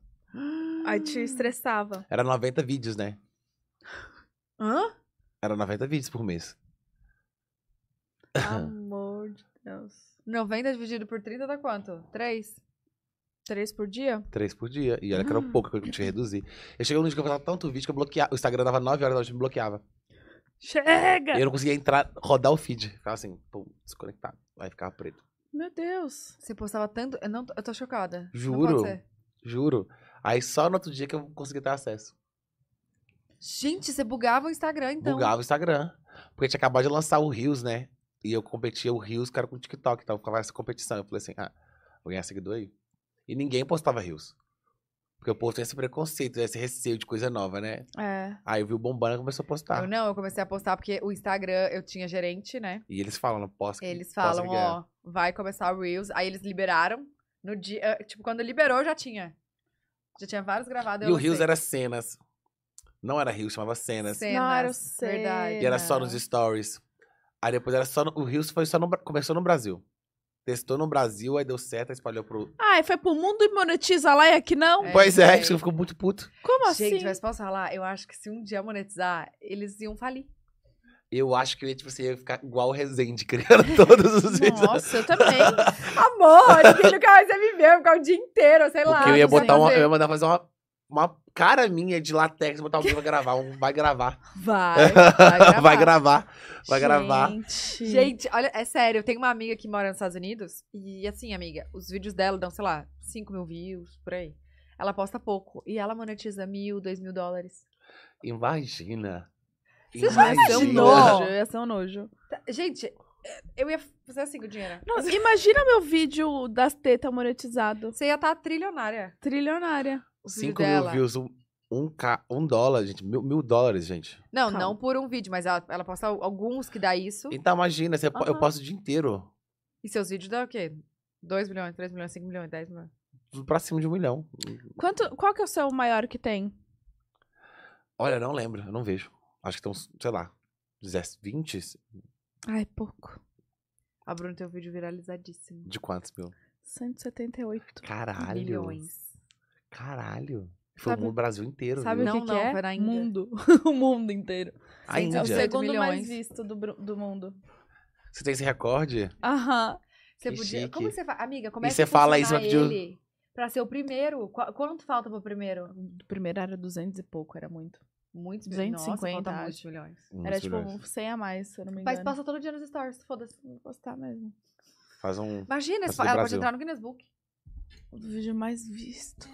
Speaker 1: Aí te estressava.
Speaker 3: Era 90 vídeos, né?
Speaker 2: Hã?
Speaker 3: Era 90 vídeos por mês.
Speaker 1: Ah. Amor de Deus.
Speaker 2: 90 dividido por 30 dá quanto? 3?
Speaker 1: Três por dia?
Speaker 3: Três por dia. E olha que era um pouco que eu tinha que reduzir. Eu cheguei num dia que eu postava tanto vídeo que eu bloqueava. O Instagram dava 9 horas da noite e me bloqueava.
Speaker 1: Chega!
Speaker 3: E eu não conseguia entrar, rodar o feed. Ficava assim, pum, desconectado. Aí ficava preto.
Speaker 1: Meu Deus.
Speaker 2: Você postava tanto. Eu, não, eu tô chocada. Não
Speaker 3: Juro.
Speaker 2: pode ser.
Speaker 3: Juro. Aí só no outro dia que eu consegui ter acesso.
Speaker 2: Gente, você bugava o Instagram então.
Speaker 3: Bugava o Instagram. Porque tinha acabado de lançar o Rios, né? E eu competia o Rios, cara, com o TikTok. Então ficava essa competição. Eu falei assim, ah, vou ganhar seguidor aí. E ninguém postava Rios. Porque o povo tem esse preconceito, esse receio de coisa nova, né?
Speaker 1: É.
Speaker 3: Aí eu vi o bombando e começou a postar.
Speaker 2: Eu não, eu comecei a postar porque o Instagram eu tinha gerente, né?
Speaker 3: E eles falam, não posso que-
Speaker 2: Eles
Speaker 3: posso
Speaker 2: falam,
Speaker 3: que ganhar.
Speaker 2: ó, vai começar o Reels. Aí eles liberaram. No dia. eh, Tipo, quando liberou, já tinha. Já tinha vários gravados.
Speaker 3: E o Rios era cenas. Não era Rios, chamava cenas.
Speaker 2: Cenas,
Speaker 1: Não, era o Cenas.
Speaker 2: verdade.
Speaker 3: E era só nos stories. Aí depois era só no, o Rios foi só no, Bra- começou no Brasil. Testou no Brasil, aí deu certo, aí espalhou pro.
Speaker 1: Ah, e foi pro mundo e monetiza lá e aqui não?
Speaker 2: É,
Speaker 3: pois é,
Speaker 2: gente.
Speaker 3: isso que eu fico muito puto.
Speaker 1: Como
Speaker 2: Gente,
Speaker 1: assim?
Speaker 2: mas posso falar? Eu acho que se um dia monetizar, eles iam falir.
Speaker 3: Eu acho que eu ia, tipo assim, ia ficar igual o Rezende, criando todos os vídeos.
Speaker 1: Nossa, eu também.
Speaker 2: Amor, ninguém nunca mais ia me ver, ficar o dia inteiro, sei lá.
Speaker 3: Porque eu ia
Speaker 2: não sei
Speaker 3: botar uma.
Speaker 2: fazer.
Speaker 3: Eu ia mandar fazer uma, uma cara minha de latex, botar alguém pra gravar. Um vai gravar.
Speaker 2: Vai, vai gravar.
Speaker 3: Vai gravar. Vai gravar.
Speaker 1: Gente.
Speaker 2: Gente, olha, é sério, eu tenho uma amiga que mora nos Estados Unidos e assim, amiga, os vídeos dela dão, sei lá, 5 mil views, por aí. Ela posta pouco e ela monetiza mil, dois mil dólares.
Speaker 3: Imagina.
Speaker 2: Vocês já
Speaker 1: Ia ser um
Speaker 2: Imagina.
Speaker 1: nojo, ia ser um nojo.
Speaker 2: Tá, Gente, eu ia fazer assim com o dinheiro.
Speaker 1: Nossa, imagina meu vídeo das tetas monetizado.
Speaker 2: assim, Você ia estar trilionária.
Speaker 1: Trilionária.
Speaker 2: o vídeo
Speaker 3: 5 mil
Speaker 2: dela.
Speaker 3: views, um, um, ca- um dólar, gente. Mil, mil dólares, gente.
Speaker 2: Não,
Speaker 1: Calma.
Speaker 2: não por um vídeo, mas ela, ela posta alguns que dá isso.
Speaker 3: Então imagina, você, po- eu
Speaker 1: Aham.
Speaker 3: posso o dia inteiro.
Speaker 2: E seus vídeos dão o quê? 2 milhões, 3 milhões, 5 milhões, 10 milhões.
Speaker 3: Tudo pra cima de um milhão.
Speaker 1: Quanto, qual que é o seu maior que tem?
Speaker 3: Olha, eu não lembro, eu não vejo. Acho que tem uns, sei lá, 10, 20?
Speaker 1: Ai, pouco.
Speaker 2: A Bruna tem um vídeo viralizadíssimo.
Speaker 3: De quantos mil?
Speaker 1: 178.
Speaker 3: Caralho.
Speaker 2: Milhões.
Speaker 3: Caralho. Foi
Speaker 1: Sabe-
Speaker 3: no Brasil inteiro.
Speaker 1: Sabe
Speaker 3: viu?
Speaker 1: o que,
Speaker 2: Não,
Speaker 1: que
Speaker 2: não,
Speaker 1: é?
Speaker 2: foi na Índia.
Speaker 1: Mundo. o mundo inteiro.
Speaker 3: A
Speaker 2: Sim,
Speaker 1: É o
Speaker 2: Índia.
Speaker 1: segundo mais
Speaker 2: Milhões.
Speaker 1: visto do, Bru- do mundo.
Speaker 3: Você tem esse recorde?
Speaker 1: Aham.
Speaker 2: Você
Speaker 3: Que
Speaker 2: podia.
Speaker 3: chique.
Speaker 2: Como que você faz? Amiga, como é
Speaker 3: E
Speaker 2: que
Speaker 3: você fala isso,
Speaker 2: funciona
Speaker 3: mas pediu-
Speaker 2: ele pra ser o primeiro? Qua- quanto falta pro primeiro?
Speaker 1: O primeiro era 200 e pouco, era muito.
Speaker 2: Muitos
Speaker 1: milhões.
Speaker 2: milhões. Nossa,
Speaker 1: 250,
Speaker 2: falta
Speaker 1: acho.
Speaker 2: muitos milhões.
Speaker 1: era
Speaker 3: Uns
Speaker 1: tipo
Speaker 3: milhões.
Speaker 1: um 100 a mais, se eu não me
Speaker 2: Mas
Speaker 1: engano.
Speaker 2: passa todo dia nos stories, foda-se.
Speaker 1: Vou postar mesmo.
Speaker 3: Faz um.
Speaker 2: Imagina,
Speaker 3: Passa do
Speaker 2: ela pode
Speaker 3: Brasil.
Speaker 2: entrar no Guinness Book.
Speaker 1: O vídeo mais visto.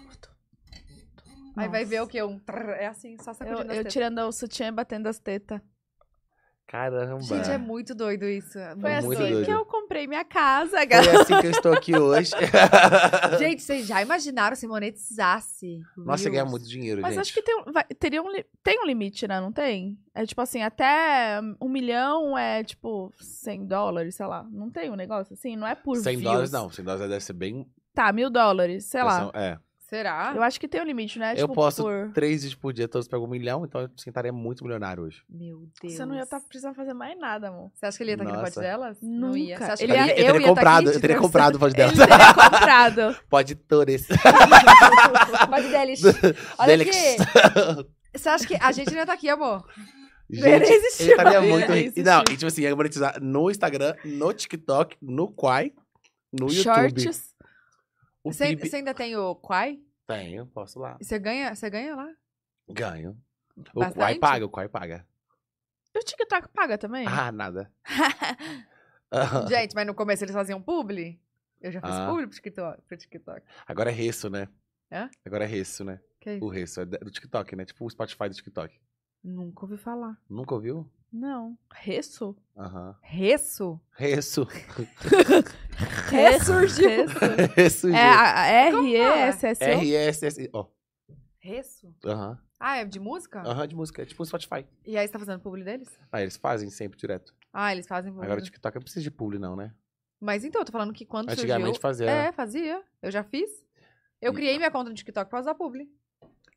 Speaker 2: Aí vai
Speaker 1: Nossa.
Speaker 2: ver o quê? Um trrr, é assim, só
Speaker 1: Eu,
Speaker 2: sacudindo
Speaker 1: eu
Speaker 2: as tetas.
Speaker 1: tirando o sutiã e batendo as tetas.
Speaker 3: Caramba.
Speaker 2: Gente, é muito doido isso. é
Speaker 1: Foi
Speaker 2: muito
Speaker 1: assim
Speaker 3: Muito
Speaker 2: doido.
Speaker 3: doido.
Speaker 1: que eu comprei minha casa,
Speaker 3: Foi
Speaker 1: galera.
Speaker 3: assim que eu estou aqui hoje.
Speaker 2: Gente, vocês já imaginaram se monetizasse?
Speaker 3: Nossa, você ganha
Speaker 2: Reels?
Speaker 3: muito dinheiro,
Speaker 1: Mas
Speaker 3: gente.
Speaker 1: acho que tem, um- vai- teria um, li- tem um limite, né? Não tem? É tipo assim, até um milhão é tipo 100 dólares, sei lá. Não tem um negócio assim? Não é por
Speaker 3: 100
Speaker 1: views.
Speaker 3: dólares não, 100 dólares deve ser bem.
Speaker 1: Tá, mil dólares, sei lá.
Speaker 3: É,
Speaker 2: Será?
Speaker 1: Eu acho que tem um limite, né?
Speaker 3: Eu
Speaker 1: Tipo,
Speaker 3: posso-
Speaker 1: por-
Speaker 3: Três vídeos por dia, todos pegam um milhão, então eu sentaria muito milionário hoje.
Speaker 2: Meu Deus.
Speaker 1: Você não ia estar precisando fazer mais nada, amor.
Speaker 2: tá Você acha que ele ia estar aqui no pote
Speaker 3: Nossa.
Speaker 2: delas? Não
Speaker 1: Nunca.
Speaker 2: ia. Você acha
Speaker 1: Ele
Speaker 2: que
Speaker 1: ia-
Speaker 3: eu,
Speaker 1: eu
Speaker 3: teria
Speaker 2: ia tá
Speaker 3: comprado,
Speaker 2: aqui te
Speaker 3: eu teria
Speaker 2: entrevistando?
Speaker 3: comprado o voz dela.
Speaker 1: Ele teria comprado.
Speaker 3: Pode todas.
Speaker 4: Pode
Speaker 2: é
Speaker 4: deles. Olha
Speaker 3: Delix.
Speaker 4: aqui.
Speaker 2: Você acha que a gente não ia estar aqui, amor?
Speaker 3: Gente,
Speaker 1: existiu.
Speaker 3: ele estaria
Speaker 1: Ele
Speaker 3: muito
Speaker 1: nem
Speaker 3: rico. E
Speaker 1: existiu.
Speaker 3: Não, e tipo assim, ia monetizar no Instagram, no TikTok, no Quai, no YouTube.
Speaker 1: Shorts.
Speaker 3: O
Speaker 2: Você,
Speaker 3: PIB...
Speaker 2: você ainda tem o Quai?
Speaker 3: Tenho, posso lá.
Speaker 2: Você ganha, você ganha lá?
Speaker 3: Ganho. O Quai
Speaker 2: Bastante?
Speaker 3: paga, o Quai paga.
Speaker 1: E o TikTok paga também?
Speaker 3: Ah, nada. Ah,
Speaker 2: Gente, mas no começo eles faziam publi? Eu já fiz
Speaker 3: Ah.
Speaker 2: publi pro TikTok. Pro TikTok.
Speaker 3: Agora é resso, né?
Speaker 2: Hã?
Speaker 3: Agora é resso, né?
Speaker 2: Que é isso?
Speaker 3: O resso é do TikTok, né? Tipo o Spotify do TikTok.
Speaker 2: Nunca ouvi falar.
Speaker 3: Nunca ouviu?
Speaker 1: Não. Resso?
Speaker 3: Aham.
Speaker 2: Resso?
Speaker 3: Resso.
Speaker 1: Ressurgiu.
Speaker 3: Resso,
Speaker 1: É a- a
Speaker 2: Como
Speaker 1: R-E-S-S-O.
Speaker 3: R-S-S. Ó.
Speaker 2: Resso?
Speaker 3: Aham.
Speaker 2: Ah, é de música?
Speaker 3: Aham, de música. É tipo o Spotify.
Speaker 2: E aí você tá fazendo publi deles?
Speaker 3: Ah, eles fazem sempre direto.
Speaker 2: Ah, eles fazem publi.
Speaker 3: Agora o TikTok não precisa de publi, não, né?
Speaker 2: Mas então, eu tô falando que quando
Speaker 3: Antigamente
Speaker 2: surgiu...
Speaker 3: fazia.
Speaker 2: É, fazia. Eu já fiz. Eu
Speaker 3: E-
Speaker 2: criei minha conta no TikTok pra usar publi.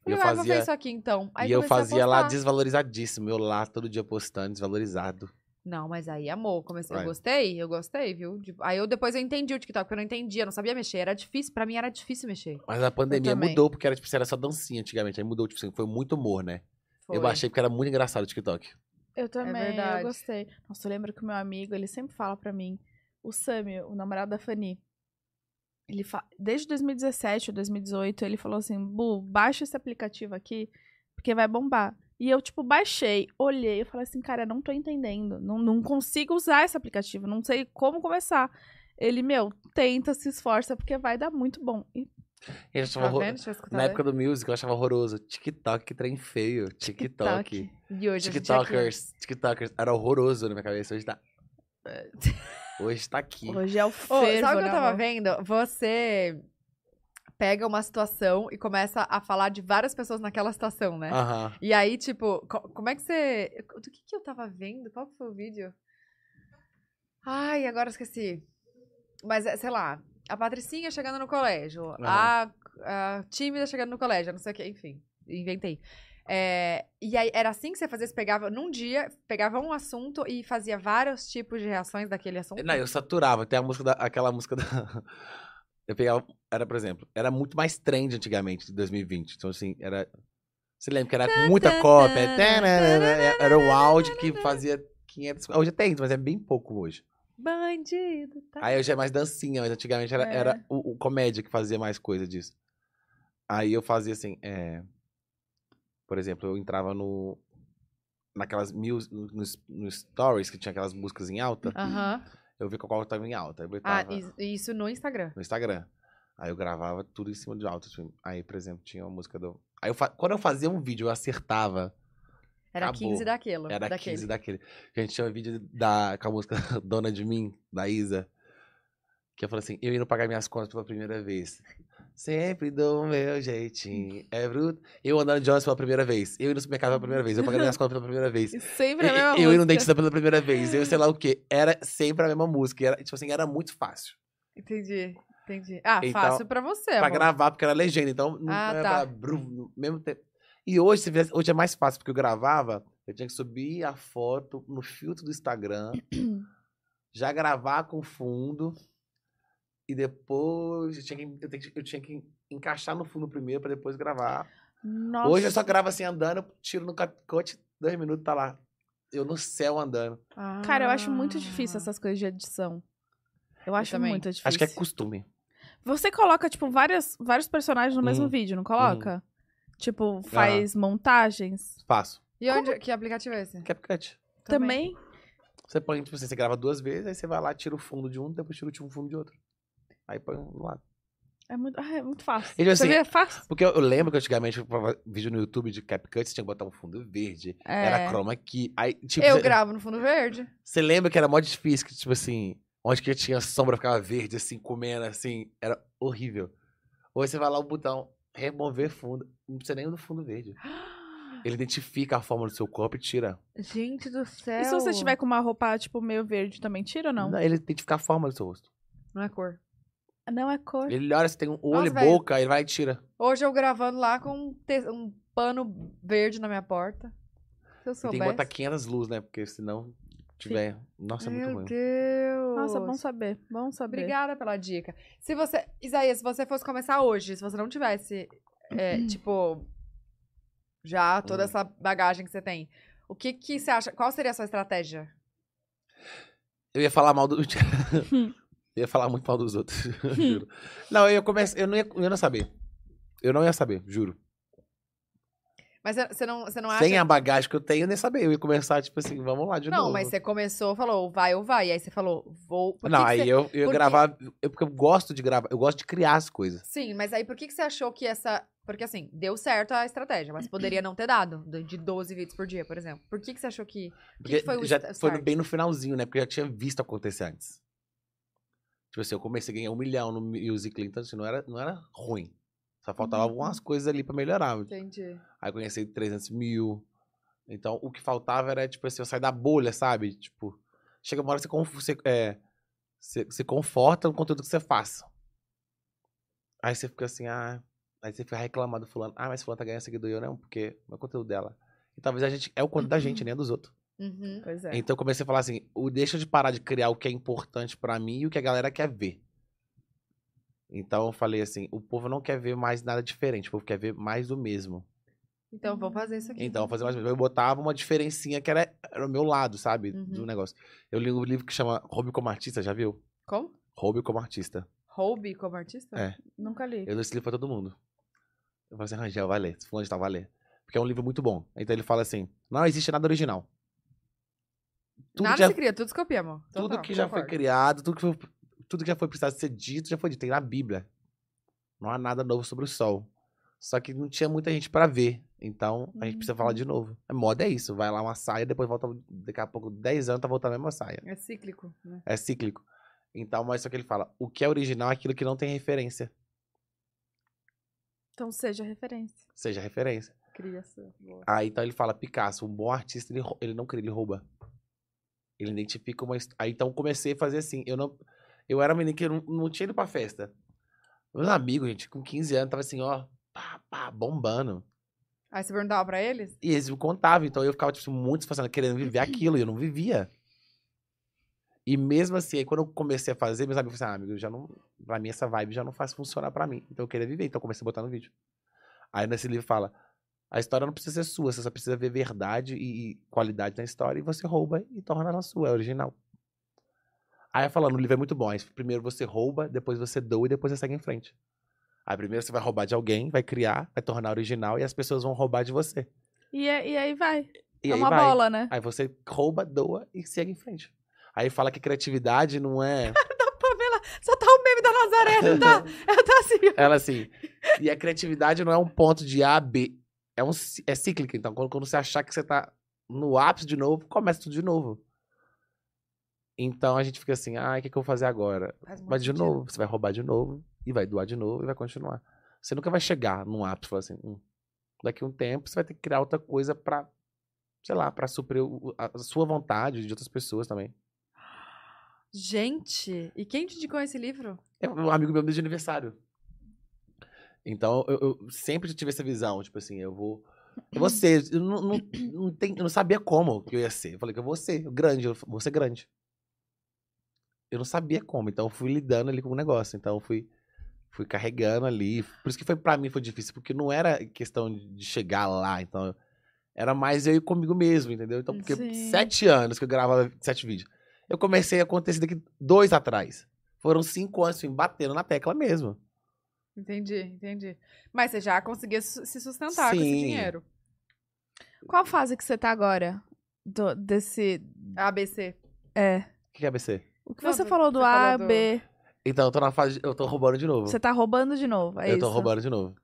Speaker 3: E eu
Speaker 2: Falei, ah, vou fazer
Speaker 3: fazia-
Speaker 2: isso aqui então. Aí
Speaker 3: e eu
Speaker 2: comecei a
Speaker 3: fazia lá
Speaker 2: postar.
Speaker 3: desvalorizadíssimo. Eu lá todo dia postando, desvalorizado.
Speaker 2: Não, mas aí, amor, comecei, eu
Speaker 3: Vai.
Speaker 2: gostei, eu gostei, viu? De- Aí eu depois eu entendi o TikTok, porque eu não entendia, eu não sabia mexer, era difícil, pra mim era difícil mexer.
Speaker 3: Mas a pandemia
Speaker 2: também.
Speaker 3: mudou, porque era, tipo, era só dancinha antigamente. Aí mudou, tipo assim, foi muito humor, né?
Speaker 2: Foi.
Speaker 3: Eu baixei porque era muito engraçado o TikTok.
Speaker 1: Eu também,
Speaker 2: É verdade.
Speaker 1: eu gostei. Nossa, eu lembro que o meu amigo, ele sempre fala pra mim, o Sami, o namorado da Fanny, ele fa... desde 2017 ou 2018, ele falou assim, Bu, baixa esse aplicativo aqui, porque vai bombar. E eu, tipo, baixei, olhei, eu falei assim, cara, eu não tô entendendo, não, não consigo usar esse aplicativo, não sei como começar. Ele, meu, tenta, se esforça, porque vai dar muito bom. E
Speaker 2: Tá
Speaker 3: Eu achava horror-
Speaker 2: vendo? Deixa eu escutar.
Speaker 3: Na época do music, eu achava horroroso. TikTok, que trem feio.
Speaker 1: tá
Speaker 3: TikTok.
Speaker 2: E hoje a gente
Speaker 3: TikTokers. TikTokers. Era horroroso na minha cabeça. Hoje tá.
Speaker 2: É.
Speaker 3: Hoje tá aqui.
Speaker 1: Hoje é o
Speaker 2: Ô,
Speaker 1: fervo,
Speaker 2: sabe o que
Speaker 1: né,
Speaker 2: eu tava
Speaker 1: amor?
Speaker 2: vendo? Você pega uma situação e começa a falar de várias pessoas naquela situação, né?
Speaker 3: Aham.
Speaker 2: E aí, tipo, co- como é que você. Do que, que eu tava vendo? Qual que foi o vídeo? Ai, agora eu esqueci. Mas, é, sei lá, a Patricinha chegando no colégio, a, a tímida chegando no colégio, não sei o que, enfim, inventei. É, e aí, era assim que você fazia? Você pegava num dia, pegava um assunto e fazia vários tipos de reações daquele assunto?
Speaker 3: Não, eu saturava. Tem a música da, aquela música da. Eu pegava. Era, por exemplo, era muito mais trend antigamente, de 2020. Então, assim, era. Você lembra que era muita cópia? é, tananana, Era o áudio que fazia 500. Hoje tem, mas é bem pouco hoje.
Speaker 2: Bandido, tá?
Speaker 3: Aí hoje é mais dancinha, mas antigamente era,
Speaker 1: É.
Speaker 3: era o, o comédia que fazia mais coisa disso. Aí eu fazia assim, é... Por exemplo, eu entrava no... Naquelas mus- nos, nos stories que tinha aquelas músicas em alta,
Speaker 2: Aham.
Speaker 3: eu vi qual hum, tava em alta. Eu
Speaker 2: Ah,
Speaker 3: botava
Speaker 2: is- isso no Instagram.
Speaker 3: no Instagram. Aí eu gravava tudo em cima de alta. tipo, Aí, por exemplo, tinha uma música do. Aí eu fa- quando eu fazia um vídeo, eu acertava.
Speaker 2: Era
Speaker 3: Acabou.
Speaker 2: 15 daquilo.
Speaker 3: Era
Speaker 2: daquele.
Speaker 3: 15 daquele. Gente, tinha um vídeo da, com a música Dona de Mim, da Isa. Que eu falei assim, eu indo pagar minhas contas pela primeira vez. Sempre dou o meu jeitinho. É bruto. Eu andando de ônibus pela primeira vez. Eu indo no supermercado pela primeira vez. Eu pagando minhas contas pela primeira vez.
Speaker 1: E sempre a mesma
Speaker 3: Eu, eu indo no
Speaker 1: música.
Speaker 3: dentista pela primeira vez. Eu sei lá o quê. Era sempre a mesma música. e Era, tipo assim, era muito fácil.
Speaker 2: Entendi, entendi. Ah,
Speaker 3: Então,
Speaker 2: fácil pra você,
Speaker 3: pra
Speaker 2: amor.
Speaker 3: gravar, porque era legenda. Então, não
Speaker 2: Ah,
Speaker 3: não era
Speaker 2: tá.
Speaker 3: pra- brum, no mesmo tempo. E hoje, se fizesse- hoje é mais fácil, porque eu gravava, eu tinha que subir a foto no filtro do Instagram, já gravar com fundo, e depois eu tinha que, eu tenho que- eu tinha que encaixar no fundo primeiro pra depois gravar.
Speaker 1: Nossa.
Speaker 3: Hoje eu só gravo assim andando, eu tiro no CapCut, dois minutos tá lá. Eu no céu andando.
Speaker 1: Cara, eu acho muito
Speaker 2: Ah.
Speaker 1: difícil essas coisas de edição. Eu acho
Speaker 2: também.
Speaker 1: muito difícil.
Speaker 3: Acho que é costume.
Speaker 1: Você coloca, tipo, várias, vários personagens no mesmo
Speaker 3: Uhum.
Speaker 1: vídeo, não coloca?
Speaker 3: Hum. Ah.
Speaker 1: Tipo, faz montagens?
Speaker 3: Faço.
Speaker 2: E onde, que aplicativo é esse?
Speaker 3: CapCut.
Speaker 1: Também.
Speaker 3: Você põe, tipo assim, você grava duas vezes, aí você vai lá, tira o fundo de um, depois tira o último fundo de outro. Aí põe um do lado.
Speaker 1: É, muito, ah, é muito fácil.
Speaker 3: E, tipo
Speaker 1: Você
Speaker 3: assim,
Speaker 1: vê, é fácil.
Speaker 3: Porque eu, eu lembro que antigamente eu provava vídeo no YouTube de CapCut, você tinha que botar um fundo verde,
Speaker 1: É.
Speaker 3: era chroma key. Aí, tipo,
Speaker 2: eu
Speaker 3: você,
Speaker 2: gravo no fundo verde.
Speaker 3: você lembra que era mó difícil, que, tipo assim, onde que tinha sombra ficava verde, assim, comendo, assim, era horrível. Hoje você vai lá o botão remover fundo, não precisa nem do fundo verde. Ele identifica a forma do seu corpo e tira.
Speaker 2: Gente do céu.
Speaker 1: E se você tiver com uma roupa, tipo, meio verde, também tira ou não?
Speaker 3: Ele identifica a forma do seu rosto.
Speaker 2: Não é cor.
Speaker 1: Não é cor.
Speaker 3: Ele olha se tem um olho e
Speaker 2: velho.
Speaker 3: boca, ele vai e tira.
Speaker 2: Hoje eu gravando lá com um, te- um pano verde na minha porta. Se eu
Speaker 3: E
Speaker 2: soubesse.
Speaker 3: tem que botar 500 luzes, né? Porque senão tiver. Nossa, é muito
Speaker 2: Meu
Speaker 3: ruim.
Speaker 2: Deus.
Speaker 1: Nossa, bom saber. Bom saber.
Speaker 2: Obrigada pela dica. Se você. Isaías, se você fosse começar hoje, se você não tivesse,
Speaker 3: Uhum.
Speaker 2: é, tipo, já toda
Speaker 3: Hum.
Speaker 2: essa bagagem que você tem, o que que você acha? Qual seria a sua estratégia?
Speaker 3: Eu ia falar mal do. eu ia falar muito mal dos outros, juro. Não, eu ia começar. Eu não ia, eu não ia saber. Eu não ia saber, juro.
Speaker 2: Mas você- você não, você não acha.
Speaker 3: Sem a bagagem que eu tenho, eu nem saber. Eu ia começar, tipo assim, vamos lá de
Speaker 2: Não,
Speaker 3: novo.
Speaker 2: mas você começou, falou, vai ou vai. Aí você falou, vou. Por que
Speaker 3: não,
Speaker 2: que
Speaker 3: aí
Speaker 2: você-
Speaker 3: eu, eu ia
Speaker 2: por que-
Speaker 3: gravar. Eu, porque eu gosto de gravar, eu gosto de criar as coisas.
Speaker 2: Sim, mas aí por que, que você achou que essa. Porque assim, deu certo a estratégia, mas poderia não ter dado, do- de 12 vídeos por dia, por exemplo. Por que, que você achou que.
Speaker 3: Porque
Speaker 2: foi o
Speaker 3: já
Speaker 2: sta-
Speaker 3: foi no-
Speaker 2: start?
Speaker 3: bem no finalzinho, né? Porque eu já tinha visto acontecer antes. Tipo assim, eu comecei a ganhar um milhão no Musical.ly, então assim, não era, não era ruim. Só faltava
Speaker 1: Uhum.
Speaker 3: algumas coisas ali pra melhorar.
Speaker 2: Entendi.
Speaker 3: Aí eu conheci 300 mil. Então, o que faltava era, tipo assim, eu sair da bolha, sabe? Tipo, chega uma hora que você, conf- você, é, você se conforta no conteúdo que você faça. Aí você fica assim, ah... Aí você fica reclamando do fulano. Ah, mas fulano tá ganhando seguidor e eu não, porque não é o conteúdo dela. E talvez a gente... É o conteúdo da gente, nem é dos outros.
Speaker 2: Uhum.
Speaker 1: Pois é.
Speaker 3: Então eu comecei a falar assim, o deixa de parar de criar o que é importante pra mim e o que a galera quer ver. Então eu falei assim, o povo não quer ver mais nada diferente, o povo quer ver mais do mesmo.
Speaker 2: Então vamos fazer isso aqui.
Speaker 3: Então eu fazia mais do mesmo. Eu botava uma diferencinha que era, era o meu lado, sabe,
Speaker 2: Uhum.
Speaker 3: do negócio. Eu li um livro que chama Hobby como Artista, já viu?
Speaker 2: Como?
Speaker 3: Hobby como Artista.
Speaker 2: Hobby como artista?
Speaker 3: É.
Speaker 1: Nunca li.
Speaker 3: Eu dou esse livro pra todo mundo. Eu falei assim, Rangel, vai ler, fulano de tal, vai ler. Porque é um livro muito bom. Então ele fala assim, não existe nada original. Tudo
Speaker 2: Nada
Speaker 3: já
Speaker 2: se cria, tudo se copia, amor. Então tá,
Speaker 3: Tudo
Speaker 2: Total,
Speaker 3: que já foi
Speaker 2: concordo.
Speaker 3: criado, tudo que, foi, tudo que já foi precisado ser dito, já foi dito. Tem na Bíblia. Não há nada novo sobre o sol. Só que não tinha muita gente pra ver. Então, a gente precisa falar
Speaker 2: Uhum.
Speaker 3: de novo. A moda é isso. Vai lá uma saia, depois volta. Daqui a pouco, 10 anos, tá voltando a mesma saia.
Speaker 2: É cíclico, né?
Speaker 3: É cíclico. Então, mas só que ele fala: o que é original é aquilo que não tem referência.
Speaker 1: Então seja referência.
Speaker 3: Seja referência.
Speaker 1: Cria sua. Boa.
Speaker 3: Aí então ele fala, Picasso, um bom artista, ele, rou- ele não cria, ele rouba. Ele identifica uma. his- Aí então comecei a fazer assim. Eu não. Eu era um menino que eu não, não tinha ido pra festa. Meus amigos, gente, com 15 anos, tava assim, ó, pá, pá, bombando.
Speaker 2: Aí você perguntava pra eles?
Speaker 3: E eles me contavam, então eu ficava, tipo, muito disfarçado, querendo viver aquilo, e eu não vivia. E mesmo assim, aí quando eu comecei a fazer, meus amigos falaram assim, ah, amigo, já não, pra mim essa vibe já não faz funcionar pra mim. Então eu queria viver, então eu comecei a botar no vídeo. Aí nesse livro fala, a história não precisa ser sua, você só precisa ver verdade e, e qualidade na história, e você rouba e torna ela sua, é original. Aí eu falando, o livro é muito bom, aí primeiro você rouba, depois você doa e depois você segue em frente. Aí primeiro você vai roubar de alguém, vai criar, vai tornar original, e as pessoas vão roubar de você.
Speaker 1: E, é- e aí vai.
Speaker 3: E
Speaker 1: é
Speaker 3: aí
Speaker 1: uma
Speaker 3: vai.
Speaker 1: bola, né?
Speaker 3: Aí você rouba, doa e segue em frente. Aí fala que criatividade não é.
Speaker 2: Pamela, só tá o meme da Nazaré, não tá? Ela tá assim.
Speaker 3: Ela assim. E a criatividade não é um ponto de A a B. É, um, ci- é cíclica. Então, quando, quando você achar que você tá no ápice de novo, começa tudo de novo. Então a gente fica assim, ah, o que, que eu vou fazer agora?
Speaker 2: Faz muito
Speaker 3: Mas de
Speaker 2: sentido.
Speaker 3: novo, você vai roubar de novo, e vai doar de novo, e vai continuar. Você nunca vai chegar num ápice e falar assim, hum, daqui a um tempo você vai ter que criar outra coisa pra, sei lá, pra suprir o- a a sua vontade e de outras pessoas também.
Speaker 2: Gente, e quem te indicou esse livro?
Speaker 3: É um amigo meu desde aniversário. Então, eu, eu sempre tive essa visão, tipo assim, eu vou. Eu vou ser. Eu não, não, não tem, eu não sabia como que eu ia ser. Eu falei que eu vou ser grande, eu vou ser grande. Eu não sabia como, então eu fui lidando ali com o negócio. Então eu fui, fui carregando ali. Por isso que foi pra mim foi difícil, porque não era questão de chegar lá, então. Era mais eu ir comigo mesmo, entendeu? Então, porque
Speaker 1: Sim.
Speaker 3: sete anos que eu gravava sete vídeos. Eu comecei a acontecer daqui dois atrás. Foram cinco anos assim, batendo na tecla mesmo.
Speaker 2: Entendi, entendi. Mas você já conseguia su- se sustentar com esse
Speaker 3: Sim.
Speaker 2: dinheiro.
Speaker 1: Qual fase que você tá agora? Do- desse.
Speaker 2: ABC.
Speaker 1: É.
Speaker 3: O que que é ABC?
Speaker 1: O que
Speaker 2: Não,
Speaker 1: você
Speaker 2: você
Speaker 1: falou do
Speaker 2: falou
Speaker 1: A,
Speaker 2: do-
Speaker 1: B.
Speaker 3: Então, eu tô na fase. de- Eu tô roubando de novo.
Speaker 1: Você tá roubando de novo. É
Speaker 3: eu
Speaker 1: isso.
Speaker 3: tô roubando de novo.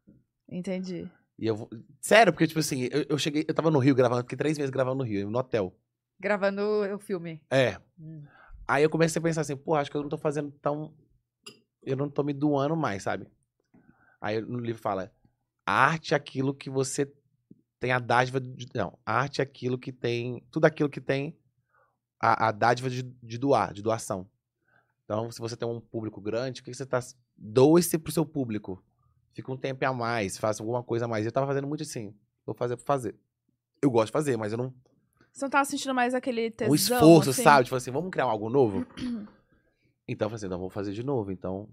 Speaker 1: Entendi.
Speaker 3: E eu vou. Sério, porque, tipo assim, eu, eu cheguei. Eu tava no Rio gravando, fiquei três meses gravando no Rio, no hotel.
Speaker 2: Gravando o filme.
Speaker 3: É.
Speaker 2: Hum.
Speaker 3: Aí eu comecei a pensar assim, pô, acho que eu não tô fazendo tão. Eu não tô me doando mais, sabe? Aí no livro fala: a arte é aquilo que você tem a dádiva. De... Não, a arte é aquilo que tem. Tudo aquilo que tem a, a dádiva de, de doar, de doação. Então, se você tem um público grande, o que que você tá Doe-se pro seu público. Fica um tempo a mais, faça alguma coisa a mais. Eu tava fazendo muito assim. Vou fazer por fazer. Eu gosto de fazer, mas eu não.
Speaker 1: Você não tava sentindo mais aquele tesão?
Speaker 3: um esforço,
Speaker 1: assim?
Speaker 3: sabe? Tipo assim, vamos criar algo novo? então eu falei assim, então vamos fazer de novo. Então.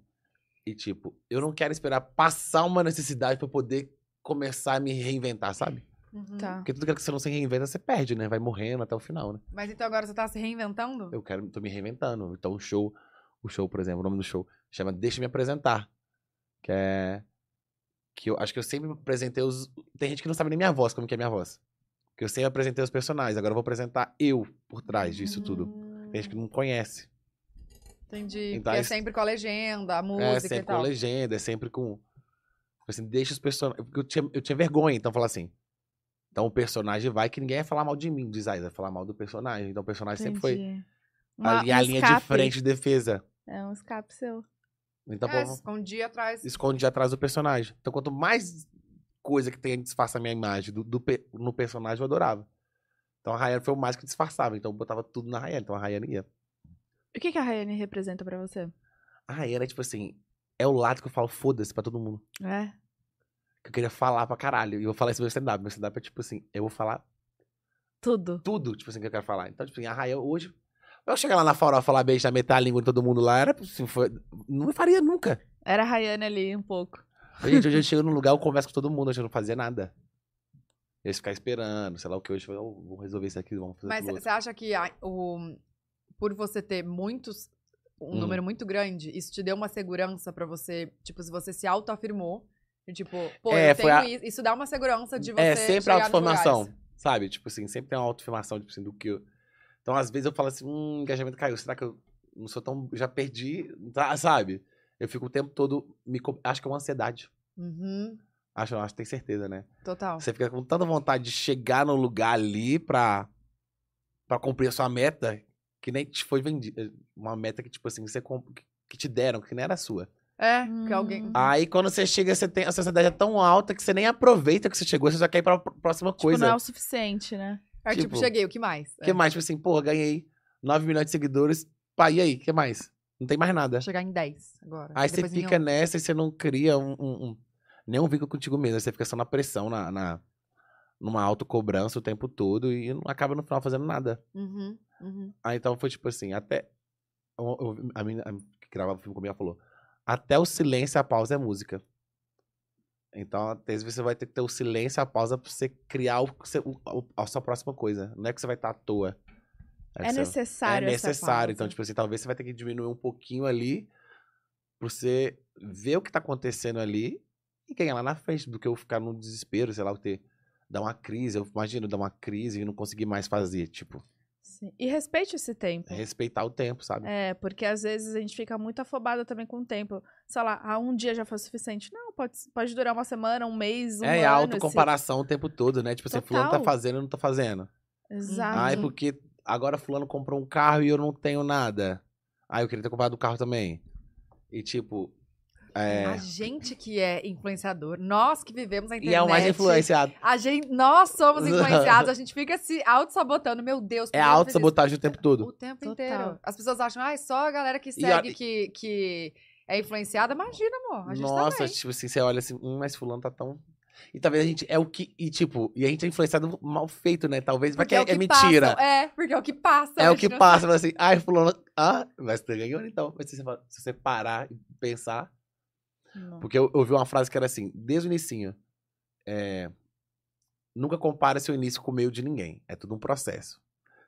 Speaker 3: E tipo, eu não quero esperar passar uma necessidade pra eu poder começar a me reinventar, sabe?
Speaker 2: Uhum.
Speaker 1: Tá.
Speaker 3: Porque tudo que você não se reinventa, você perde, né? Vai morrendo até o final, né?
Speaker 2: Mas então agora você tá se reinventando?
Speaker 3: Eu quero, tô me reinventando. Então o show, o show, por exemplo, o nome do show chama Deixa Me Apresentar. Que é. Que eu acho que eu sempre apresentei os. Tem gente que não sabe nem minha voz, como que é minha voz. Que eu sempre apresentei os personagens, agora eu vou apresentar eu por trás disso tudo. É
Speaker 2: Hum,
Speaker 3: Tem gente que não conhece.
Speaker 2: Entendi.
Speaker 3: Então,
Speaker 2: Porque é
Speaker 3: isso-
Speaker 2: sempre com a legenda, a música
Speaker 3: é sempre
Speaker 2: e
Speaker 3: com
Speaker 2: tal.
Speaker 3: legenda, é sempre com. Tipo Assim, deixa os personagens. Porque eu tinha, eu tinha vergonha, então falar assim. Então o personagem vai que ninguém vai falar mal de mim, diz aí, vai falar mal do personagem. Então o personagem sempre foi
Speaker 1: Entendi. Uma-
Speaker 3: ali a
Speaker 1: um
Speaker 3: linha de
Speaker 1: escape.
Speaker 3: frente de defesa.
Speaker 1: É um escape seu.
Speaker 3: Então,
Speaker 2: é,
Speaker 3: pô,
Speaker 2: escondi atrás.
Speaker 3: esconde atrás do personagem. Então, quanto mais coisa que tem disfarça a minha imagem do, do pe- no personagem, eu adorava. Então, a Rayane foi o mais que disfarçava. Então, eu botava tudo na Rayane. Então, a Rayane ia.
Speaker 1: O que, que a Rayane representa pra você?
Speaker 3: A Rayane é tipo assim: é o lado que eu falo foda-se pra todo mundo.
Speaker 1: É?
Speaker 3: Que eu queria falar pra caralho. E eu vou falar isso no meu stand-up. Meu stand-up é tipo assim: eu vou falar
Speaker 1: Tudo.
Speaker 3: tudo, tipo assim, que eu quero falar. Então, tipo assim, a Rayane hoje. Eu chegar lá na farofa, falar beijo na metade da língua de todo mundo lá, era, assim, foi, não faria nunca.
Speaker 1: Era a Rayane ali um pouco.
Speaker 3: Gente, hoje eu chego num lugar, eu converso com todo mundo, hoje eu não fazia nada. Eu ia ficar esperando, sei lá o que hoje, eu falei, "Oh, vou resolver isso aqui, vamos fazer
Speaker 2: Mas é,
Speaker 3: aquilo outro."
Speaker 2: você acha que a- o, por você ter muitos, um
Speaker 3: Hum.
Speaker 2: número muito grande, isso te deu uma segurança pra você, tipo, se você se autoafirmou, e tipo, pô,
Speaker 3: É,
Speaker 2: eu
Speaker 3: foi
Speaker 2: tenho
Speaker 3: a-
Speaker 2: isso, isso dá uma segurança de você
Speaker 3: É, sempre
Speaker 2: chegar nos
Speaker 3: autoafirmação,
Speaker 2: lugares.
Speaker 3: sabe? Tipo assim, sempre tem uma autoafirmação, tipo assim, do que eu... Então, às vezes eu falo assim, hum, engajamento caiu, será que eu não sou tão... Já perdi, tá, sabe? Eu fico o tempo todo, me... co- acho que é uma ansiedade.
Speaker 2: Uhum,
Speaker 3: Acho, não, acho que tem certeza, né?
Speaker 2: total.
Speaker 3: Você fica com tanta vontade de chegar no lugar ali pra, pra cumprir a sua meta, que nem te foi vendida. Uma meta que, tipo assim, você comp- que te deram, que nem era sua.
Speaker 2: É,
Speaker 1: Hum.
Speaker 2: que alguém...
Speaker 3: Aí quando você chega, você tem a ansiedade é tão alta que você nem aproveita que você chegou, você já quer ir pra pr- próxima
Speaker 1: Tipo, não é
Speaker 3: coisa.
Speaker 1: o suficiente, né?
Speaker 2: É, tipo,
Speaker 3: tipo,
Speaker 2: cheguei, o que mais? É.
Speaker 3: O que mais? Tipo assim, porra, ganhei 9 milhões de seguidores. Pá, e aí? O que mais? Não tem mais nada.
Speaker 2: É, chegar em 10 agora.
Speaker 3: Aí você
Speaker 2: depois em
Speaker 3: fica
Speaker 2: 11.
Speaker 3: nessa e você não cria um, um, um, nenhum vínculo contigo mesmo. Aí Você fica só na pressão, na, na, numa autocobrança o tempo todo e não acaba no final fazendo nada.
Speaker 2: Uhum, uhum.
Speaker 3: Aí então foi tipo assim, até. eu- eu- a menina a menina que gravava o filme comigo ela falou: até o silêncio, a pausa é música. Então, às vezes você vai ter que ter o silêncio, a pausa pra você criar o, seu- o- o- a sua próxima coisa. Não é que você vai estar à toa.
Speaker 1: É
Speaker 3: que você-
Speaker 1: necessário.
Speaker 3: é
Speaker 1: essa
Speaker 3: necessário. Então,
Speaker 1: pausa.
Speaker 3: tipo assim, talvez você vai ter que diminuir um pouquinho ali pra você ver o que tá acontecendo ali e ganhar lá na frente, do que eu ficar num desespero, sei lá, eu ter. Dar uma crise, eu imagino dar uma crise e não conseguir mais fazer. Tipo,
Speaker 1: Sim. E respeite esse tempo.
Speaker 3: é respeitar o tempo, sabe?
Speaker 1: É, porque às vezes a gente fica muito afobada também com o tempo. Sei lá, ah, um dia já foi suficiente. Não, pode, pode durar uma semana, um mês, um
Speaker 3: É, e a
Speaker 1: ano.
Speaker 3: autocomparação o tempo todo, né? Tipo assim, fulano tá
Speaker 1: Total.
Speaker 3: fazendo, eu não tô fazendo.
Speaker 1: esse- Exato.
Speaker 3: Ai, porque agora fulano comprou um carro e eu não tenho nada. Ai, eu queria ter comprado o carro também. E tipo,
Speaker 2: A
Speaker 3: é...
Speaker 2: gente que é influenciador, nós que vivemos a internet...
Speaker 3: E é o mais influenciado.
Speaker 2: A gente, nós somos influenciados, a gente fica se auto-sabotagem. Meu Deus, por
Speaker 3: É
Speaker 2: que
Speaker 3: a
Speaker 2: eu fiz
Speaker 3: autossabotagem o tempo
Speaker 2: isso?
Speaker 3: todo.
Speaker 2: O tempo
Speaker 1: Total.
Speaker 2: inteiro. As pessoas acham, ah, é só a galera que
Speaker 3: E a-
Speaker 2: segue que, que é influenciada. Imagina, amor. A gente
Speaker 3: Nossa,
Speaker 2: também.
Speaker 3: tipo assim, você olha assim, hum, mas fulano tá tão... E talvez a gente é o que... E tipo, e a gente é influenciado mal feito, né? Talvez vai
Speaker 2: Porque
Speaker 3: que é,
Speaker 2: o que
Speaker 3: é mentira.
Speaker 2: passam, é, porque é o que passa.
Speaker 3: É
Speaker 2: a
Speaker 3: o
Speaker 2: gente
Speaker 3: que
Speaker 2: não-
Speaker 3: passa, fala assim, ai, fulano. Ah, mas você ganhou então. Mas se você, fala- se você parar e pensar.
Speaker 1: Não.
Speaker 3: Porque eu eu ouvi uma frase que era assim, desde o inicinho. é, nunca compara seu início com o meio de ninguém. É tudo um processo.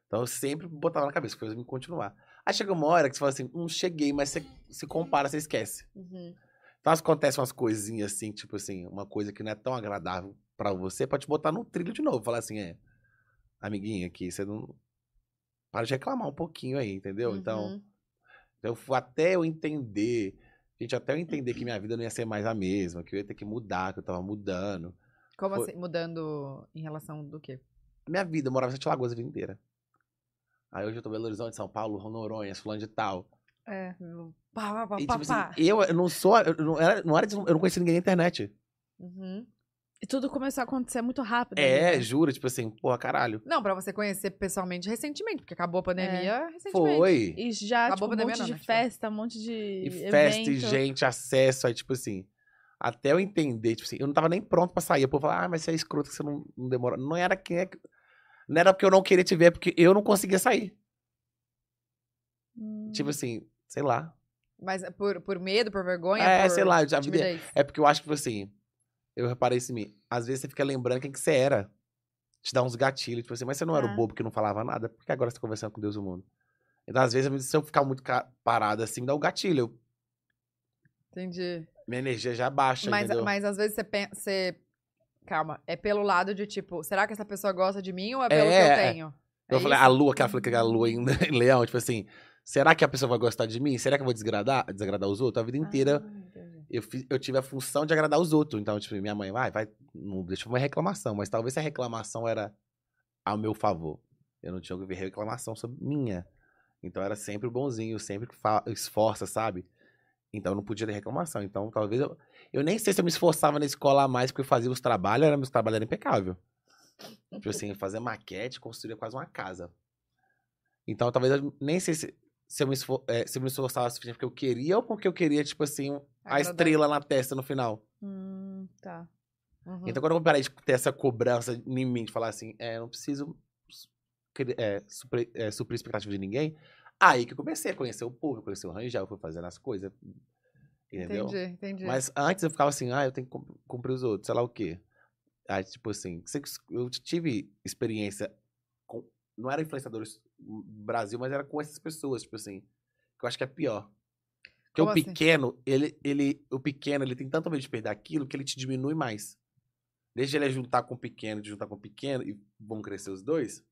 Speaker 3: Então eu sempre botava na cabeça, coisa me continuar. Aí chega uma hora que você fala assim, hum, cheguei, mas você se compara, você esquece.
Speaker 2: Uhum.
Speaker 3: Então acontecem umas coisinhas assim, tipo assim, uma coisa que não é tão agradável pra você, pode te botar no trilho de novo. Falar assim, é, amiguinha aqui, você não. Para de reclamar um pouquinho aí, entendeu? Então,
Speaker 2: Uhum.
Speaker 3: eu fu- até eu entender, gente, até eu entender que minha vida não ia ser mais a mesma, que eu ia ter que mudar, que eu tava mudando.
Speaker 2: Como
Speaker 3: foi-
Speaker 2: assim? Mudando em relação do quê?
Speaker 3: Minha vida, eu morava em Sete Lagoas a vida inteira. Aí hoje eu tô em Belo Horizonte, São Paulo, Noronha, fulano de tal.
Speaker 2: É. Pá, pá, pá,
Speaker 3: E
Speaker 2: pá,
Speaker 3: tipo assim,
Speaker 2: pá.
Speaker 3: eu, eu não sou, eu não era, não era, des- eu não conhecia ninguém na internet.
Speaker 2: Uhum.
Speaker 1: E tudo começou a acontecer muito rápido. né?
Speaker 3: É, jura, tipo assim, porra, caralho.
Speaker 2: Não, pra você conhecer pessoalmente recentemente, porque acabou a pandemia recentemente.
Speaker 3: É. Foi.
Speaker 1: E já,
Speaker 2: Acabou
Speaker 1: tipo, um
Speaker 2: a pandemia,
Speaker 1: monte
Speaker 2: não,
Speaker 1: de
Speaker 2: né? Tipo,
Speaker 1: festa, um monte de
Speaker 3: E festa, e
Speaker 1: evento.
Speaker 3: gente, acesso, aí, tipo assim. Até eu entender, tipo assim, eu não tava nem pronto pra sair. O povo falar, ah, mas você é escroto que você não, não demora. Não era quem é. que- Não era porque eu não queria te ver, é porque eu não conseguia sair.
Speaker 1: Hum.
Speaker 3: Tipo assim, sei lá.
Speaker 2: Mas por, por medo, por vergonha,
Speaker 3: É,
Speaker 2: por
Speaker 3: sei lá, a vida.
Speaker 2: timidez.
Speaker 3: É porque eu acho que, tipo assim, eu reparei isso em mim. Às vezes você fica lembrando quem que você era. Te dá uns gatilhos, tipo assim, mas você não era
Speaker 1: Ah.
Speaker 3: o bobo que não falava nada? Por que agora você tá conversando com Deus e o mundo? Então, às vezes, se eu ficar muito ca- parado assim, me dá um gatilho. Eu-
Speaker 2: Entendi.
Speaker 3: Minha energia já baixa,
Speaker 2: Mas,
Speaker 3: entendeu?
Speaker 2: mas às vezes você pensa. Você... Calma, é pelo lado de tipo, será que essa pessoa gosta de mim ou é pelo que
Speaker 3: É,
Speaker 2: eu
Speaker 3: é.
Speaker 2: tenho?
Speaker 3: Eu
Speaker 2: É
Speaker 3: falei,
Speaker 2: isso?
Speaker 3: a lua, que ela falou que a lua em, em leão, tipo assim, será que a pessoa vai gostar de mim? Será que eu vou desagradar, desagradar os outros? A vida inteira
Speaker 2: Ah, entendi.
Speaker 3: eu, fi- eu tive a função de agradar os outros. Então, tipo, minha mãe, vai, vai, não deixa uma reclamação, mas talvez a reclamação era ao meu favor. Eu não tinha que ver reclamação sobre minha. Então era sempre o bonzinho, sempre que fa- esforça, sabe? Então eu não podia ter reclamação. Então talvez eu. Eu nem sei se eu me esforçava na escola a mais, porque eu fazia os trabalhos, era, meus trabalhos eram impecável. Tipo assim, eu fazia maquete, construía quase uma casa. Então talvez eu nem sei se, se eu, me esfor, eh, se eu me esforçava o suficiente porque eu queria ou porque eu queria, tipo assim, a
Speaker 2: Agradar.
Speaker 3: estrela na testa no final.
Speaker 1: Hum, tá.
Speaker 2: Uhum.
Speaker 3: Então, quando eu parei de ter essa cobrança em mim, de falar assim, é, eu não preciso su- cri- é, supre- é, suprir expectativa de ninguém, aí que eu comecei a conhecer o público, conhecer o Rangel, fui fazendo as coisas, entendeu?
Speaker 2: entendi, entendi.
Speaker 3: Mas antes eu ficava assim, ah, eu tenho que cum- cumprir os outros, sei lá o quê. Aí, tipo assim, se- eu tive experiência com. Não era influenciadores no Brasil, mas era com essas pessoas, tipo assim. Que eu acho que é pior. Porque
Speaker 2: Como
Speaker 3: o
Speaker 2: assim?
Speaker 3: pequeno, ele, ele. O pequeno, ele tem tanto medo de perder aquilo que ele te diminui mais. Desde ele juntar com o pequeno, de juntar com o pequeno, e vão crescer os dois,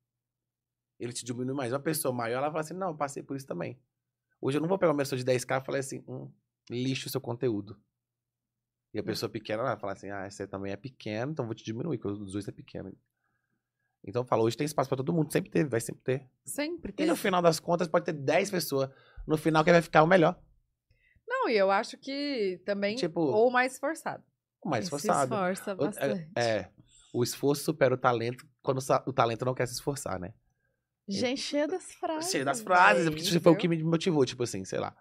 Speaker 3: ele te diminui mais. Uma pessoa maior, ela fala assim, não, eu passei por isso também. Hoje eu não vou pegar uma pessoa de 10k e falar assim, hum, lixo o seu conteúdo.
Speaker 2: Hum.
Speaker 3: E a pessoa pequena, ela fala assim, ah, você também é pequeno, então eu vou te diminuir, porque os dois é pequeno. Então eu falo, hoje tem espaço pra todo mundo, sempre teve, vai sempre ter.
Speaker 2: Sempre
Speaker 3: E
Speaker 2: tem.
Speaker 3: no final das contas, pode ter 10 pessoas. No final, quem vai ficar é o melhor.
Speaker 2: Não, e eu acho que também.
Speaker 3: Tipo-
Speaker 2: ou mais esforçado.
Speaker 3: O
Speaker 1: Se
Speaker 3: mais esforçado.
Speaker 1: esforça
Speaker 3: O- é-
Speaker 1: bastante.
Speaker 3: É. O esforço supera o talento quando o sa- o talento não quer se esforçar, né?
Speaker 1: Gente, cheia das frases. né?
Speaker 3: Cheio das frases,
Speaker 2: véi,
Speaker 3: porque tipo, foi o
Speaker 2: viu?
Speaker 3: que me motivou, tipo assim, sei lá.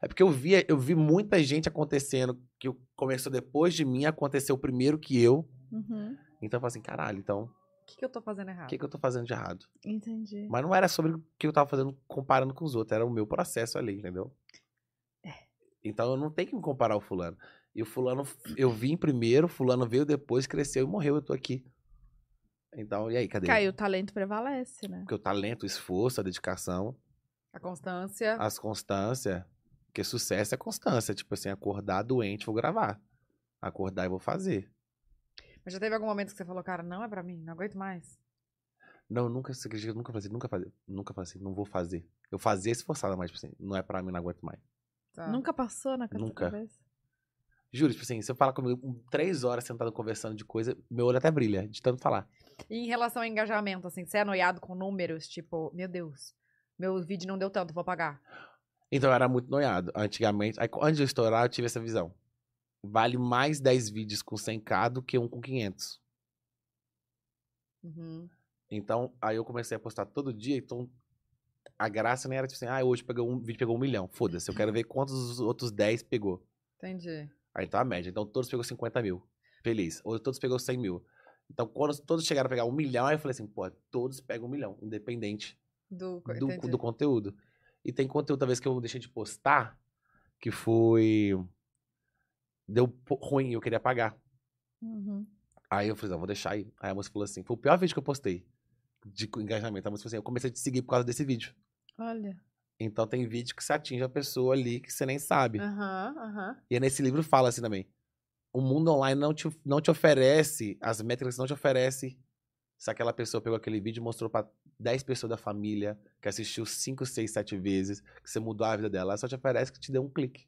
Speaker 3: É porque eu via, eu vi muita gente acontecendo que começou depois de mim, aconteceu primeiro que eu.
Speaker 1: Uhum,
Speaker 3: Então eu falei assim, caralho, então,
Speaker 2: O que, que eu tô fazendo errado?
Speaker 3: o que, que eu tô fazendo de errado?
Speaker 1: entendi.
Speaker 3: Mas não era sobre o que eu tava fazendo comparando com os outros, era o meu processo ali, entendeu? Então eu não tenho que me comparar ao fulano. E o fulano, eu vim primeiro, o fulano veio depois, cresceu e morreu, eu tô aqui. Então, e aí, cadê?
Speaker 1: Caiu, o talento prevalece, né?
Speaker 3: Porque o talento, o esforço, a dedicação,
Speaker 2: A constância.
Speaker 3: as constância, porque sucesso é constância, tipo assim, acordar doente, vou gravar. Acordar e vou fazer.
Speaker 2: Mas já teve algum momento que você falou, cara, não é pra mim, não aguento mais.
Speaker 3: Não, eu nunca, você acredita, que eu nunca fazer, nunca fazer, nunca fazer, não vou fazer. Eu fazia esforçada, mas tipo assim, não é pra mim, não aguento mais.
Speaker 2: Tá.
Speaker 1: Nunca passou na sua
Speaker 3: Nunca.
Speaker 1: cabeça?
Speaker 3: Juro, tipo assim, se eu falar comigo com três horas sentado conversando de coisa, meu olho até brilha, de tanto falar.
Speaker 2: E em relação ao engajamento, assim, você é noiado com números, tipo, meu Deus, meu vídeo não deu tanto, vou pagar.
Speaker 3: Então eu era muito noiado. Antigamente, aí, antes de eu estourar, eu tive essa visão. Vale mais 10 vídeos com 100k do que um com 500.
Speaker 2: Uhum.
Speaker 3: Então, aí eu comecei a postar todo dia, então a graça nem era tipo assim, ah, hoje pegou um vídeo pegou um milhão, foda-se, eu quero ver quantos os outros 10 pegou.
Speaker 2: Entendi.
Speaker 3: Aí então a média, então todos pegou 50 mil, feliz. Ou todos pegou 100 mil. Então quando todos chegaram a pegar um milhão, aí eu falei assim, pô, todos pegam um milhão, independente.
Speaker 2: Do, co-
Speaker 3: do,
Speaker 2: entendi.
Speaker 3: do conteúdo. E tem conteúdo, talvez, que eu deixei de postar, que foi. Deu po- ruim, eu queria apagar.
Speaker 1: Uhum.
Speaker 3: Aí eu falei, não, vou deixar aí. Aí a moça falou assim: foi o pior vídeo que eu postei de co- engajamento. A moça falou assim: eu comecei a te seguir por causa desse vídeo.
Speaker 1: Olha.
Speaker 3: Então tem vídeo que você atinge a pessoa ali que você nem sabe.
Speaker 2: Aham, aham.
Speaker 3: E nesse livro fala assim também. O mundo online não te, não te oferece, as métricas não te oferecem. Se aquela pessoa pegou aquele vídeo e mostrou pra 10 pessoas da família, que assistiu 5, 6, 7 vezes, que você mudou a vida dela, ela só te oferece que te dê um clique.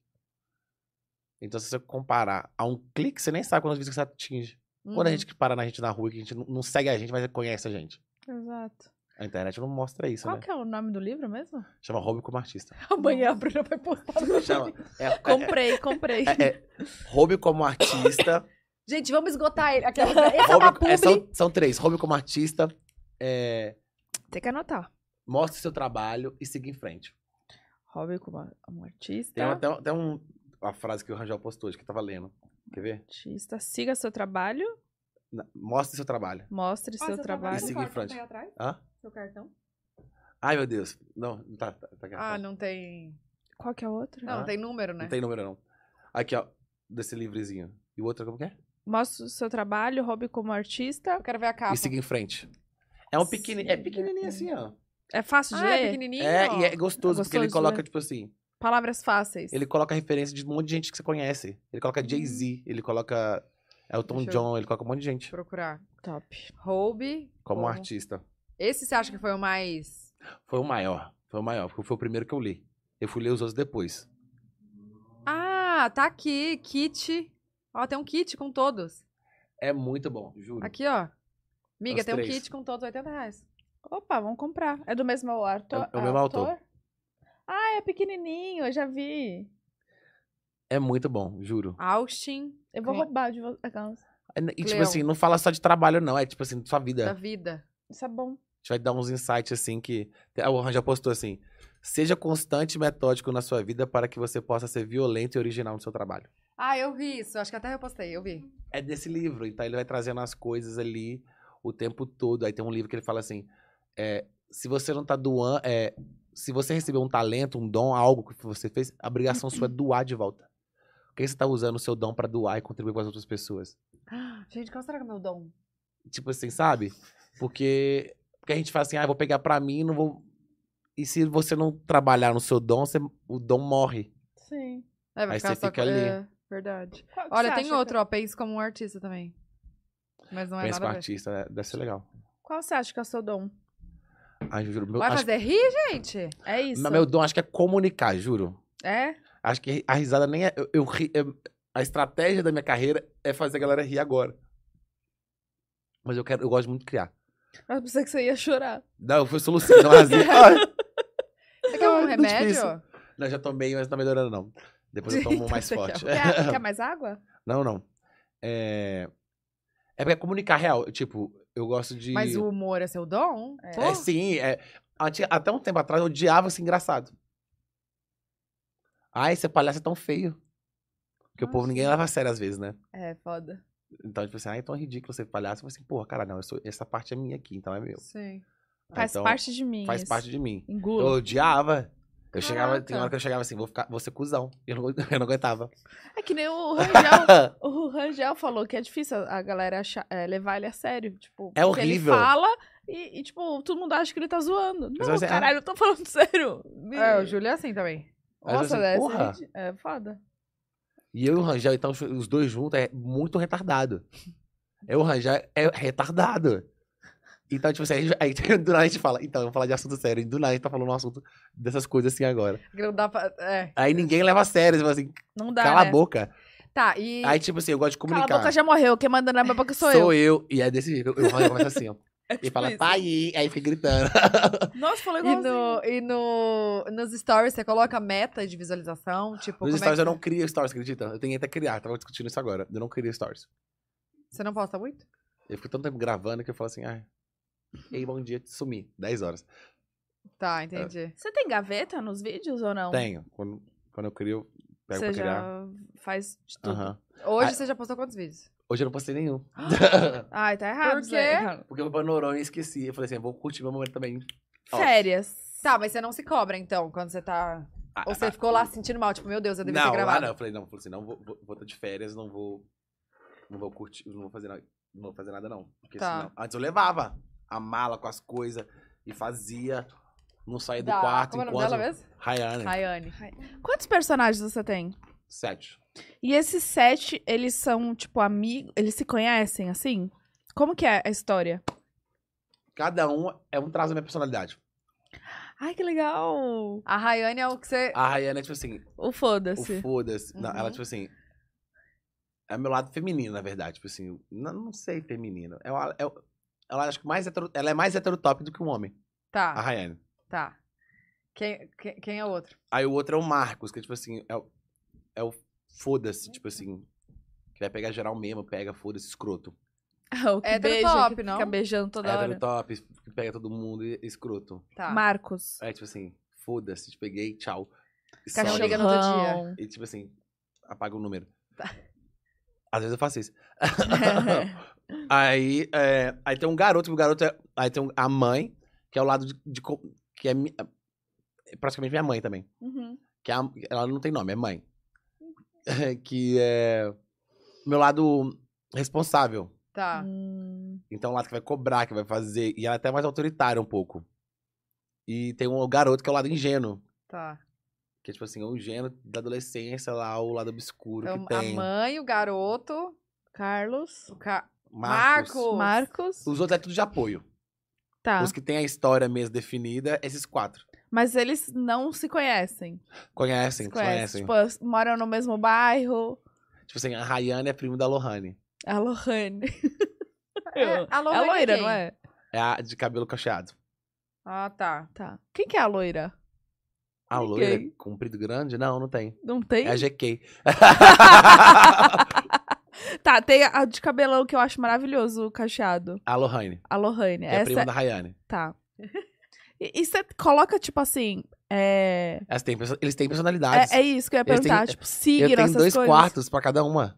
Speaker 3: Então, se você comparar a um clique, você nem sabe quantas vezes você atinge. Quando a
Speaker 2: Uhum.
Speaker 3: gente que para na gente na rua, que a gente não, não segue a gente, mas conhece a gente.
Speaker 1: Exato.
Speaker 3: A internet não mostra isso,
Speaker 1: Qual
Speaker 3: né?
Speaker 1: que é o nome do livro mesmo?
Speaker 2: É
Speaker 3: Chama Hobby como artista.
Speaker 4: Amanhã a Bruna vai postar no
Speaker 3: Chama. É, é,
Speaker 1: Comprei, comprei.
Speaker 3: é, é, Hobby como artista,
Speaker 4: Gente, vamos esgotar ele. Aquela... Esse é uma
Speaker 3: Hobby-
Speaker 4: publi.
Speaker 3: é, são, são três. Hobby como artista, é,
Speaker 1: Tem que anotar.
Speaker 3: mostre seu trabalho e siga em frente.
Speaker 1: Hobby como a- um artista.
Speaker 2: Tá.
Speaker 3: Tem até, até um- uma frase que o Rangel postou hoje, que eu tava lendo. Quer ver?
Speaker 1: Artista, siga seu trabalho,
Speaker 3: Na- Mostre seu trabalho.
Speaker 1: mostre
Speaker 2: Ah,
Speaker 1: seu
Speaker 2: seu
Speaker 1: trabalho.
Speaker 2: trabalho.
Speaker 3: E siga em frente.
Speaker 4: atrás?
Speaker 3: Hã?
Speaker 4: Seu cartão?
Speaker 3: Ai, meu Deus. Não, não tá. tá, tá
Speaker 2: Ah,
Speaker 3: não.
Speaker 2: não tem.
Speaker 1: Qual que é a outra?
Speaker 2: Não,
Speaker 3: Ah.
Speaker 2: não tem número, né?
Speaker 3: Não tem número, não. Aqui, ó. Desse livrezinho. E o outro, como que é?
Speaker 1: Mostre o seu trabalho, hobby como artista.
Speaker 2: Eu quero ver a capa.
Speaker 3: E siga em frente. É um pequeni, é
Speaker 1: Siga
Speaker 3: pequenininho
Speaker 1: em
Speaker 3: assim, ó.
Speaker 1: É fácil de
Speaker 2: Ah, é
Speaker 1: ler?
Speaker 2: pequenininho?
Speaker 3: É, e é gostoso,
Speaker 1: É
Speaker 3: porque
Speaker 1: gostoso
Speaker 3: ele
Speaker 1: de
Speaker 3: coloca,
Speaker 2: né?
Speaker 1: ler.
Speaker 3: tipo assim,
Speaker 1: Palavras fáceis.
Speaker 3: ele coloca referência de um monte de gente que você conhece. Ele coloca Jay-Z, ele coloca Elton
Speaker 2: Uhum. Deixa um eu-
Speaker 3: John, ele coloca um monte de gente
Speaker 2: Procurar.
Speaker 1: Top.
Speaker 2: Roube.
Speaker 3: como
Speaker 2: Como?
Speaker 3: artista.
Speaker 2: Esse você acha que foi o mais...
Speaker 3: Foi o maior, foi o maior, porque foi o primeiro que eu li. Eu fui ler os outros depois.
Speaker 2: Ah, tá aqui. Kit. Ó, tem um kit com todos.
Speaker 3: É muito bom, juro.
Speaker 2: Aqui, ó. Miga,
Speaker 3: Os
Speaker 2: tem um
Speaker 3: três.
Speaker 2: kit com todos, 80 reais.
Speaker 1: Opa, vamos comprar. É do mesmo autor?
Speaker 3: É- é o mesmo autor.
Speaker 1: Ah, é pequenininho, eu já vi.
Speaker 3: É muito bom, juro.
Speaker 2: Austin,
Speaker 1: Eu vou
Speaker 2: Cla-
Speaker 1: roubar de você. Aquelas.
Speaker 3: É, E tipo
Speaker 2: Cleon.
Speaker 3: assim, não fala só de trabalho não, é tipo assim, de sua
Speaker 2: da
Speaker 3: vida.
Speaker 2: vida.
Speaker 1: Isso é bom.
Speaker 3: A gente vai dar uns insights assim que... Ah, O Ranja postou assim, seja constante e metódico na sua vida para que você possa ser violento e original no seu trabalho.
Speaker 2: Ah, eu vi isso. Acho que até eu postei, eu vi.
Speaker 3: é desse livro. Então ele vai trazendo as coisas ali o tempo todo. Aí tem um livro que ele fala assim: é, se você não tá doando. É, se você recebeu um talento, um dom, algo que você fez, a obrigação
Speaker 2: Uhum.
Speaker 3: sua é doar de volta. Porque você tá usando o seu dom pra doar e contribuir com as outras pessoas.
Speaker 2: Ah, Gente, qual será que é o meu dom?
Speaker 3: Tipo assim, sabe? Porque, porque a gente fala assim, ah, eu vou pegar pra mim, não vou. E se você não trabalhar no seu dom, você- o dom morre.
Speaker 1: Sim.
Speaker 2: É, vai
Speaker 3: Aí
Speaker 2: ficar
Speaker 3: você
Speaker 2: só
Speaker 3: fica
Speaker 2: com-
Speaker 3: ali.
Speaker 2: é, verdade. Olha, tem outro, ó. Pense como um artista também. Mas não é
Speaker 3: Pensa com
Speaker 2: nada a ver.
Speaker 3: artista, né? deve ser legal.
Speaker 1: Qual você acha que é o seu dom?
Speaker 3: Ai, juro, meu,
Speaker 2: Vai
Speaker 3: acho,
Speaker 2: fazer rir, gente?
Speaker 1: É isso.
Speaker 3: meu dom acho que é comunicar, juro.
Speaker 2: É?
Speaker 3: Acho que a risada nem é. Eu, eu ri- eu- a estratégia da minha carreira é fazer a galera rir agora. Mas eu quero, eu gosto muito de criar.
Speaker 1: Eu pensei que você ia chorar.
Speaker 3: Não, eu fui solução, não arrasei. Ah,
Speaker 2: Você quer um
Speaker 3: Muito
Speaker 2: remédio?
Speaker 3: difícil. não, já tomei, mas não tá melhorando, não. Depois eu tomo um
Speaker 2: Então
Speaker 3: mais
Speaker 2: você
Speaker 3: forte.
Speaker 1: Quer, quer mais água?
Speaker 3: Não, não. É. É porque é comunicar real. Tipo, eu gosto de.
Speaker 2: Mas o humor é seu dom? Pô,
Speaker 3: É sim, é. Ante- Até um tempo atrás eu odiava ser engraçado. Ai, esse palhaço é tão feio. Porque o povo
Speaker 2: Nossa.
Speaker 3: ninguém leva a sério às vezes, né?
Speaker 1: É, foda.
Speaker 3: Então, tipo assim, ah, então é ridículo ser palhaço. Eu falei assim, porra, cara, não, eu sou- essa parte é minha aqui, então é meu.
Speaker 2: Sim.
Speaker 3: Ah,
Speaker 1: Faz
Speaker 3: então,
Speaker 1: parte de mim.
Speaker 3: Faz
Speaker 1: isso.
Speaker 3: parte de mim. Eu
Speaker 1: Engula.
Speaker 3: odiava. Eu chegava, tem
Speaker 2: Caraca.
Speaker 3: hora que eu chegava assim, vou ficar, vou ser cuzão. Eu não, eu não aguentava.
Speaker 1: É que nem o Rangel. o Rangel falou que é difícil a a galera achar- é, levar ele a sério. Tipo,
Speaker 3: É
Speaker 1: porque
Speaker 3: horrível.
Speaker 1: Ele fala e, e, tipo, todo mundo acha que ele tá zoando. Não,
Speaker 3: você-
Speaker 1: caralho, eu tô falando sério. Me-
Speaker 2: É, o Júlio é assim também.
Speaker 3: Mas
Speaker 1: Nossa,
Speaker 3: assim,
Speaker 1: dessa,
Speaker 3: porra.
Speaker 1: gente, é foda.
Speaker 3: e eu e o Rangel, então, os dois juntos, é muito retardado. Eu e o Rangel é retardado. Então, tipo assim, aí, aí do nada a gente fala, então, vamos falar de assunto sério. E do nada a gente tá falando um assunto dessas coisas assim agora.
Speaker 2: Que Não dá pra... É.
Speaker 3: Aí ninguém leva a sério, tipo assim,
Speaker 1: Não dá,
Speaker 3: cala
Speaker 1: né?
Speaker 3: a boca.
Speaker 2: Tá, e...
Speaker 3: Aí, tipo assim, eu gosto de
Speaker 1: Cala
Speaker 3: comunicar.
Speaker 1: a boca já morreu. Quem manda na boca sou, eu.
Speaker 3: E é desse jeito. Eu começo assim, ó. e
Speaker 1: tipo
Speaker 3: fala,
Speaker 1: isso.
Speaker 3: pai, aí fica gritando.
Speaker 1: Nossa, falou
Speaker 2: E,
Speaker 1: é igualzinho.
Speaker 2: no, e no, nos stories você coloca meta de visualização? Tipo, como
Speaker 3: Os
Speaker 2: é
Speaker 3: stories
Speaker 2: que
Speaker 3: eu não crio stories, acredita? Eu tenho que até criar, tava discutindo isso agora. Eu não crio stories.
Speaker 2: Você não posta muito?
Speaker 3: Eu fico tanto tempo gravando que eu falo assim, ai. Ei, bom dia, sumi. 10 horas.
Speaker 2: Tá, entendi.
Speaker 1: Você tem gaveta nos vídeos ou não?
Speaker 3: Tenho. Quando, quando eu crio, pego
Speaker 1: Você
Speaker 3: pra criar.
Speaker 1: já faz de tudo.
Speaker 3: Aham.
Speaker 2: Hoje
Speaker 3: Ah.
Speaker 2: você já postou quantos vídeos?
Speaker 3: Hoje eu não postei nenhum.
Speaker 1: Ai, tá errado.
Speaker 2: Por quê?
Speaker 1: Zé.
Speaker 3: Porque eu fui pra Noronha e esqueci. Eu falei assim, eu vou curtir meu momento também. Ó.
Speaker 1: Férias.
Speaker 2: Tá, mas você não se cobra, então, quando você tá...
Speaker 3: Ah,
Speaker 2: Ou
Speaker 3: ah,
Speaker 2: você ficou lá se sentindo mal, tipo, meu Deus, eu devia
Speaker 3: não,
Speaker 2: ter
Speaker 3: lá
Speaker 2: gravado.
Speaker 3: não. Eu falei, não, eu falei assim, não, vou, vou, vou tá de férias, não vou. Não vou curtir, não vou fazer nada. Não vou fazer nada, não. Porque
Speaker 2: Tá.
Speaker 3: senão- Antes eu levava a mala com as coisas e fazia. Não saía do
Speaker 2: Da-
Speaker 3: quarto
Speaker 2: Como é o nome
Speaker 3: enquanto.
Speaker 2: dela mesmo?
Speaker 3: Rayane.
Speaker 2: Rayane.
Speaker 1: Quantos personagens você tem?
Speaker 3: Sete.
Speaker 1: E esses sete, eles são, tipo, amigos. Eles se conhecem assim? Como que é a história?
Speaker 3: Cada um é um traço da minha personalidade.
Speaker 1: Ai, que legal!
Speaker 2: A Rayane é o que você...
Speaker 3: A Rayane é tipo assim,
Speaker 1: O
Speaker 3: o
Speaker 1: foda-se.
Speaker 3: foda-se. Não, Ela,
Speaker 2: Uhum.
Speaker 3: tipo assim. É meu lado feminino, na verdade. Tipo assim, não, não sei feminino. É uma- é- ela acho que mais hetero- ela é mais heterotop do que um homem, a
Speaker 2: Tá,
Speaker 3: Rayane.
Speaker 2: tá. Quem, quem, quem é o outro?
Speaker 3: Aí o outro é o Marcos, que é tipo assim, é, o- é o foda-se, tipo assim. Que vai pegar geral mesmo, pega, foda-se, escroto.
Speaker 1: Ah, o que
Speaker 2: Hétero
Speaker 1: beija,
Speaker 2: top,
Speaker 1: que
Speaker 2: não?
Speaker 1: fica beijando toda
Speaker 3: É Hétero
Speaker 1: hora.
Speaker 3: top, que pega todo mundo e escroto.
Speaker 2: Tá.
Speaker 1: Marcos.
Speaker 3: É tipo assim, foda-se, te peguei, tchau. E
Speaker 2: Cachorro.
Speaker 3: some.
Speaker 2: Liga no outro dia.
Speaker 1: Cachorrão.
Speaker 3: E tipo assim, apaga o número.
Speaker 1: Tá.
Speaker 3: Às vezes eu faço isso. aí, é, aí tem um garoto, o garoto é. Aí tem um- a mãe, que é o lado de. de co- que é, mi- é praticamente minha mãe também.
Speaker 1: Uhum.
Speaker 3: Que é a- ela não tem nome, é mãe. que é. Meu lado responsável.
Speaker 2: Tá.
Speaker 1: Hum.
Speaker 3: Então, o lado que vai cobrar, que vai fazer. E ela é até mais autoritária um pouco. E tem um garoto que é o lado ingênuo.
Speaker 2: Tá.
Speaker 3: Que é tipo assim, o ingênuo da adolescência lá, o lado obscuro
Speaker 2: Então,
Speaker 3: que
Speaker 2: a
Speaker 3: tem.
Speaker 2: mãe, o garoto,
Speaker 1: Carlos.
Speaker 2: o ca...
Speaker 3: Marcos.
Speaker 2: Marco. Os-
Speaker 1: Marcos.
Speaker 3: Os outros é tudo de apoio.
Speaker 1: Tá.
Speaker 3: Os que têm a história mesmo definida, esses quatro.
Speaker 1: Mas eles não se conhecem.
Speaker 3: Conhecem,
Speaker 1: se
Speaker 3: conhecem.
Speaker 1: conhecem. Tipo, moram no mesmo bairro.
Speaker 3: Tipo assim, a Rayane é primo da Lohane.
Speaker 1: A Lohane.
Speaker 2: É, a
Speaker 1: É
Speaker 2: Lohane
Speaker 1: a loira,
Speaker 2: quem?
Speaker 1: não é?
Speaker 3: É a de cabelo cacheado.
Speaker 2: Ah, tá.
Speaker 1: Tá. Quem que é a loira?
Speaker 3: A
Speaker 1: Ninguém.
Speaker 3: loira, é comprido grande? Não, não tem.
Speaker 1: Não tem?
Speaker 3: É a GK.
Speaker 1: Tá, tem a de cabelão que eu acho maravilhoso, o cacheado.
Speaker 3: a Lohane,
Speaker 1: A Lohane.
Speaker 3: que é
Speaker 1: Essa
Speaker 3: prima da Rayane.
Speaker 1: Tá. E você coloca, tipo assim, é...
Speaker 3: Elas têm perso- eles têm personalidades.
Speaker 1: é... é isso que eu ia
Speaker 3: Eles têm-
Speaker 1: perguntar, tipo, signo,
Speaker 3: Eu tenho
Speaker 1: essas
Speaker 3: dois
Speaker 1: coisas.
Speaker 3: quartos pra cada uma.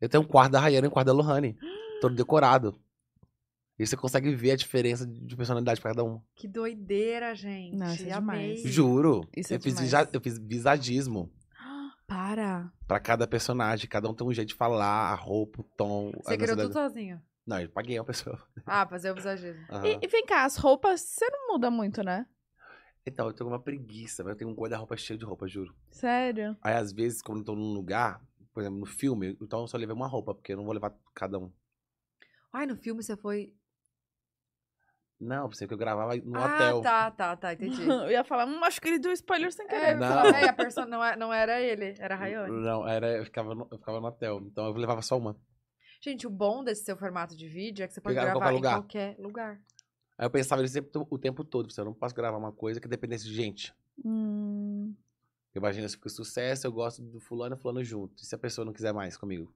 Speaker 3: Eu tenho um quarto da Rayane e um quarto da Lohane. Todo decorado. E você consegue ver a diferença de personalidade pra cada um.
Speaker 2: Que doideira, gente.
Speaker 1: Não, isso é demais.
Speaker 2: Amei.
Speaker 3: Juro.
Speaker 1: Isso é
Speaker 3: eu, fiz
Speaker 1: demais.
Speaker 3: visa- eu fiz visagismo.
Speaker 1: Para.
Speaker 3: Pra cada personagem, cada um tem um jeito de falar, a roupa, o tom.
Speaker 2: Você
Speaker 3: a
Speaker 2: criou
Speaker 3: personalidade.
Speaker 2: tudo sozinho.
Speaker 3: Não, eu paguei uma pessoa.
Speaker 2: Ah, fazer o visagismo.
Speaker 3: Aham.
Speaker 1: E, e vem cá, as roupas, você não muda muito, né?
Speaker 3: Então, eu tô com uma preguiça, mas eu tenho um guarda-roupa cheio de roupa, juro.
Speaker 1: Sério?
Speaker 3: Aí, às vezes, quando eu tô num lugar, por exemplo, no filme, então eu só levei uma roupa, porque eu não vou levar cada um.
Speaker 2: Ai, no filme você foi.
Speaker 3: Não, por isso que eu gravava no
Speaker 2: ah,
Speaker 3: hotel.
Speaker 2: tá, tá, tá, entendi.
Speaker 1: Eu ia falar, hum, acho que ele deu spoiler sem
Speaker 2: É,
Speaker 1: querer.
Speaker 3: Não.
Speaker 2: não. a pessoa não, é- não era ele, era a Rayane.
Speaker 3: Não, era, eu, ficava no, eu ficava no hotel, então eu levava só uma.
Speaker 2: Gente, o bom desse seu formato de vídeo é que você pode
Speaker 3: Pegar em
Speaker 2: gravar
Speaker 3: qualquer
Speaker 2: em
Speaker 3: lugar.
Speaker 2: qualquer lugar.
Speaker 3: Aí eu pensava nisso sempre o tempo todo, porque eu não posso gravar uma coisa que dependesse de gente.
Speaker 1: Hum,
Speaker 3: Imagina se fica sucesso, eu gosto do fulano e fulano junto. E se a pessoa não quiser mais comigo?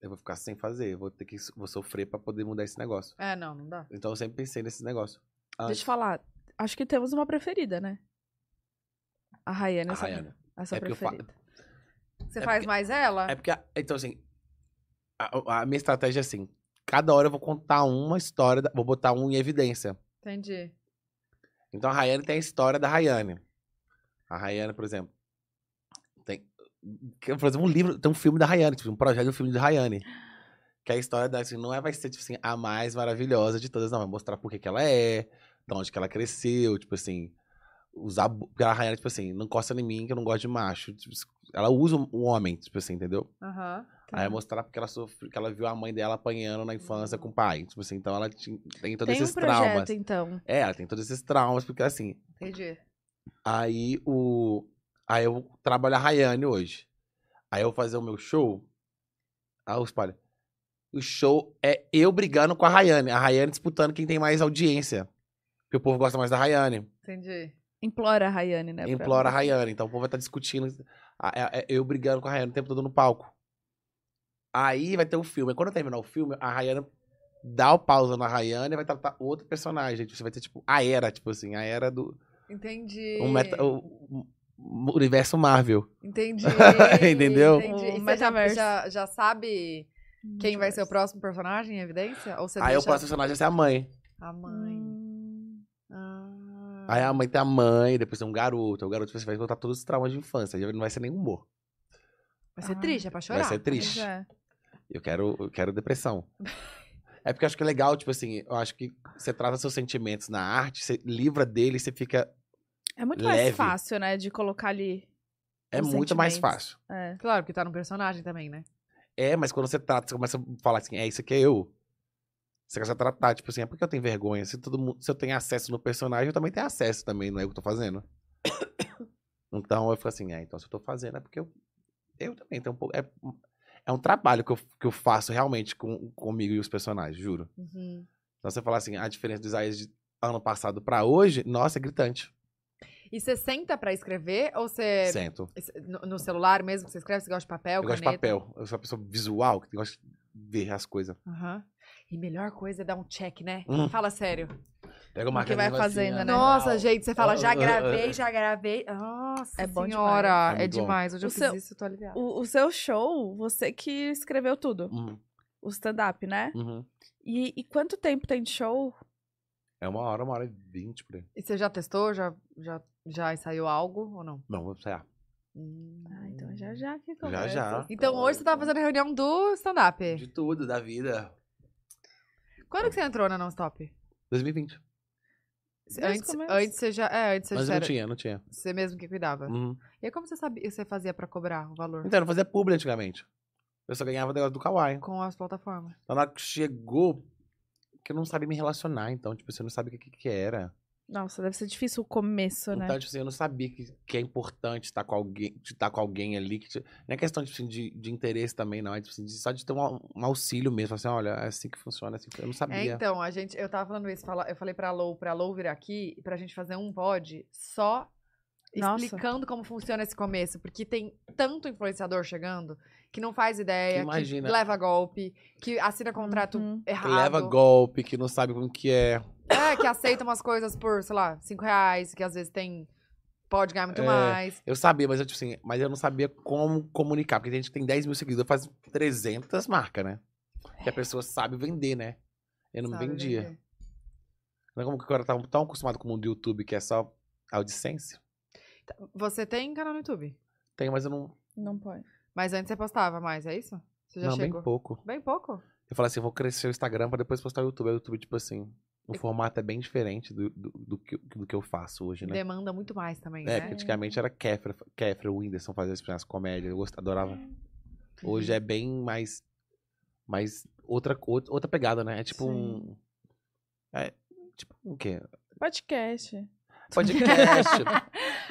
Speaker 3: Eu vou ficar sem fazer, eu vou ter que so- vou sofrer pra poder mudar esse negócio.
Speaker 2: É, não, não dá.
Speaker 3: Então eu sempre pensei nesse negócio. Antes,
Speaker 1: deixa eu falar, acho que temos uma preferida, né? A Rayane.
Speaker 3: a
Speaker 1: essa-
Speaker 3: Rayane.
Speaker 1: Essa
Speaker 3: É porque eu fa-
Speaker 1: preferida.
Speaker 2: Você
Speaker 3: É
Speaker 2: faz
Speaker 3: porque-
Speaker 2: mais ela?
Speaker 3: É porque, a- então assim, a, a minha estratégia é assim, cada hora eu vou contar uma história, da- vou botar um em evidência.
Speaker 2: Entendi.
Speaker 3: Então a Rayane tem a história da Rayane. A Rayane, por exemplo, tem, que- por exemplo, um livro, tem um filme da Rayane, tipo, um projeto de um filme de Rayane. Que a história dela assim, não é, vai ser tipo assim, a mais maravilhosa de todas, não. Vai mostrar por que que ela é, de onde que ela cresceu, tipo assim, usar. Porque a Rayane, tipo assim, não encosta em mim que eu não gosto de macho. Tipo, ela usa um homem, tipo assim, entendeu?
Speaker 2: Aham.
Speaker 3: Aí é
Speaker 1: Tá.
Speaker 3: mostrar porque ela sofre, que ela viu a mãe dela apanhando na infância com o pai. Tipo assim, então ela tinha- tem
Speaker 1: Uhum.
Speaker 3: todos
Speaker 1: Tem um
Speaker 3: esses
Speaker 1: projeto,
Speaker 3: traumas.
Speaker 1: então.
Speaker 3: É, ela tem todos esses traumas, porque assim,
Speaker 2: Entendi.
Speaker 3: Aí o. Aí eu trabalho a Rayane hoje. Aí eu vou fazer o meu show. Aí os palha. O show é eu brigando com a Rayane. A Rayane disputando quem tem mais audiência. Porque o povo gosta mais da Rayane.
Speaker 2: Entendi.
Speaker 1: Implora a Rayane, né? pra-
Speaker 3: Implora a Rayane. Então o povo vai estar discutindo. a- é- é eu brigando com a Rayane o tempo todo no palco. Aí vai ter um filme. Quando eu terminar o filme, a Rayane dá o pausa na Rayane e vai tratar outro personagem. Tipo, Você vai ter, tipo, a era, tipo assim, a era do.
Speaker 2: Entendi.
Speaker 3: Um meta- o- o- o universo Marvel.
Speaker 2: Entendi.
Speaker 3: Entendeu?
Speaker 2: Entendi.
Speaker 1: O
Speaker 2: E você já,
Speaker 1: Um metaverso.
Speaker 2: já, já sabe
Speaker 1: Hum,
Speaker 2: quem vai ser o
Speaker 1: diverso.
Speaker 2: próximo personagem em evidência? Ou você
Speaker 3: Aí o
Speaker 2: deixa
Speaker 3: próximo personagem vai ser a mãe.
Speaker 2: a mãe?
Speaker 1: Hum,
Speaker 2: Ah.
Speaker 3: Aí a mãe tem a mãe, depois tem um garoto. O garoto você vai contar todos os traumas de infância. Já não vai ser nem humor.
Speaker 2: Vai ser
Speaker 1: Ah.
Speaker 2: triste, é pra chorar.
Speaker 3: ser
Speaker 1: pois
Speaker 3: triste.
Speaker 1: é.
Speaker 3: Eu quero, eu quero depressão. É porque eu acho que é legal, tipo assim, eu acho que você trata seus sentimentos na arte, você livra dele, você fica.
Speaker 1: É muito mais
Speaker 3: Leve.
Speaker 1: fácil, né, de colocar ali.
Speaker 3: É
Speaker 1: Os
Speaker 3: muito mais
Speaker 1: sentimentos.
Speaker 3: fácil.
Speaker 1: É.
Speaker 2: Claro, porque tá no personagem também, né?
Speaker 3: É, mas quando você trata, você começa a falar assim, é isso aqui é eu. Você começa a tratar, tipo assim, é porque eu tenho vergonha. Se, todo mundo, se eu tenho acesso no personagem, eu também tenho acesso também, não é o que eu tô fazendo. Então eu fico assim, é, então se eu tô fazendo é porque eu, eu também tenho um pouco. É, é um trabalho que eu, que eu faço realmente com, comigo e os personagens, juro. Então você falar assim, a diferença do Isaías de ano passado pra hoje, nossa, é gritante.
Speaker 2: E você senta pra escrever? Ou você.
Speaker 3: Sento.
Speaker 2: No, no celular mesmo que você escreve? Você gosta de papel?
Speaker 3: Eu gosto de
Speaker 2: é caneta?
Speaker 3: papel. Eu sou uma pessoa visual, que gosta de ver as coisas.
Speaker 2: Aham. E melhor coisa é dar um check, né?
Speaker 3: Hum.
Speaker 2: Fala sério.
Speaker 3: Pega o
Speaker 4: que vai
Speaker 3: marcador e assim, "Ah, fala
Speaker 4: fazendo,
Speaker 3: ó,
Speaker 4: né?
Speaker 2: Nossa, gente, você fala,
Speaker 3: Ah,
Speaker 2: já
Speaker 3: ah,
Speaker 2: gravei, já gravei. Ah. Nossa
Speaker 1: É bom demais.
Speaker 2: senhora,
Speaker 3: É
Speaker 2: é
Speaker 3: muito bom.
Speaker 2: demais. Hoje eu
Speaker 1: O
Speaker 2: fiz
Speaker 1: seu-
Speaker 2: isso, eu tô aliviada.
Speaker 1: O, o seu show, você que escreveu tudo,
Speaker 3: Uhum,
Speaker 1: o stand-up, né?
Speaker 3: uhum.
Speaker 1: E, e quanto tempo tem de show?
Speaker 3: É uma hora, uma hora e vinte por aí.
Speaker 2: E você já testou? Já, já, já ensaiou algo ou não?
Speaker 3: Não, vou ensaiar.
Speaker 2: Hum.
Speaker 1: Ah, então já já que
Speaker 3: Já, já.
Speaker 2: Então hoje você tava fazendo a reunião do stand-up.
Speaker 3: De tudo, da vida.
Speaker 2: Quando que você entrou na Non-Stop?
Speaker 3: 2020.
Speaker 1: Desde o
Speaker 2: Antes,
Speaker 1: começo.
Speaker 2: antes você já. É, antes você
Speaker 3: Mas
Speaker 2: já
Speaker 3: eu não
Speaker 2: era.
Speaker 3: tinha, não tinha.
Speaker 2: Você mesmo que cuidava.
Speaker 3: Uhum.
Speaker 2: E aí como você sabia você fazia pra cobrar o valor?
Speaker 3: Então, eu não fazia publi antigamente. Eu só ganhava o negócio do Kawaii.
Speaker 2: Com as plataformas.
Speaker 3: Então, na hora que chegou, que eu não sabia me relacionar, então, tipo, você não sabe o que, que era.
Speaker 1: Nossa, deve ser difícil o começo, né?
Speaker 3: Então, tipo assim, eu não sabia que, que é importante estar com alguém, de estar com alguém ali. Que te- Não é questão tipo assim, de, de interesse também, não. É tipo assim, de- só de ter um, au- um auxílio mesmo. Assim, olha, é assim que funciona, é assim que... eu não
Speaker 2: É,
Speaker 3: sabia.
Speaker 2: então, a gente, eu tava falando isso, fala- eu falei pra Lou, pra Lou vir aqui, pra gente fazer um pod só
Speaker 1: Nossa.
Speaker 2: explicando como funciona esse começo, porque tem tanto influenciador chegando que não faz ideia, que
Speaker 3: Imagina.
Speaker 2: leva golpe, que assina contrato
Speaker 1: Uhum.
Speaker 3: Que
Speaker 2: errado.
Speaker 3: leva golpe, que não sabe como que é.
Speaker 2: É, que aceita umas coisas por, sei lá, 5 reais, que às vezes tem. Pode ganhar muito
Speaker 3: É.
Speaker 2: mais.
Speaker 3: Eu sabia, mas eu, tipo assim, mas eu não sabia como comunicar. Porque a gente que tem 10 mil seguidores, faz 300 marcas, né? Que a pessoa sabe vender, né? Eu não me
Speaker 2: É. sabe, né?
Speaker 3: vendia.
Speaker 2: vender.
Speaker 3: Não é como que agora tá tão acostumado com o mundo do YouTube, que é só AudiSense.
Speaker 2: Então, Você tem canal no YouTube,
Speaker 3: Tem, mas eu não.
Speaker 1: Não pode.
Speaker 2: mas antes você postava mais, é isso? Você já
Speaker 3: não,
Speaker 2: chegou?
Speaker 3: bem pouco.
Speaker 2: Bem pouco?
Speaker 3: Eu falei assim, eu vou crescer o Instagram pra depois postar o YouTube. Aí o YouTube, tipo assim, o formato é bem diferente do, do, do que, do que eu faço hoje, né?
Speaker 2: Demanda muito mais também,
Speaker 3: É,
Speaker 2: né?
Speaker 3: que antigamente era Kefra, Kefra, o Whindersson fazia as primeiras comédias, eu gost- adorava.
Speaker 2: Uhum.
Speaker 3: Hoje é bem mais. mais outra, co- outra pegada, né? É tipo um. É tipo um quê?
Speaker 1: Podcast.
Speaker 3: Podcast.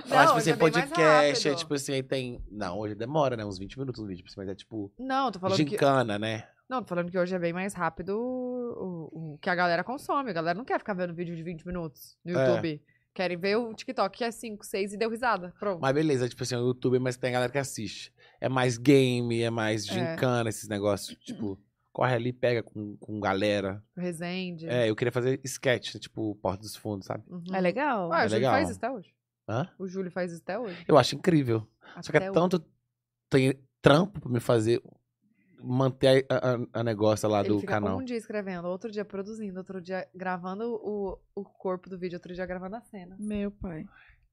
Speaker 2: Não,
Speaker 3: Mas, tipo
Speaker 2: hoje
Speaker 3: assim,
Speaker 2: é bem mais
Speaker 3: podcast, é
Speaker 2: rápido.
Speaker 3: tipo assim, aí tem. Não, hoje demora, né? Uns 20 minutos um vídeo, tipo assim, mas é tipo.
Speaker 2: Não, tô falando que.
Speaker 3: gincana, né?
Speaker 2: Não, tô falando que hoje é bem mais rápido o, o que a galera consome. A galera não quer ficar vendo vídeo de 20 minutos no
Speaker 3: É.
Speaker 2: YouTube. Querem ver o TikTok que é 5, 6 e deu risada. Pronto.
Speaker 3: Mas beleza, tipo assim, o YouTube, mas tem a galera que assiste. É mais game, é mais
Speaker 2: É.
Speaker 3: gincana, esses negócios. Tipo, corre ali, pega com, com galera.
Speaker 2: Resende.
Speaker 3: É, eu queria fazer sketch, tipo, Porta dos Fundos, sabe?
Speaker 2: Uhum.
Speaker 1: É legal.
Speaker 2: Ué,
Speaker 3: É
Speaker 2: o Júlio
Speaker 3: legal.
Speaker 2: faz isso até hoje.
Speaker 3: Hã?
Speaker 2: O Júlio faz isso até hoje.
Speaker 3: Eu acho incrível. Só que
Speaker 2: Até
Speaker 3: é tanto. Tem trampo pra me fazer. Manter a, a- a negócio lá
Speaker 2: Ele
Speaker 3: do
Speaker 2: fica
Speaker 3: canal.
Speaker 2: um dia escrevendo, outro dia produzindo, outro dia gravando o, o corpo do vídeo, outro dia gravando a cena.
Speaker 1: Meu pai.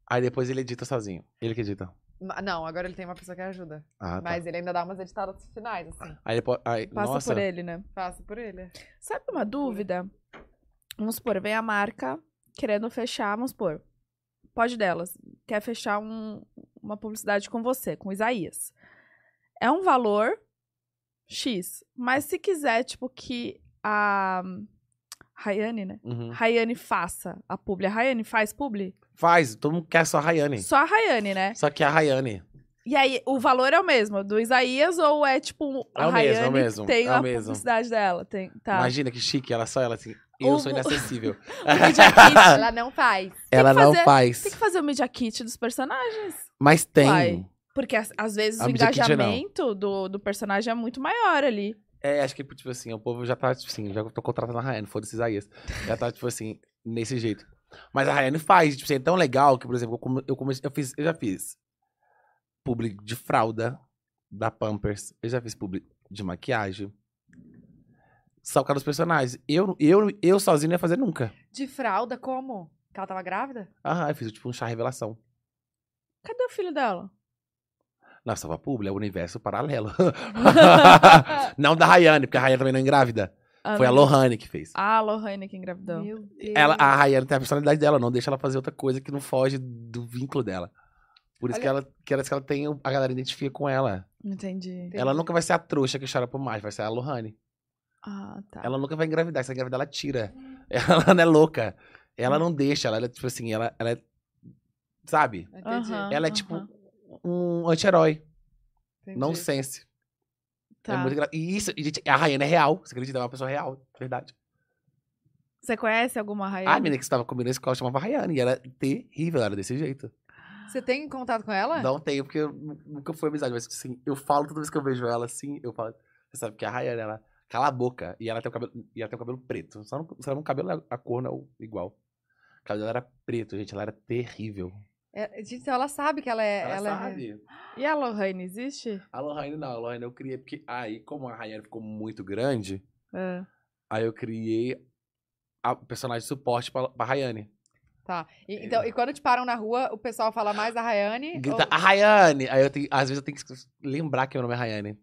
Speaker 3: Aí depois ele edita sozinho. Ele que edita.
Speaker 2: Ma- Não, agora ele tem uma pessoa que ajuda.
Speaker 3: Ah, tá. Ah.
Speaker 2: Mas ele ainda dá umas editadas finais, assim.
Speaker 3: Aí depois. Aí,
Speaker 1: Passa
Speaker 3: nossa,
Speaker 1: por ele, né?
Speaker 2: Faço por ele.
Speaker 1: Sabe uma
Speaker 3: Hum.
Speaker 1: dúvida? Vamos supor, vem a marca querendo fechar, vamos supor, pode delas, quer fechar um- uma publicidade com você, com o Isaías. É um valor X, mas se quiser, tipo, que a Rayane, né?
Speaker 3: uhum.
Speaker 1: Rayane faça a publi. A Rayane faz publi?
Speaker 3: Faz, todo mundo quer só a Rayane.
Speaker 1: Só a Rayane, né?
Speaker 3: Só que a Rayane.
Speaker 1: E aí, o valor é o mesmo, do Isaías ou é tipo a
Speaker 3: É o mesmo, é o
Speaker 1: Rayane
Speaker 3: mesmo,
Speaker 1: que tem
Speaker 3: é o
Speaker 1: a
Speaker 3: mesmo.
Speaker 1: publicidade dela? Tem, tá.
Speaker 3: Imagina que chique, ela só ela assim. Eu
Speaker 1: O-
Speaker 3: sou inacessível.
Speaker 1: Media Kit,
Speaker 2: Ela não faz.
Speaker 3: ela
Speaker 1: que
Speaker 3: não
Speaker 1: fazer-
Speaker 3: faz.
Speaker 1: Tem que fazer o media kit dos personagens.
Speaker 3: Mas tem.
Speaker 1: Vai. Porque às- às vezes
Speaker 3: A
Speaker 1: o
Speaker 3: media kit é não.
Speaker 1: engajamento do, do personagem é muito maior ali.
Speaker 3: É, acho que, tipo assim, o povo já tá, tipo assim, já tô contratando a Rayane, foda-se Isaías. Já tá, tipo assim, nesse jeito. Mas a Rayane faz, tipo assim, é tão legal que, por exemplo, eu, come- eu, comecei, eu, fiz, eu já fiz publi de fralda da Pampers, eu já fiz publi de maquiagem. Só por causa dos personagens. Eu, eu, eu sozinho não ia fazer nunca.
Speaker 2: De fralda, como? Que ela tava grávida?
Speaker 3: Ah, eu fiz tipo um chá revelação.
Speaker 1: Cadê o filho dela?
Speaker 3: Nossa, salva publi é o universo paralelo. não da Rayane, porque a Rayane também não é engravida.
Speaker 1: Ah,
Speaker 3: Foi a
Speaker 1: meu Deus.
Speaker 3: Lohane que fez.
Speaker 1: Ah, a Lohane que engravidou.
Speaker 2: Meu Deus.
Speaker 3: Ela, a Rayane tem a personalidade dela, não deixa ela fazer outra coisa que não foge do vínculo dela. Por isso
Speaker 2: Olha-
Speaker 3: que ela, que ela, que ela tem, o- a galera identifica com ela.
Speaker 1: Entendi.
Speaker 3: Ela nunca vai ser a trouxa que chora por mais, vai ser a Lohane.
Speaker 1: Ah, tá.
Speaker 3: Ela nunca vai engravidar, se ela engravidar, ela tira. Ela não é louca. Ela não deixa, ela é tipo assim, ela, ela é. Sabe?
Speaker 2: Entendi.
Speaker 1: Aham.
Speaker 3: Ela é tipo um anti-herói, não sense.
Speaker 1: tá.
Speaker 3: É muito engra... E isso, e, gente, a Rayane é real, você acredita? É uma pessoa real, de verdade.
Speaker 1: Você conhece alguma Rayane?
Speaker 3: A menina que estava comigo na escola chamava Rayane e era terrível, ela era desse jeito.
Speaker 2: Você tem contato com ela?
Speaker 3: Não tenho, porque eu nu- nunca foi amizade, mas assim, eu falo toda vez que eu vejo ela assim, eu falo. Você sabe que a Rayane, ela cala a boca e ela tem o cabelo, e ela tem o cabelo preto. Só não, só não o cabelo, a cor não é igual. O cabelo dela era preto, gente, ela era terrível.
Speaker 2: É, gente, então ela sabe que ela é.
Speaker 3: Ela,
Speaker 2: ela é-
Speaker 3: sabe.
Speaker 1: E a Lohane existe?
Speaker 3: A Lohane não, a Lohane eu criei, porque aí, como a Rayane ficou muito grande,
Speaker 1: É.
Speaker 3: aí eu criei a o personagem de suporte pra, pra Rayane.
Speaker 2: Tá. E, então, e quando te param na rua, o pessoal fala mais a Rayane?
Speaker 3: É. Grita, "Ah,
Speaker 2: ou-
Speaker 3: a Rayane! Aí eu tenho, às vezes eu tenho que lembrar que meu nome é Rayane.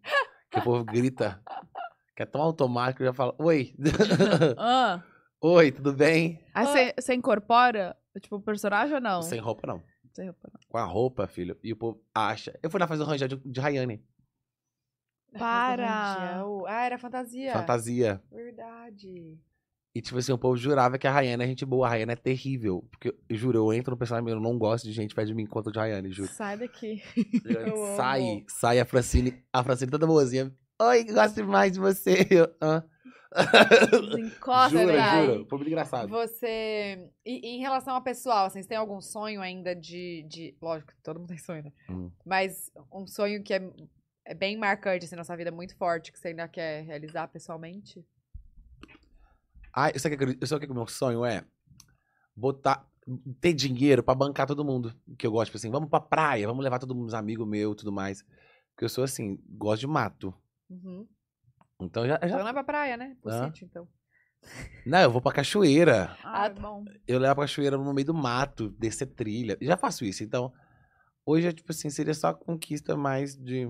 Speaker 3: Que o povo grita. Que é tão automático, eu já falo, oi,
Speaker 1: Ah,
Speaker 3: oi, tudo bem?
Speaker 1: aí você- você incorpora, tipo, o personagem ou não?
Speaker 3: Sem roupa não,
Speaker 1: Sem roupa, não.
Speaker 3: com a roupa, filho. E o povo acha. Eu fui na fase do Rangel de, de Rayane,
Speaker 1: Para!
Speaker 2: Ah, era fantasia.
Speaker 3: fantasia.
Speaker 2: Verdade.
Speaker 3: E tipo assim, o povo jurava que a Rayane é gente boa, a Rayane é terrível. Porque, eu juro, eu entro no personagem, eu não gosto de gente perto de mim enquanto de Rayane, juro.
Speaker 1: Sai daqui.
Speaker 2: Eu amo.
Speaker 3: Sai, sai a Francine. A Francine toda boazinha. Oi, gosto demais de você. Eu, hã?
Speaker 1: Encosta,
Speaker 3: jura,
Speaker 1: vai.
Speaker 3: jura. Povo é engraçado.
Speaker 2: Você. E, e em relação a pessoal, assim, você tem algum sonho ainda de. de... Lógico, todo mundo tem sonho, né?
Speaker 3: Hum.
Speaker 2: Mas um sonho que é, é bem marcante assim, na sua vida, muito forte, que você ainda quer realizar pessoalmente?
Speaker 3: Ai, eu sabe o que eu- eu sei o que o meu sonho é? Botar. Ter dinheiro pra bancar todo mundo. Que eu gosto, tipo assim, vamos pra praia, vamos levar todo mundo, uns amigos meus e tudo mais. Porque eu sou assim, gosto de mato.
Speaker 2: Uhum.
Speaker 3: Então já.
Speaker 2: Então
Speaker 3: já...
Speaker 2: não é pra praia, né? Pro
Speaker 3: Ah.
Speaker 2: sítio, então.
Speaker 3: Não, eu vou pra cachoeira.
Speaker 1: Ah,
Speaker 2: Ah, tá.
Speaker 1: bom.
Speaker 3: Eu levo a cachoeira no meio do mato, descer trilha. Já faço isso. Então, hoje é tipo assim, seria só conquista mais de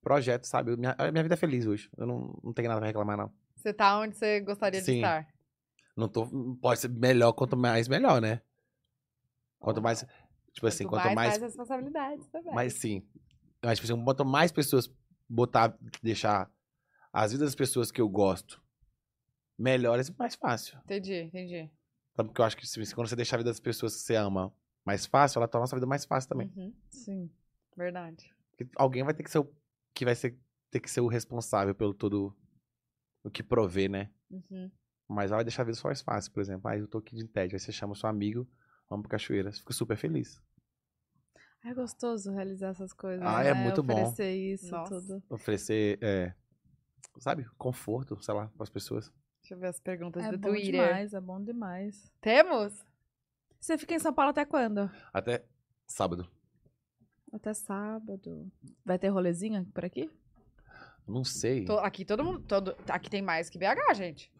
Speaker 3: projeto, sabe? Eu- Minha, a minha vida é feliz hoje. Eu não, não tenho nada pra reclamar, não.
Speaker 2: Você tá onde você gostaria de
Speaker 3: Sim. Tipo
Speaker 2: estar.
Speaker 3: Não tô. hum, Pode ser melhor, quanto mais, melhor, né? Quanto mais. Tipo assim, quanto
Speaker 2: mais,
Speaker 3: mais. é
Speaker 2: mais responsabilidades também.
Speaker 3: Mas sim. Mas, tipo assim, quanto mais pessoas botar, deixar as vidas das pessoas que eu gosto melhores, mais fácil.
Speaker 2: Entendi, entendi.
Speaker 3: Sabe? Porque eu acho que se- se quando você deixar a vida das pessoas que você ama mais fácil, ela torna a sua vida mais fácil também.
Speaker 2: Uhum,
Speaker 1: Sim.
Speaker 2: verdade.
Speaker 3: Porque alguém vai ter que ser o que vai ser, ter que ser o responsável pelo todo o que provê, né?
Speaker 2: Uhum.
Speaker 3: Mas ela vai deixar a vida só mais fácil, por exemplo. Ah, eu tô aqui de tédio. Aí você chama o seu amigo, vamos pra cachoeira. Você fica super feliz.
Speaker 1: É gostoso realizar essas coisas.
Speaker 3: Ah, é
Speaker 1: né?
Speaker 3: muito bom.
Speaker 1: Oferecer isso
Speaker 2: Nossa.
Speaker 1: tudo.
Speaker 3: Oferecer, é, sabe, conforto, sei lá, pras pessoas.
Speaker 2: Deixa eu ver as perguntas
Speaker 1: É
Speaker 2: do
Speaker 1: bom
Speaker 2: Twitter.
Speaker 1: demais, é bom demais.
Speaker 2: Temos?
Speaker 1: Você fica em São Paulo até quando?
Speaker 3: Até sábado.
Speaker 1: Até sábado. Vai ter rolezinha por aqui?
Speaker 3: Não sei.
Speaker 2: To- aqui todo mundo. Todo, aqui tem mais que BH, gente.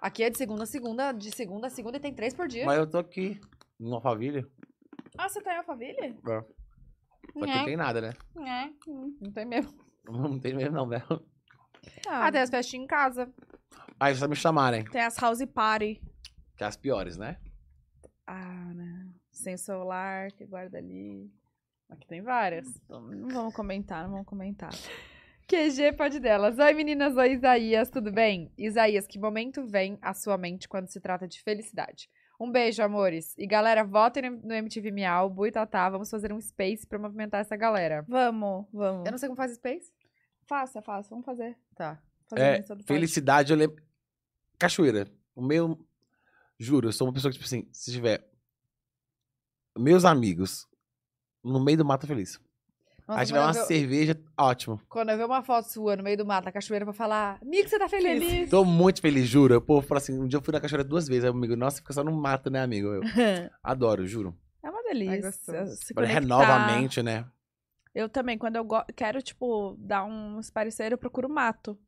Speaker 2: Aqui é de segunda a segunda, de segunda a segunda e tem três por dia.
Speaker 3: Mas eu tô aqui, em Alphaville.
Speaker 1: Ah, você tá em Alphaville?
Speaker 3: Só
Speaker 2: É.
Speaker 3: que não tem nada, né?
Speaker 1: É.
Speaker 2: Não tem mesmo.
Speaker 3: Não tem mesmo, não, velho.
Speaker 1: Ah,
Speaker 2: Ah, tem as festinhas em casa.
Speaker 3: Aí é só me chamarem,
Speaker 1: tem as house party.
Speaker 3: que é as piores, né?
Speaker 1: Ah, né? Sem celular, que guarda ali.
Speaker 2: Aqui tem várias.
Speaker 1: Não vamos comentar, não vamos comentar.
Speaker 2: QG pode delas. Oi, meninas. Oi, Isaías. Tudo bem? Isaías, que momento vem à sua mente quando se trata de felicidade? Um beijo, amores. E galera, votem no no MTV Miau, Bui Tatá. Vamos fazer um space pra movimentar essa galera.
Speaker 1: Vamos, vamos.
Speaker 2: Eu não sei como faz space.
Speaker 1: Faça, faça, vamos fazer.
Speaker 2: Tá.
Speaker 1: fazer
Speaker 3: É,
Speaker 1: uma menção do
Speaker 3: Felicidade, eu lembro. Cachoeira. O meu. Juro, eu sou uma pessoa que, tipo assim, se tiver. Meus amigos no meio do mato feliz.
Speaker 2: Nossa,
Speaker 3: Aí tiver
Speaker 2: quando,
Speaker 3: uma
Speaker 2: eu ver,
Speaker 3: cerveja, ótimo.
Speaker 2: quando eu ver uma foto sua no meio do mato, na cachoeira, eu vou falar, Mico, você tá feliz.
Speaker 3: Tô muito feliz, juro. O povo fala assim: um dia eu fui na cachoeira duas vezes. Aí o amigo, nossa, fica só no mato, né, amigo? Eu
Speaker 1: Party.
Speaker 3: adoro, juro.
Speaker 1: É uma delícia.
Speaker 2: gostoso.
Speaker 1: se conectar.
Speaker 3: Renova a mente, né?
Speaker 1: Eu também, quando eu go- quero, tipo, dar uns parecer, eu procuro mato.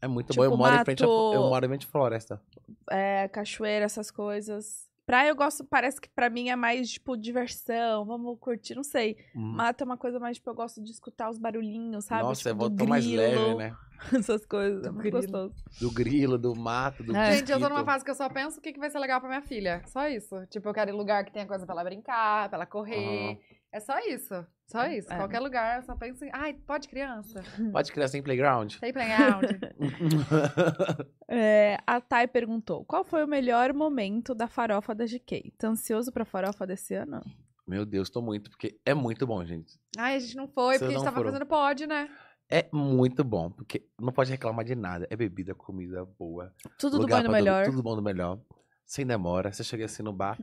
Speaker 3: É muito
Speaker 1: Tipo,
Speaker 3: bom. Eu moro, em frente a,
Speaker 1: mato-
Speaker 3: eu moro em frente à floresta.
Speaker 1: É, cachoeira, essas coisas. Praia eu gosto, parece que pra mim é mais, tipo, diversão, vamos curtir, não sei.
Speaker 3: Hum.
Speaker 1: Mato é uma coisa mais, tipo, eu gosto de escutar os barulhinhos, sabe?
Speaker 3: Nossa,
Speaker 1: tipo,
Speaker 3: é
Speaker 1: do
Speaker 3: voltão mais
Speaker 1: grilo,
Speaker 3: leve, né?
Speaker 1: Essas coisas, é
Speaker 2: Do
Speaker 1: muito
Speaker 2: grilo.
Speaker 1: gostoso.
Speaker 3: Do grilo, do mato, do
Speaker 1: É.
Speaker 2: Gente, eu tô numa
Speaker 3: mosquito.
Speaker 2: fase que eu só penso o que, que vai ser legal pra minha filha. Só isso. Tipo, eu quero ir em lugar que tenha coisa pra ela brincar, pra ela correr.
Speaker 3: Aham.
Speaker 2: É só isso. Só isso.
Speaker 1: É.
Speaker 2: Qualquer lugar, eu só penso em. Ai, pode criança.
Speaker 3: Pode criar sem playground?
Speaker 2: Tem playground.
Speaker 1: É, a Thay perguntou, qual foi o melhor momento da farofa da GK? Tá ansioso pra farofa desse ano?
Speaker 3: Meu Deus, tô muito, porque é muito bom, gente.
Speaker 2: Ai, a gente não foi,
Speaker 3: Vocês
Speaker 2: porque a gente
Speaker 3: não
Speaker 2: tava
Speaker 3: foram.
Speaker 2: fazendo pod, né?
Speaker 3: É muito bom, porque não pode reclamar de nada. É bebida, comida boa.
Speaker 1: Tudo do
Speaker 3: lugar
Speaker 1: bom e do
Speaker 3: pra dormir,
Speaker 1: melhor.
Speaker 3: Tudo bom do melhor. Sem demora. Você chega assim no bar.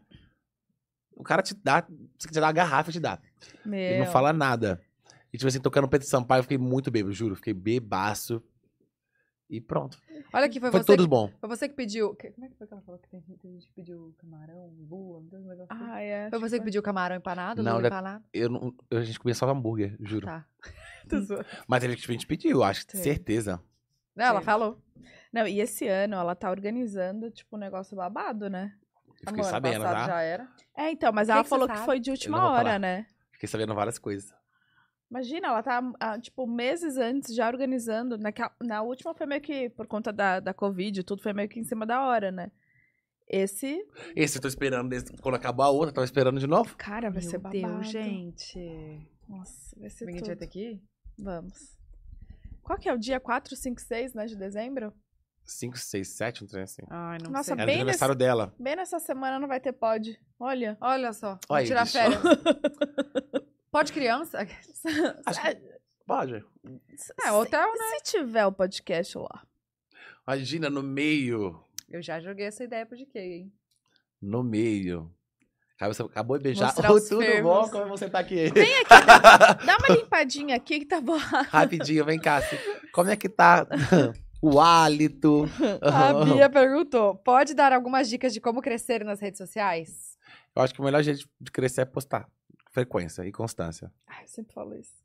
Speaker 3: O cara te dá. Se quiser dar uma garrafa, te dá.
Speaker 2: É,
Speaker 3: Ele não
Speaker 1: Meu.
Speaker 3: fala nada. E tipo assim, tocando Pedro Sampaio, eu fiquei muito bêbado, juro. Fiquei bebaço. E pronto.
Speaker 2: Olha aqui, foi,
Speaker 3: Foi
Speaker 2: você
Speaker 3: tudo
Speaker 2: que,
Speaker 3: bom.
Speaker 2: foi você que pediu. que- como é que foi que ela falou que tem, tem gente que pediu camarão, lua, não tem um negócio assim?
Speaker 1: Ah, é.
Speaker 2: Foi você que pediu camarão empanado,
Speaker 3: tipo Não,
Speaker 2: lua
Speaker 3: olha-
Speaker 2: empanado?
Speaker 3: Eu não, eu- a gente comia só hambúrguer, juro.
Speaker 2: Tá.
Speaker 3: Mas ele que a gente pediu, acho,
Speaker 1: Sim.
Speaker 3: certeza.
Speaker 2: Não, ela
Speaker 1: Sim.
Speaker 2: falou.
Speaker 1: Não, e esse ano ela tá organizando, tipo, um negócio babado, né?
Speaker 3: Eu fiquei
Speaker 4: Amor,
Speaker 3: sabendo,
Speaker 4: passado
Speaker 3: tá?
Speaker 4: já era.
Speaker 1: É, então, mas
Speaker 2: Que
Speaker 1: ela
Speaker 2: que você
Speaker 1: falou que
Speaker 2: sabe?
Speaker 1: foi de
Speaker 3: não
Speaker 1: última
Speaker 3: vou
Speaker 1: hora,
Speaker 3: falar.
Speaker 1: né?
Speaker 3: Fiquei sabendo várias coisas.
Speaker 1: Imagina, ela tá, ah, tipo, meses antes já organizando. Naquela, na última foi meio que, por conta da, da Covid, e tudo foi meio que em cima da hora, né? Esse,
Speaker 3: Esse eu tô esperando, desde quando acabou a outra, eu tava esperando de novo.
Speaker 1: cara, vai ser babado.
Speaker 2: Deus, gente.
Speaker 1: Nossa, vai ser
Speaker 2: A gente
Speaker 1: tudo.
Speaker 2: vai ter que ir?
Speaker 1: Vamos. Qual que é o dia 4, 5, 6, né, de dezembro?
Speaker 3: 5, 6, 7, um trem assim.
Speaker 2: Ai, não
Speaker 1: Nossa,
Speaker 2: sei.
Speaker 1: Tá
Speaker 3: Era
Speaker 1: bem
Speaker 3: o aniversário dela.
Speaker 1: Bem nessa semana não vai ter pod. Olha.
Speaker 2: Olha só, vou
Speaker 3: Olha aí,
Speaker 2: tirar
Speaker 3: bicho.
Speaker 2: férias. Pode criança? Ah,
Speaker 3: Acho que... Pode.
Speaker 1: Ah,
Speaker 2: É, hotel, né?
Speaker 1: Se tiver o podcast lá.
Speaker 3: Imagina, no meio.
Speaker 2: Eu já joguei essa ideia pro GK, hein?
Speaker 3: No meio. Cara, você acabou de beijar.
Speaker 2: Mostrar
Speaker 3: Ô,
Speaker 2: os
Speaker 3: tudo
Speaker 2: fervos.
Speaker 3: bom? Como você tá aqui?
Speaker 1: Dá uma limpadinha aqui que tá borrado.
Speaker 3: Rapidinho, vem cá. assim, Como é que tá o hálito?
Speaker 2: A Bia perguntou: pode dar algumas dicas de como crescer nas redes sociais?
Speaker 3: Eu acho que o melhor jeito de crescer é postar. Frequência e constância.
Speaker 1: Ai, eu sempre falo isso.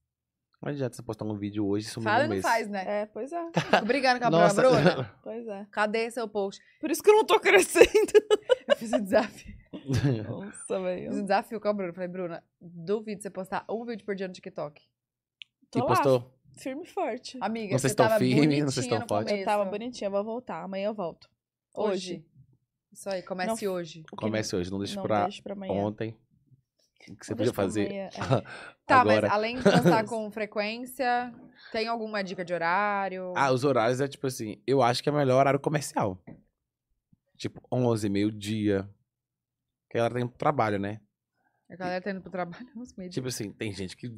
Speaker 3: Não adianta você postar um vídeo hoje e sumir
Speaker 2: Fala
Speaker 3: um
Speaker 2: e não
Speaker 3: mês.
Speaker 2: faz, né?
Speaker 1: É, pois é.
Speaker 2: Fico brigando com a Bruna. Bruna.
Speaker 1: Pois é.
Speaker 2: Cadê seu post?
Speaker 1: Por isso que eu não tô crescendo.
Speaker 2: Eu fiz um desafio.
Speaker 1: Nossa,
Speaker 2: Fiz um
Speaker 1: velho.
Speaker 2: desafio com a Bruna. Falei, Bruna, duvido você postar um vídeo por dia no TikTok.
Speaker 1: Tô
Speaker 3: e
Speaker 1: lá,
Speaker 3: postou.
Speaker 1: firme e forte.
Speaker 2: Amiga,
Speaker 3: Não,
Speaker 2: você
Speaker 3: vocês estão
Speaker 2: tava
Speaker 3: firme, não,
Speaker 2: bonitinha
Speaker 3: vocês estão
Speaker 2: no
Speaker 3: forte.
Speaker 1: Eu
Speaker 2: começo.
Speaker 1: tava bonitinha, vou voltar. Amanhã eu volto. Hoje.
Speaker 2: Hoje. Isso aí, comece hoje.
Speaker 1: O que
Speaker 3: Comece hoje, não deixe
Speaker 1: não
Speaker 3: pra
Speaker 1: deixo pra amanhã.
Speaker 3: ontem. O que você
Speaker 1: Não
Speaker 3: podia
Speaker 1: deixo pra
Speaker 3: fazer Ah,
Speaker 1: amanhã, é.
Speaker 2: Tá,
Speaker 3: agora?
Speaker 2: mas além de postar com frequência, tem alguma dica de horário?
Speaker 3: Ah, os horários é tipo assim, eu acho que é melhor horário comercial. Tipo, 11, meio-dia. Porque ela tem trabalho, né?
Speaker 2: A galera tá indo pro trabalho uns meses.
Speaker 3: Tipo assim, tem gente que.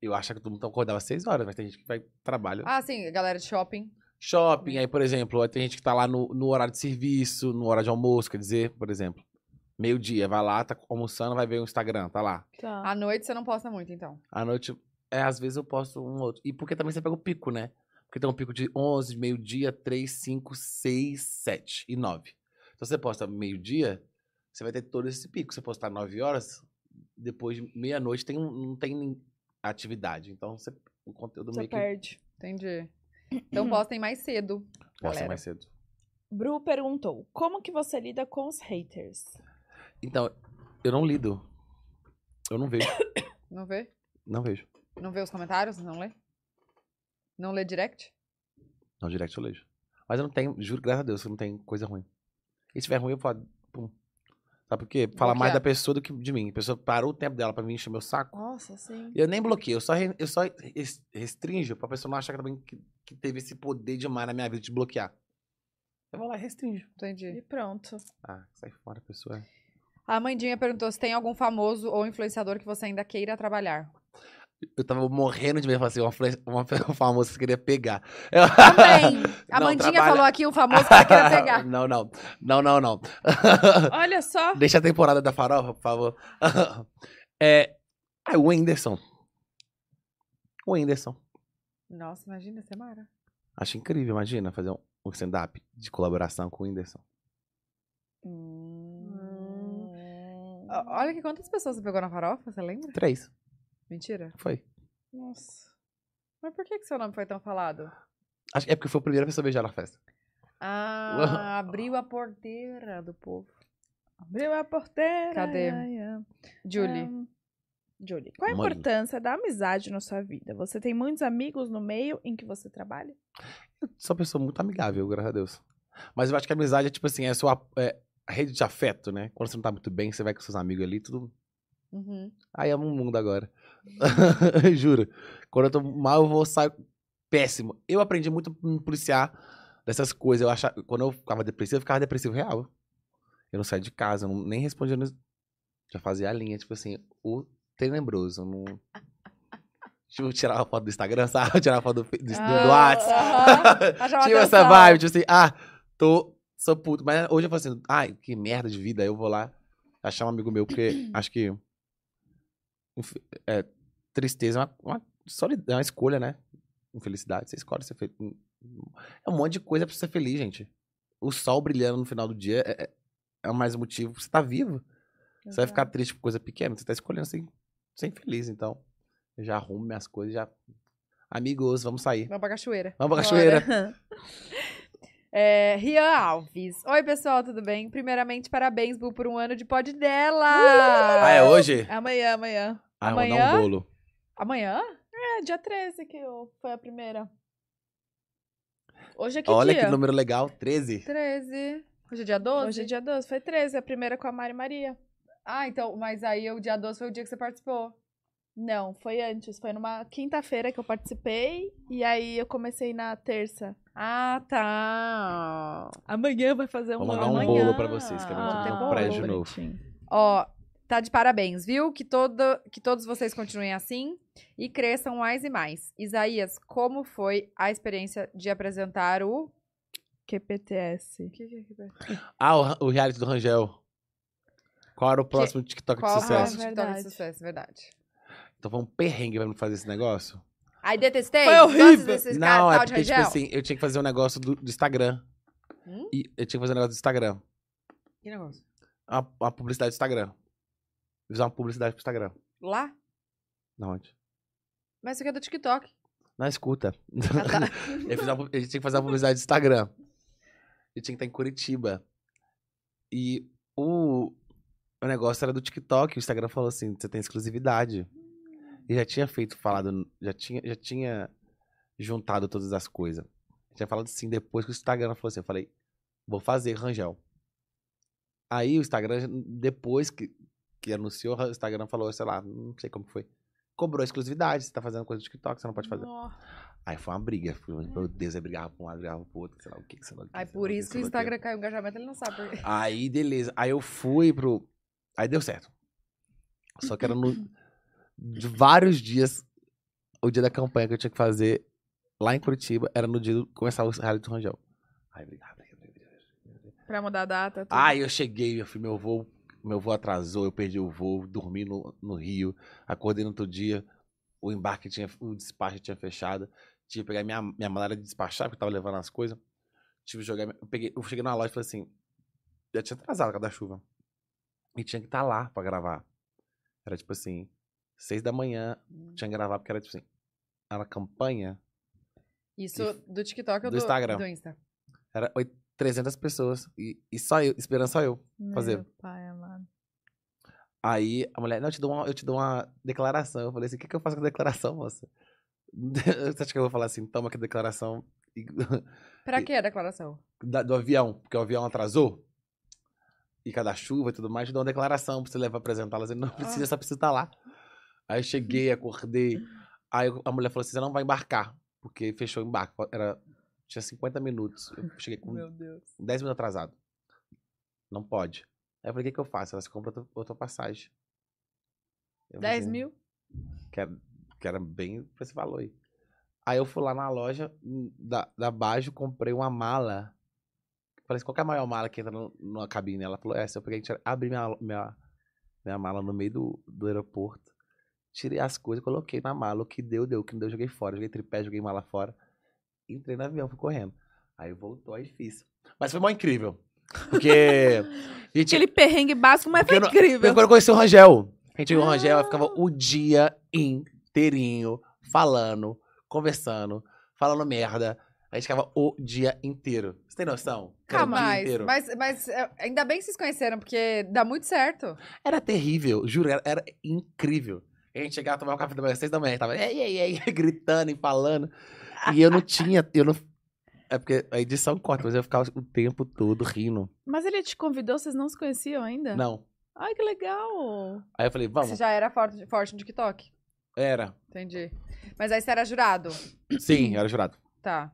Speaker 3: Eu acho que todo mundo acordava às 6 horas, mas tem gente que vai pro trabalho.
Speaker 2: Ah, sim, a galera de shopping.
Speaker 3: Shopping, aí, por exemplo, aí tem gente que tá lá no, no horário de serviço, no horário de almoço, quer dizer, por exemplo. Meio-dia, vai lá, tá almoçando, vai ver o Instagram, tá lá.
Speaker 1: Tá.
Speaker 2: À noite você não posta muito, então.
Speaker 3: À noite, é, às vezes eu posto um outro. E porque também você pega o pico, né? Porque tem um pico de 11, meio-dia, 3, 5, 6, 7 e 9. Então você posta meio-dia, você vai ter todo esse pico. Se você postar 9 horas, depois de meia-noite tem, um- não tem nem atividade. Então você, o conteúdo
Speaker 1: Você
Speaker 3: meio que
Speaker 1: perde.
Speaker 2: Entendi. Então postem mais cedo.
Speaker 3: posta
Speaker 2: galera.
Speaker 3: mais cedo.
Speaker 1: Bru perguntou: Como que você lida com os haters?
Speaker 3: Então, eu não lido. Eu não vejo.
Speaker 2: Não vê?
Speaker 3: Não vejo.
Speaker 2: Não vê os comentários? Não lê? Não lê direct?
Speaker 3: Não, direct eu leio. Mas eu não tenho, juro, graças a Deus, que eu não tem coisa ruim. E se tiver ruim, eu falo. Pum. Sabe por quê? Fala mais
Speaker 2: Bloquear.
Speaker 3: da pessoa do que de mim. A pessoa parou o tempo dela pra me encher meu saco.
Speaker 1: Nossa, sim.
Speaker 3: E eu nem bloqueio, eu só, re- eu só res- restrinjo pra pessoa não achar que, também que, que teve esse poder demais na minha vida de bloquear. Eu vou lá e restrinjo.
Speaker 2: Entendi.
Speaker 1: E pronto.
Speaker 3: Ah, sai fora,
Speaker 2: é
Speaker 3: pessoa.
Speaker 2: A Mandinha perguntou se tem algum famoso ou influenciador que você ainda queira trabalhar.
Speaker 3: Eu tava morrendo de medo, falei assim, uma, fle- uma, uma famosa que eu queria pegar. Eu-
Speaker 2: Também! A
Speaker 3: Não,
Speaker 2: Mandinha
Speaker 3: trabalha.
Speaker 2: falou aqui um famoso que ela queira pegar.
Speaker 3: não, não. Não, não, não.
Speaker 1: Olha só.
Speaker 3: Deixa a temporada da farofa, por favor. é. Ah, o Whindersson. O Whindersson.
Speaker 2: Nossa, imagina, você é mara.
Speaker 3: Acho incrível, imagina, fazer um um stand-up de colaboração com o Whindersson.
Speaker 1: Hum.
Speaker 2: O- Olha que quantas pessoas você pegou na farofa, você lembra?
Speaker 3: Três.
Speaker 2: Mentira.
Speaker 3: Foi.
Speaker 1: Nossa.
Speaker 2: Mas por que, que seu nome foi tão falado?
Speaker 3: Acho que é porque foi a primeira pessoa a beijar na festa.
Speaker 2: Ah, abriu a porteira do povo.
Speaker 1: Abriu a porteira.
Speaker 2: Cadê?
Speaker 1: ai, ai.
Speaker 2: Julie.
Speaker 1: Ahn, Julie, qual a
Speaker 3: Mãe.
Speaker 1: importância da amizade na sua vida? Você tem muitos amigos no meio em que você trabalha?
Speaker 3: Eu sou uma pessoa muito amigável, graças a Deus. Mas eu acho que a amizade é tipo assim, é a sua é, a rede de afeto, né? Quando você não tá muito bem, você vai com seus amigos ali, tudo.
Speaker 2: Uhum.
Speaker 3: Ai, amo o é um mundo agora. Juro. Quando eu tô mal, eu vou sair péssimo. Eu aprendi muito a me policiar dessas coisas. Eu achava, quando eu ficava depressivo, eu ficava depressivo real. Eu não saía de casa, eu não, nem respondia. no- Já fazia a linha, tipo assim, o tenebroso. eu Não... Tipo, tirar uma foto do Instagram, sabe? Tirar uma foto do, do, do,
Speaker 4: Ah,
Speaker 3: do WhatsApp.
Speaker 4: aham. Pra chamar
Speaker 3: Tinha essa
Speaker 4: atenção.
Speaker 3: vibe, tipo assim, ah, tô, sou puto. Mas hoje eu falo assim, ai, que merda de vida. Eu vou lá achar um amigo meu, porque acho que. inf- É, tristeza é uma, uma, solid- é uma escolha, né? Infelicidade, você escolhe ser feliz. É um monte de coisa pra ser feliz, gente. O sol brilhando no final do dia é, é- é mais um motivo pra você estar vivo. Você vai ficar triste por coisa pequena, você tá escolhendo ser, ser infeliz, então. Eu já arrumo minhas coisas, já. Amigos, vamos sair.
Speaker 2: Vamos pra cachoeira.
Speaker 3: Vamos pra cachoeira.
Speaker 2: É, Rian Alves. Oi, pessoal, tudo bem? Primeiramente, parabéns, Bu, por um ano de pod dela.
Speaker 3: Ah, é hoje?
Speaker 1: Amanhã, amanhã.
Speaker 3: Ah, eu vou dar
Speaker 2: Amanhã?
Speaker 3: um bolo.
Speaker 2: Amanhã?
Speaker 1: É, dia 13 que eu- foi a primeira. Hoje é que
Speaker 3: Olha
Speaker 1: dia?
Speaker 3: que número legal, 13.
Speaker 2: 13. Hoje é dia 12?
Speaker 1: Hoje é dia 12, foi 13, a primeira com a Mari Maria.
Speaker 2: Ah, então, mas aí o dia 12 foi o dia que você participou.
Speaker 1: Não, foi antes, foi numa quinta-feira que eu participei e aí eu comecei na terça.
Speaker 2: Ah, tá.
Speaker 1: Amanhã vai fazer um
Speaker 3: Vou mandar
Speaker 1: ano.
Speaker 3: um
Speaker 2: Então amanhã.
Speaker 3: bolo pra vocês, que eu
Speaker 2: Ah,
Speaker 3: vou ter
Speaker 2: bom.
Speaker 3: um prédio novo.
Speaker 1: bonitinho.
Speaker 2: Ó, tá de parabéns, viu? Que, todo, que todos vocês continuem assim e cresçam mais e mais. Isaías, como foi a experiência de apresentar o.
Speaker 1: QPTS.
Speaker 3: Ah, o, o reality do Rangel. Qual era o próximo TikTok
Speaker 2: Qual
Speaker 3: de sucesso?
Speaker 1: próximo?
Speaker 2: foi a história de
Speaker 1: verdade.
Speaker 2: sucesso, Ah, verdade.
Speaker 3: Então foi um perrengue pra me fazer esse negócio?
Speaker 2: Aí detestei?
Speaker 1: Foi horrível.
Speaker 2: Todos esses
Speaker 3: Não,
Speaker 2: caras,
Speaker 3: é
Speaker 2: tal de
Speaker 3: porque, tipo
Speaker 2: Rangel?
Speaker 3: assim, eu tinha que fazer um negócio do, do Instagram.
Speaker 2: Hum?
Speaker 3: E eu tinha que fazer um negócio do Instagram.
Speaker 2: Que negócio?
Speaker 3: Uma, uma publicidade do Instagram. Fiz uma publicidade pro Instagram.
Speaker 2: Lá?
Speaker 3: Na onde?
Speaker 2: Mas isso aqui é do TikTok.
Speaker 3: Na escuta.
Speaker 2: Ah, tá.
Speaker 3: Eu, fiz uma pu- eu tinha que fazer uma publicidade do Instagram. Eu tinha que estar em Curitiba. E o, o negócio era do TikTok. O Instagram falou assim: você tem exclusividade. E já tinha feito, falado, já tinha, já tinha juntado todas as coisas. Tinha falado assim depois que o Instagram falou assim: eu falei, vou fazer, Rangel. Aí o Instagram, depois que, que anunciou, o Instagram falou, sei lá, não sei como foi. Cobrou exclusividade, você tá fazendo coisa do TikTok, você não pode fazer. Aí foi uma briga. foi- Meu Deus, eu brigava pra um lado, brigava pro outro, sei lá o que, sei lá o que.
Speaker 2: Uhum. Aí
Speaker 3: sei lá
Speaker 2: por
Speaker 3: o
Speaker 2: isso que o
Speaker 3: sei lá o
Speaker 2: Instagram caiu o engajamento, ele não sabe por quê.
Speaker 3: Aí, beleza. Aí eu fui pro. Aí deu certo. Só que era no. De vários dias. O dia da campanha que eu tinha que fazer lá em Curitiba era no dia do começar o reality do Rangel. Aí brigava, brigava, brigava.
Speaker 1: Pra mudar a data. Tudo.
Speaker 3: Ai, eu cheguei, eu fui, meu voo, meu voo atrasou, eu perdi o voo, dormi no, no Rio, acordei no outro dia, o embarque tinha, o despacho tinha fechado, tinha que pegar minha, minha malária de despachar, porque eu tava levando as coisas, tive que jogar, minha- eu, peguei, eu cheguei na loja e falei assim, já tinha atrasado por causa da chuva, e tinha que estar lá pra gravar, era tipo assim, seis da manhã, tinha que gravar, porque era tipo assim, era campanha,
Speaker 2: Isso do TikTok ou do,
Speaker 3: Do Instagram.
Speaker 2: Do Insta.
Speaker 3: era oit- 300 pessoas, e, e só eu, esperando só eu. fazer.
Speaker 1: Meu pai amado.
Speaker 3: Aí a mulher, não, eu te dou uma, eu te dou uma declaração. Eu falei assim, o que, que eu faço com a declaração, moça? Você acha que eu vou falar assim, toma aqui a declaração e-
Speaker 2: Pra
Speaker 3: E-
Speaker 2: que a declaração?
Speaker 3: da- do avião, porque o avião atrasou? E cada chuva e tudo mais, te dou uma declaração pra você levar pra apresentá-la. Você não precisa, só precisa estar lá. Aí eu cheguei, acordei. Aí eu- a mulher falou assim, você não vai embarcar, porque fechou o embarque. Era, tinha 50 minutos. Eu cheguei com
Speaker 1: Deus.
Speaker 3: 10 minutos atrasado. Não pode. Aí eu falei, o que, que eu faço? Ela se compra outra, outra passagem. Eu falei
Speaker 1: 10
Speaker 3: assim,
Speaker 1: mil?
Speaker 3: que era, que era bem pra esse valor aí. Aí eu fui lá na loja hum, da, da Bajo, comprei uma mala. Falei assim, qual que é a maior mala que entra no, numa cabine? Ela falou, "É essa. Eu peguei, tirei- abri minha, minha, minha mala no meio do, do aeroporto, tirei as coisas, coloquei na mala. O que deu, deu. O que não deu, joguei fora. Joguei tripé, joguei mala fora. Entrei no avião, fui correndo. Aí voltou, aí fiz. Mas foi mó incrível. Porque... gente,
Speaker 1: Aquele perrengue básico, mas
Speaker 3: Porque
Speaker 1: foi
Speaker 3: eu não-
Speaker 1: incrível.
Speaker 3: eu quando eu conheci o Rangel. A gente viu o Rangel, eu ficava o dia inteirinho falando, conversando, falando merda. A gente ficava o dia inteiro. Você tem noção? Era o
Speaker 2: Calma,
Speaker 3: dia
Speaker 2: mas,
Speaker 3: inteiro.
Speaker 2: mas, mas, é, ainda bem que vocês conheceram, porque dá muito certo.
Speaker 3: Era terrível, juro, era, era incrível. A gente chegava, tomava um café da manhã, às seis da manhã, tava ei, ei, ei, gritando e falando. E eu não tinha, eu não... É porque a edição corta, mas eu ficava o tempo todo rindo.
Speaker 1: Mas ele te convidou, vocês não se conheciam ainda?
Speaker 3: Não.
Speaker 1: Ai, que legal.
Speaker 3: Aí eu falei,
Speaker 2: Tá. Você
Speaker 3: vamos,
Speaker 2: já era forte, forte no TikTok.
Speaker 3: era.
Speaker 2: Entendi. Mas aí você era jurado.
Speaker 3: Sim, era jurado.
Speaker 2: Tá.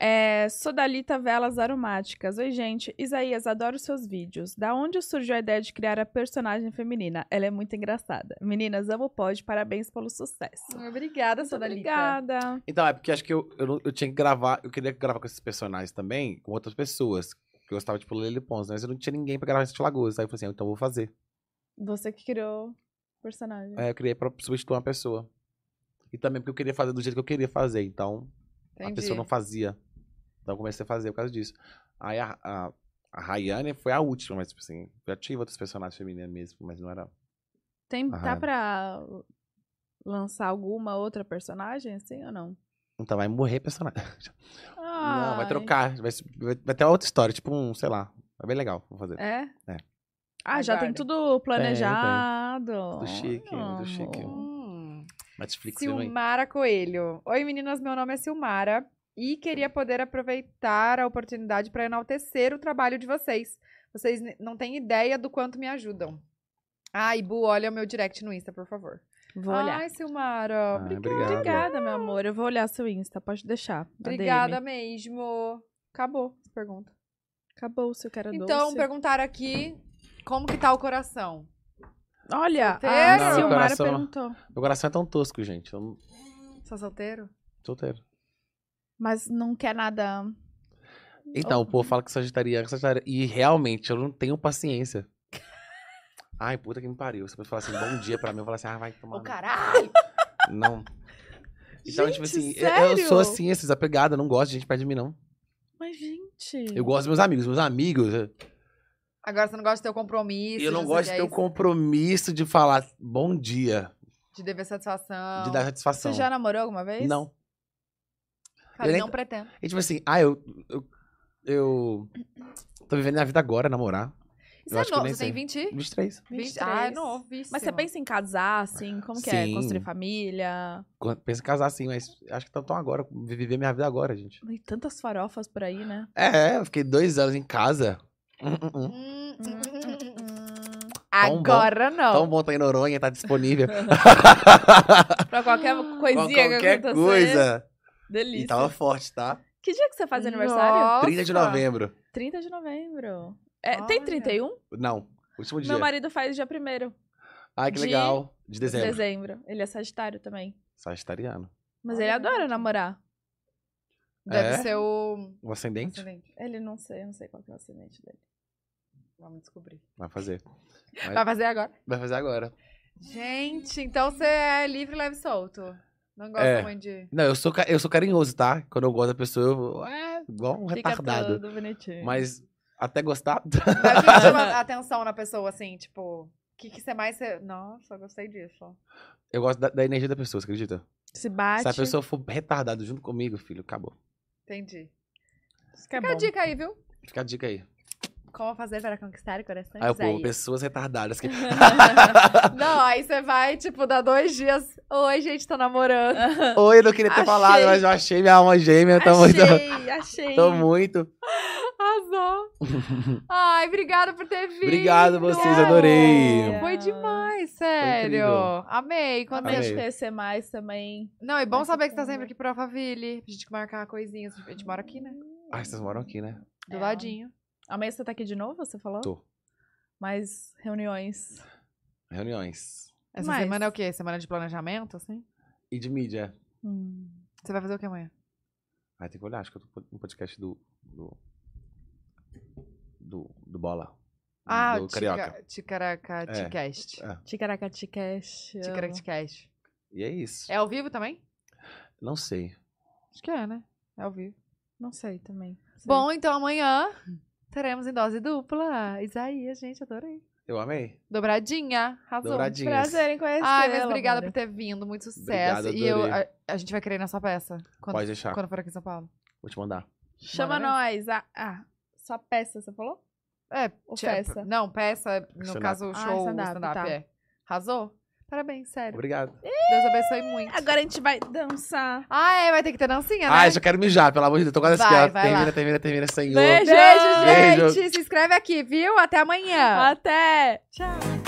Speaker 1: É, Sodalita Velas Aromáticas. Oi, gente. Isaías, adoro seus vídeos. Da onde surgiu a ideia de criar a personagem feminina? Ela é muito engraçada. Meninas, amo o pod. Parabéns pelo sucesso.
Speaker 4: Obrigada,
Speaker 1: Muito
Speaker 4: Sodalita.
Speaker 1: Obrigada.
Speaker 3: Então, é porque acho que eu, eu, não- eu tinha que gravar, eu queria gravar com esses personagens também, com outras pessoas. Que eu gostava, tipo, Lele Pons, mas eu não tinha ninguém pra gravar essas lagoas. Aí eu falei assim, ah, então eu vou fazer.
Speaker 1: Você que criou o personagem.
Speaker 3: Aí eu criei pra substituir uma pessoa. E também porque eu queria fazer do jeito que eu queria fazer, então a pessoa não fazia. Então eu comecei a fazer por causa disso. Aí a, a, a Rayane foi a última, mas tipo assim, já tive outros personagens femininas mesmo, mas não era.
Speaker 1: Tem, tá
Speaker 3: Aham.
Speaker 1: pra lançar alguma outra personagem, assim, ou não?
Speaker 3: Então vai morrer personagem. Não, vai
Speaker 1: Ai,
Speaker 3: trocar. Vai, vai, vai ter outra história, tipo um, sei lá. É bem legal, vou fazer.
Speaker 1: É?
Speaker 3: É.
Speaker 1: Ah, já tem
Speaker 2: Aguardem.
Speaker 1: tudo planejado.
Speaker 3: Tudo chique,
Speaker 1: Olha,
Speaker 3: tudo chique.
Speaker 1: amor.
Speaker 2: Hum.
Speaker 3: Netflix também.
Speaker 2: Silmara Coelho. Oi, meninas, meu nome é Silmara e queria poder aproveitar a oportunidade para enaltecer o trabalho de vocês. Vocês ne- não têm ideia do quanto me ajudam. Ah, Ibu, olha o meu direct no Insta, por favor.
Speaker 1: Vou olhar.
Speaker 2: Ai, Silmara,
Speaker 3: Ah,
Speaker 2: obrigada.
Speaker 3: obrigado.
Speaker 1: Obrigada, meu amor. Eu vou olhar seu Insta, pode deixar. né? a DM.
Speaker 2: Obrigada mesmo. Acabou essa pergunta.
Speaker 1: Acabou o seu
Speaker 3: É
Speaker 1: cara
Speaker 2: Então,
Speaker 1: doce.
Speaker 2: perguntaram aqui como que tá o coração.
Speaker 1: Olha,
Speaker 2: Solteiro?
Speaker 1: a
Speaker 2: Não,
Speaker 1: Silmara
Speaker 3: coração.
Speaker 1: perguntou.
Speaker 3: Meu coração é tão tosco, gente. Eu não...
Speaker 2: Sou solteiro?
Speaker 3: Solteiro.
Speaker 1: Mas não quer nada...
Speaker 3: Então, o povo fala que sagitariano, que sagitariano. E realmente, eu não tenho paciência. Ai, puta que me pariu. Você pode falar assim, bom dia pra mim. Eu falo assim, ah, vai tomar.
Speaker 4: Ô,
Speaker 3: no-
Speaker 4: caralho!
Speaker 3: Não. Então, tipo assim,
Speaker 1: Gente,
Speaker 3: eu- eu,
Speaker 1: sério?
Speaker 3: sou assim, esses apegados. Eu não gosto de gente perto de mim, não.
Speaker 1: Mas, gente...
Speaker 3: Eu gosto dos meus amigos. Meus amigos. eu-
Speaker 2: Agora você não gosta de ter o compromisso.
Speaker 3: eu não
Speaker 2: sei o
Speaker 3: gosto
Speaker 2: que,
Speaker 3: de ter
Speaker 1: é
Speaker 3: o
Speaker 2: aí
Speaker 3: compromisso de falar bom dia,
Speaker 2: De dever satisfação.
Speaker 3: de dar satisfação.
Speaker 1: Ah, Você já é namorou alguma vez?
Speaker 3: Não.
Speaker 2: Cara,
Speaker 3: Eu nem-
Speaker 2: não pretendo.
Speaker 3: E tipo assim, ah, eu. Eu. eu tô vivendo minha vida agora, namorar.
Speaker 2: Isso
Speaker 3: Eu
Speaker 2: é
Speaker 3: acho que eu
Speaker 2: novo,
Speaker 3: nem
Speaker 2: você tem
Speaker 3: sei.
Speaker 2: 20?
Speaker 3: 23.
Speaker 2: 20?
Speaker 1: 23.
Speaker 2: Ah, é novo, vício.
Speaker 1: Mas você pensa em casar, assim? Como que é?
Speaker 3: Sim.
Speaker 1: Construir família?
Speaker 3: Quando- Penso em casar sim, mas acho que estão agora. vi- Viver minha vida agora, gente.
Speaker 1: Tem tantas farofas por aí, né?
Speaker 3: É, é, eu fiquei dois anos em casa. Hum, hum,
Speaker 2: Hum,
Speaker 3: hum.
Speaker 2: hum, hum, hum, hum.
Speaker 3: Tão bom.
Speaker 2: Agora não.
Speaker 3: Tão bom tá em Noronha, tá disponível.
Speaker 1: Pra qualquer
Speaker 3: Com
Speaker 1: coisinha é, que
Speaker 3: qualquer
Speaker 1: acontecer.
Speaker 3: coisa.
Speaker 1: Delícia.
Speaker 3: E tava forte, tá?
Speaker 1: Que dia que você faz aniversário?
Speaker 2: Nossa.
Speaker 3: 30 de novembro.
Speaker 1: 30 de novembro. É, tem
Speaker 2: Olha.
Speaker 1: 31?
Speaker 3: Não, último dia.
Speaker 1: Meu marido faz dia 1
Speaker 3: Ai, que
Speaker 1: de-
Speaker 3: legal. De
Speaker 1: de
Speaker 3: dezembro.
Speaker 1: dezembro. Ele é sagitário também.
Speaker 3: Sagitariano.
Speaker 1: Mas
Speaker 2: Olha,
Speaker 1: ele adora
Speaker 2: gente.
Speaker 1: namorar.
Speaker 2: Deve
Speaker 3: É?
Speaker 2: ser o.
Speaker 3: O ascendente?
Speaker 1: Ele não sei, eu não sei qual que é o ascendente dele.
Speaker 2: Vamos descobrir.
Speaker 3: Vai fazer. É.
Speaker 2: Vai fazer agora?
Speaker 3: Vai fazer agora.
Speaker 2: Gente, então você é livre, leve e solto. Não gosta
Speaker 3: É.
Speaker 2: muito de.
Speaker 3: Não, eu sou, ca- eu sou carinhoso, tá? Quando eu gosto da pessoa, eu vou, é, igual um
Speaker 1: Fica
Speaker 3: retardado.
Speaker 1: tudo bonitinho.
Speaker 3: Mas até gostar,
Speaker 2: Mas o que que chama a atenção na pessoa, assim, tipo. O que, que você mais. Você... Nossa, eu gostei disso.
Speaker 3: eu gosto da, da energia da pessoa, você acredita?
Speaker 1: Se bate.
Speaker 3: Se a pessoa for retardada junto comigo, filho, acabou.
Speaker 2: Entendi.
Speaker 1: isso que é
Speaker 2: Fica a
Speaker 1: bom.
Speaker 2: dica aí, viu?
Speaker 3: Fica a dica aí.
Speaker 2: Como fazer para conquistar o coração
Speaker 3: Aí o
Speaker 2: de
Speaker 3: povo,
Speaker 2: Isaías.
Speaker 3: pessoas retardadas. Que...
Speaker 2: Não, aí você vai, tipo, dar dois dias. Oi, gente, tô namorando.
Speaker 3: Oi, eu não queria ter
Speaker 1: Achei.
Speaker 3: falado, mas eu achei minha alma gêmea. Tô muito.
Speaker 1: achei, achei.
Speaker 3: Tô muito.
Speaker 2: Arrasou. Ai, obrigada por ter vindo.
Speaker 3: Obrigado a vocês,
Speaker 1: Obrigada.
Speaker 3: adorei.
Speaker 2: Foi demais, sério.
Speaker 3: incrível.
Speaker 2: Amei. Quando
Speaker 1: Amei te
Speaker 3: Amei.
Speaker 1: conhecer mais também.
Speaker 2: Não, é bom
Speaker 1: Foi
Speaker 2: saber que você tá
Speaker 1: super.
Speaker 2: sempre aqui pro Alphaville. Pra gente marcar coisinhas. A gente mora aqui, né?
Speaker 3: Ai, vocês moram aqui, né?
Speaker 2: Do
Speaker 1: É.
Speaker 2: ladinho.
Speaker 1: Amanhã você tá aqui de novo, você falou?
Speaker 3: Tô.
Speaker 1: Mais reuniões.
Speaker 3: Reuniões.
Speaker 2: Essa
Speaker 1: Mas-
Speaker 2: semana é o quê? Semana de planejamento, assim?
Speaker 3: E de mídia?
Speaker 1: Hum.
Speaker 2: Você vai fazer o que amanhã?
Speaker 3: Ai, tem que olhar, acho que eu tô no podcast do. Do. Do, do Bola.
Speaker 2: Ah,
Speaker 3: do
Speaker 2: o
Speaker 3: Carioca.
Speaker 2: Tica- Ticaraca
Speaker 3: É.
Speaker 2: Ticast.
Speaker 1: Ticaracaticast.
Speaker 2: Ticaraca Ticast.
Speaker 3: E é isso.
Speaker 2: É ao vivo também?
Speaker 3: Não sei.
Speaker 2: Acho que é, né? É ao vivo.
Speaker 1: Não sei também. Sei.
Speaker 2: Bom, então amanhã teremos em dose dupla. Isaías, gente, adorei.
Speaker 3: Eu amei.
Speaker 2: Dobradinha, arrasou.
Speaker 3: Dobradinha.
Speaker 1: um prazer em conhecer.
Speaker 2: Ai, mas obrigada por ter vindo, muito sucesso.
Speaker 3: Obrigado,
Speaker 2: e eu, a,
Speaker 3: adorei.
Speaker 2: a gente vai querer ir na sua peça. Quando,
Speaker 3: Pode deixar.
Speaker 2: Quando for aqui em São Paulo.
Speaker 3: Vou te mandar.
Speaker 1: Chama
Speaker 2: Bora né?
Speaker 1: nós. Ah, ah, só peça, você falou?
Speaker 2: É,
Speaker 1: Ou
Speaker 2: tia-
Speaker 1: peça?
Speaker 2: Não, peça, no
Speaker 3: Stand-up.
Speaker 2: caso,
Speaker 1: Ah,
Speaker 2: show,
Speaker 1: stand-up,
Speaker 2: stand-up,
Speaker 1: tá.
Speaker 2: é. Arrasou? Parabéns, sério.
Speaker 3: Obrigado.
Speaker 2: Deus abençoe muito.
Speaker 1: Agora a gente vai dançar.
Speaker 2: Ah, é, vai ter que ter dancinha, né?
Speaker 3: Ai, já quero mijar, pelo amor de Deus. Tô quase
Speaker 2: Vai,
Speaker 3: esquiado.
Speaker 2: vai
Speaker 3: Termina,
Speaker 2: lá.
Speaker 3: termina, termina, senhor.
Speaker 1: Beijo.
Speaker 2: Beijo, gente!
Speaker 3: Beijo.
Speaker 2: Ah. Se inscreve aqui, viu? Até amanhã!
Speaker 1: Até! Tchau!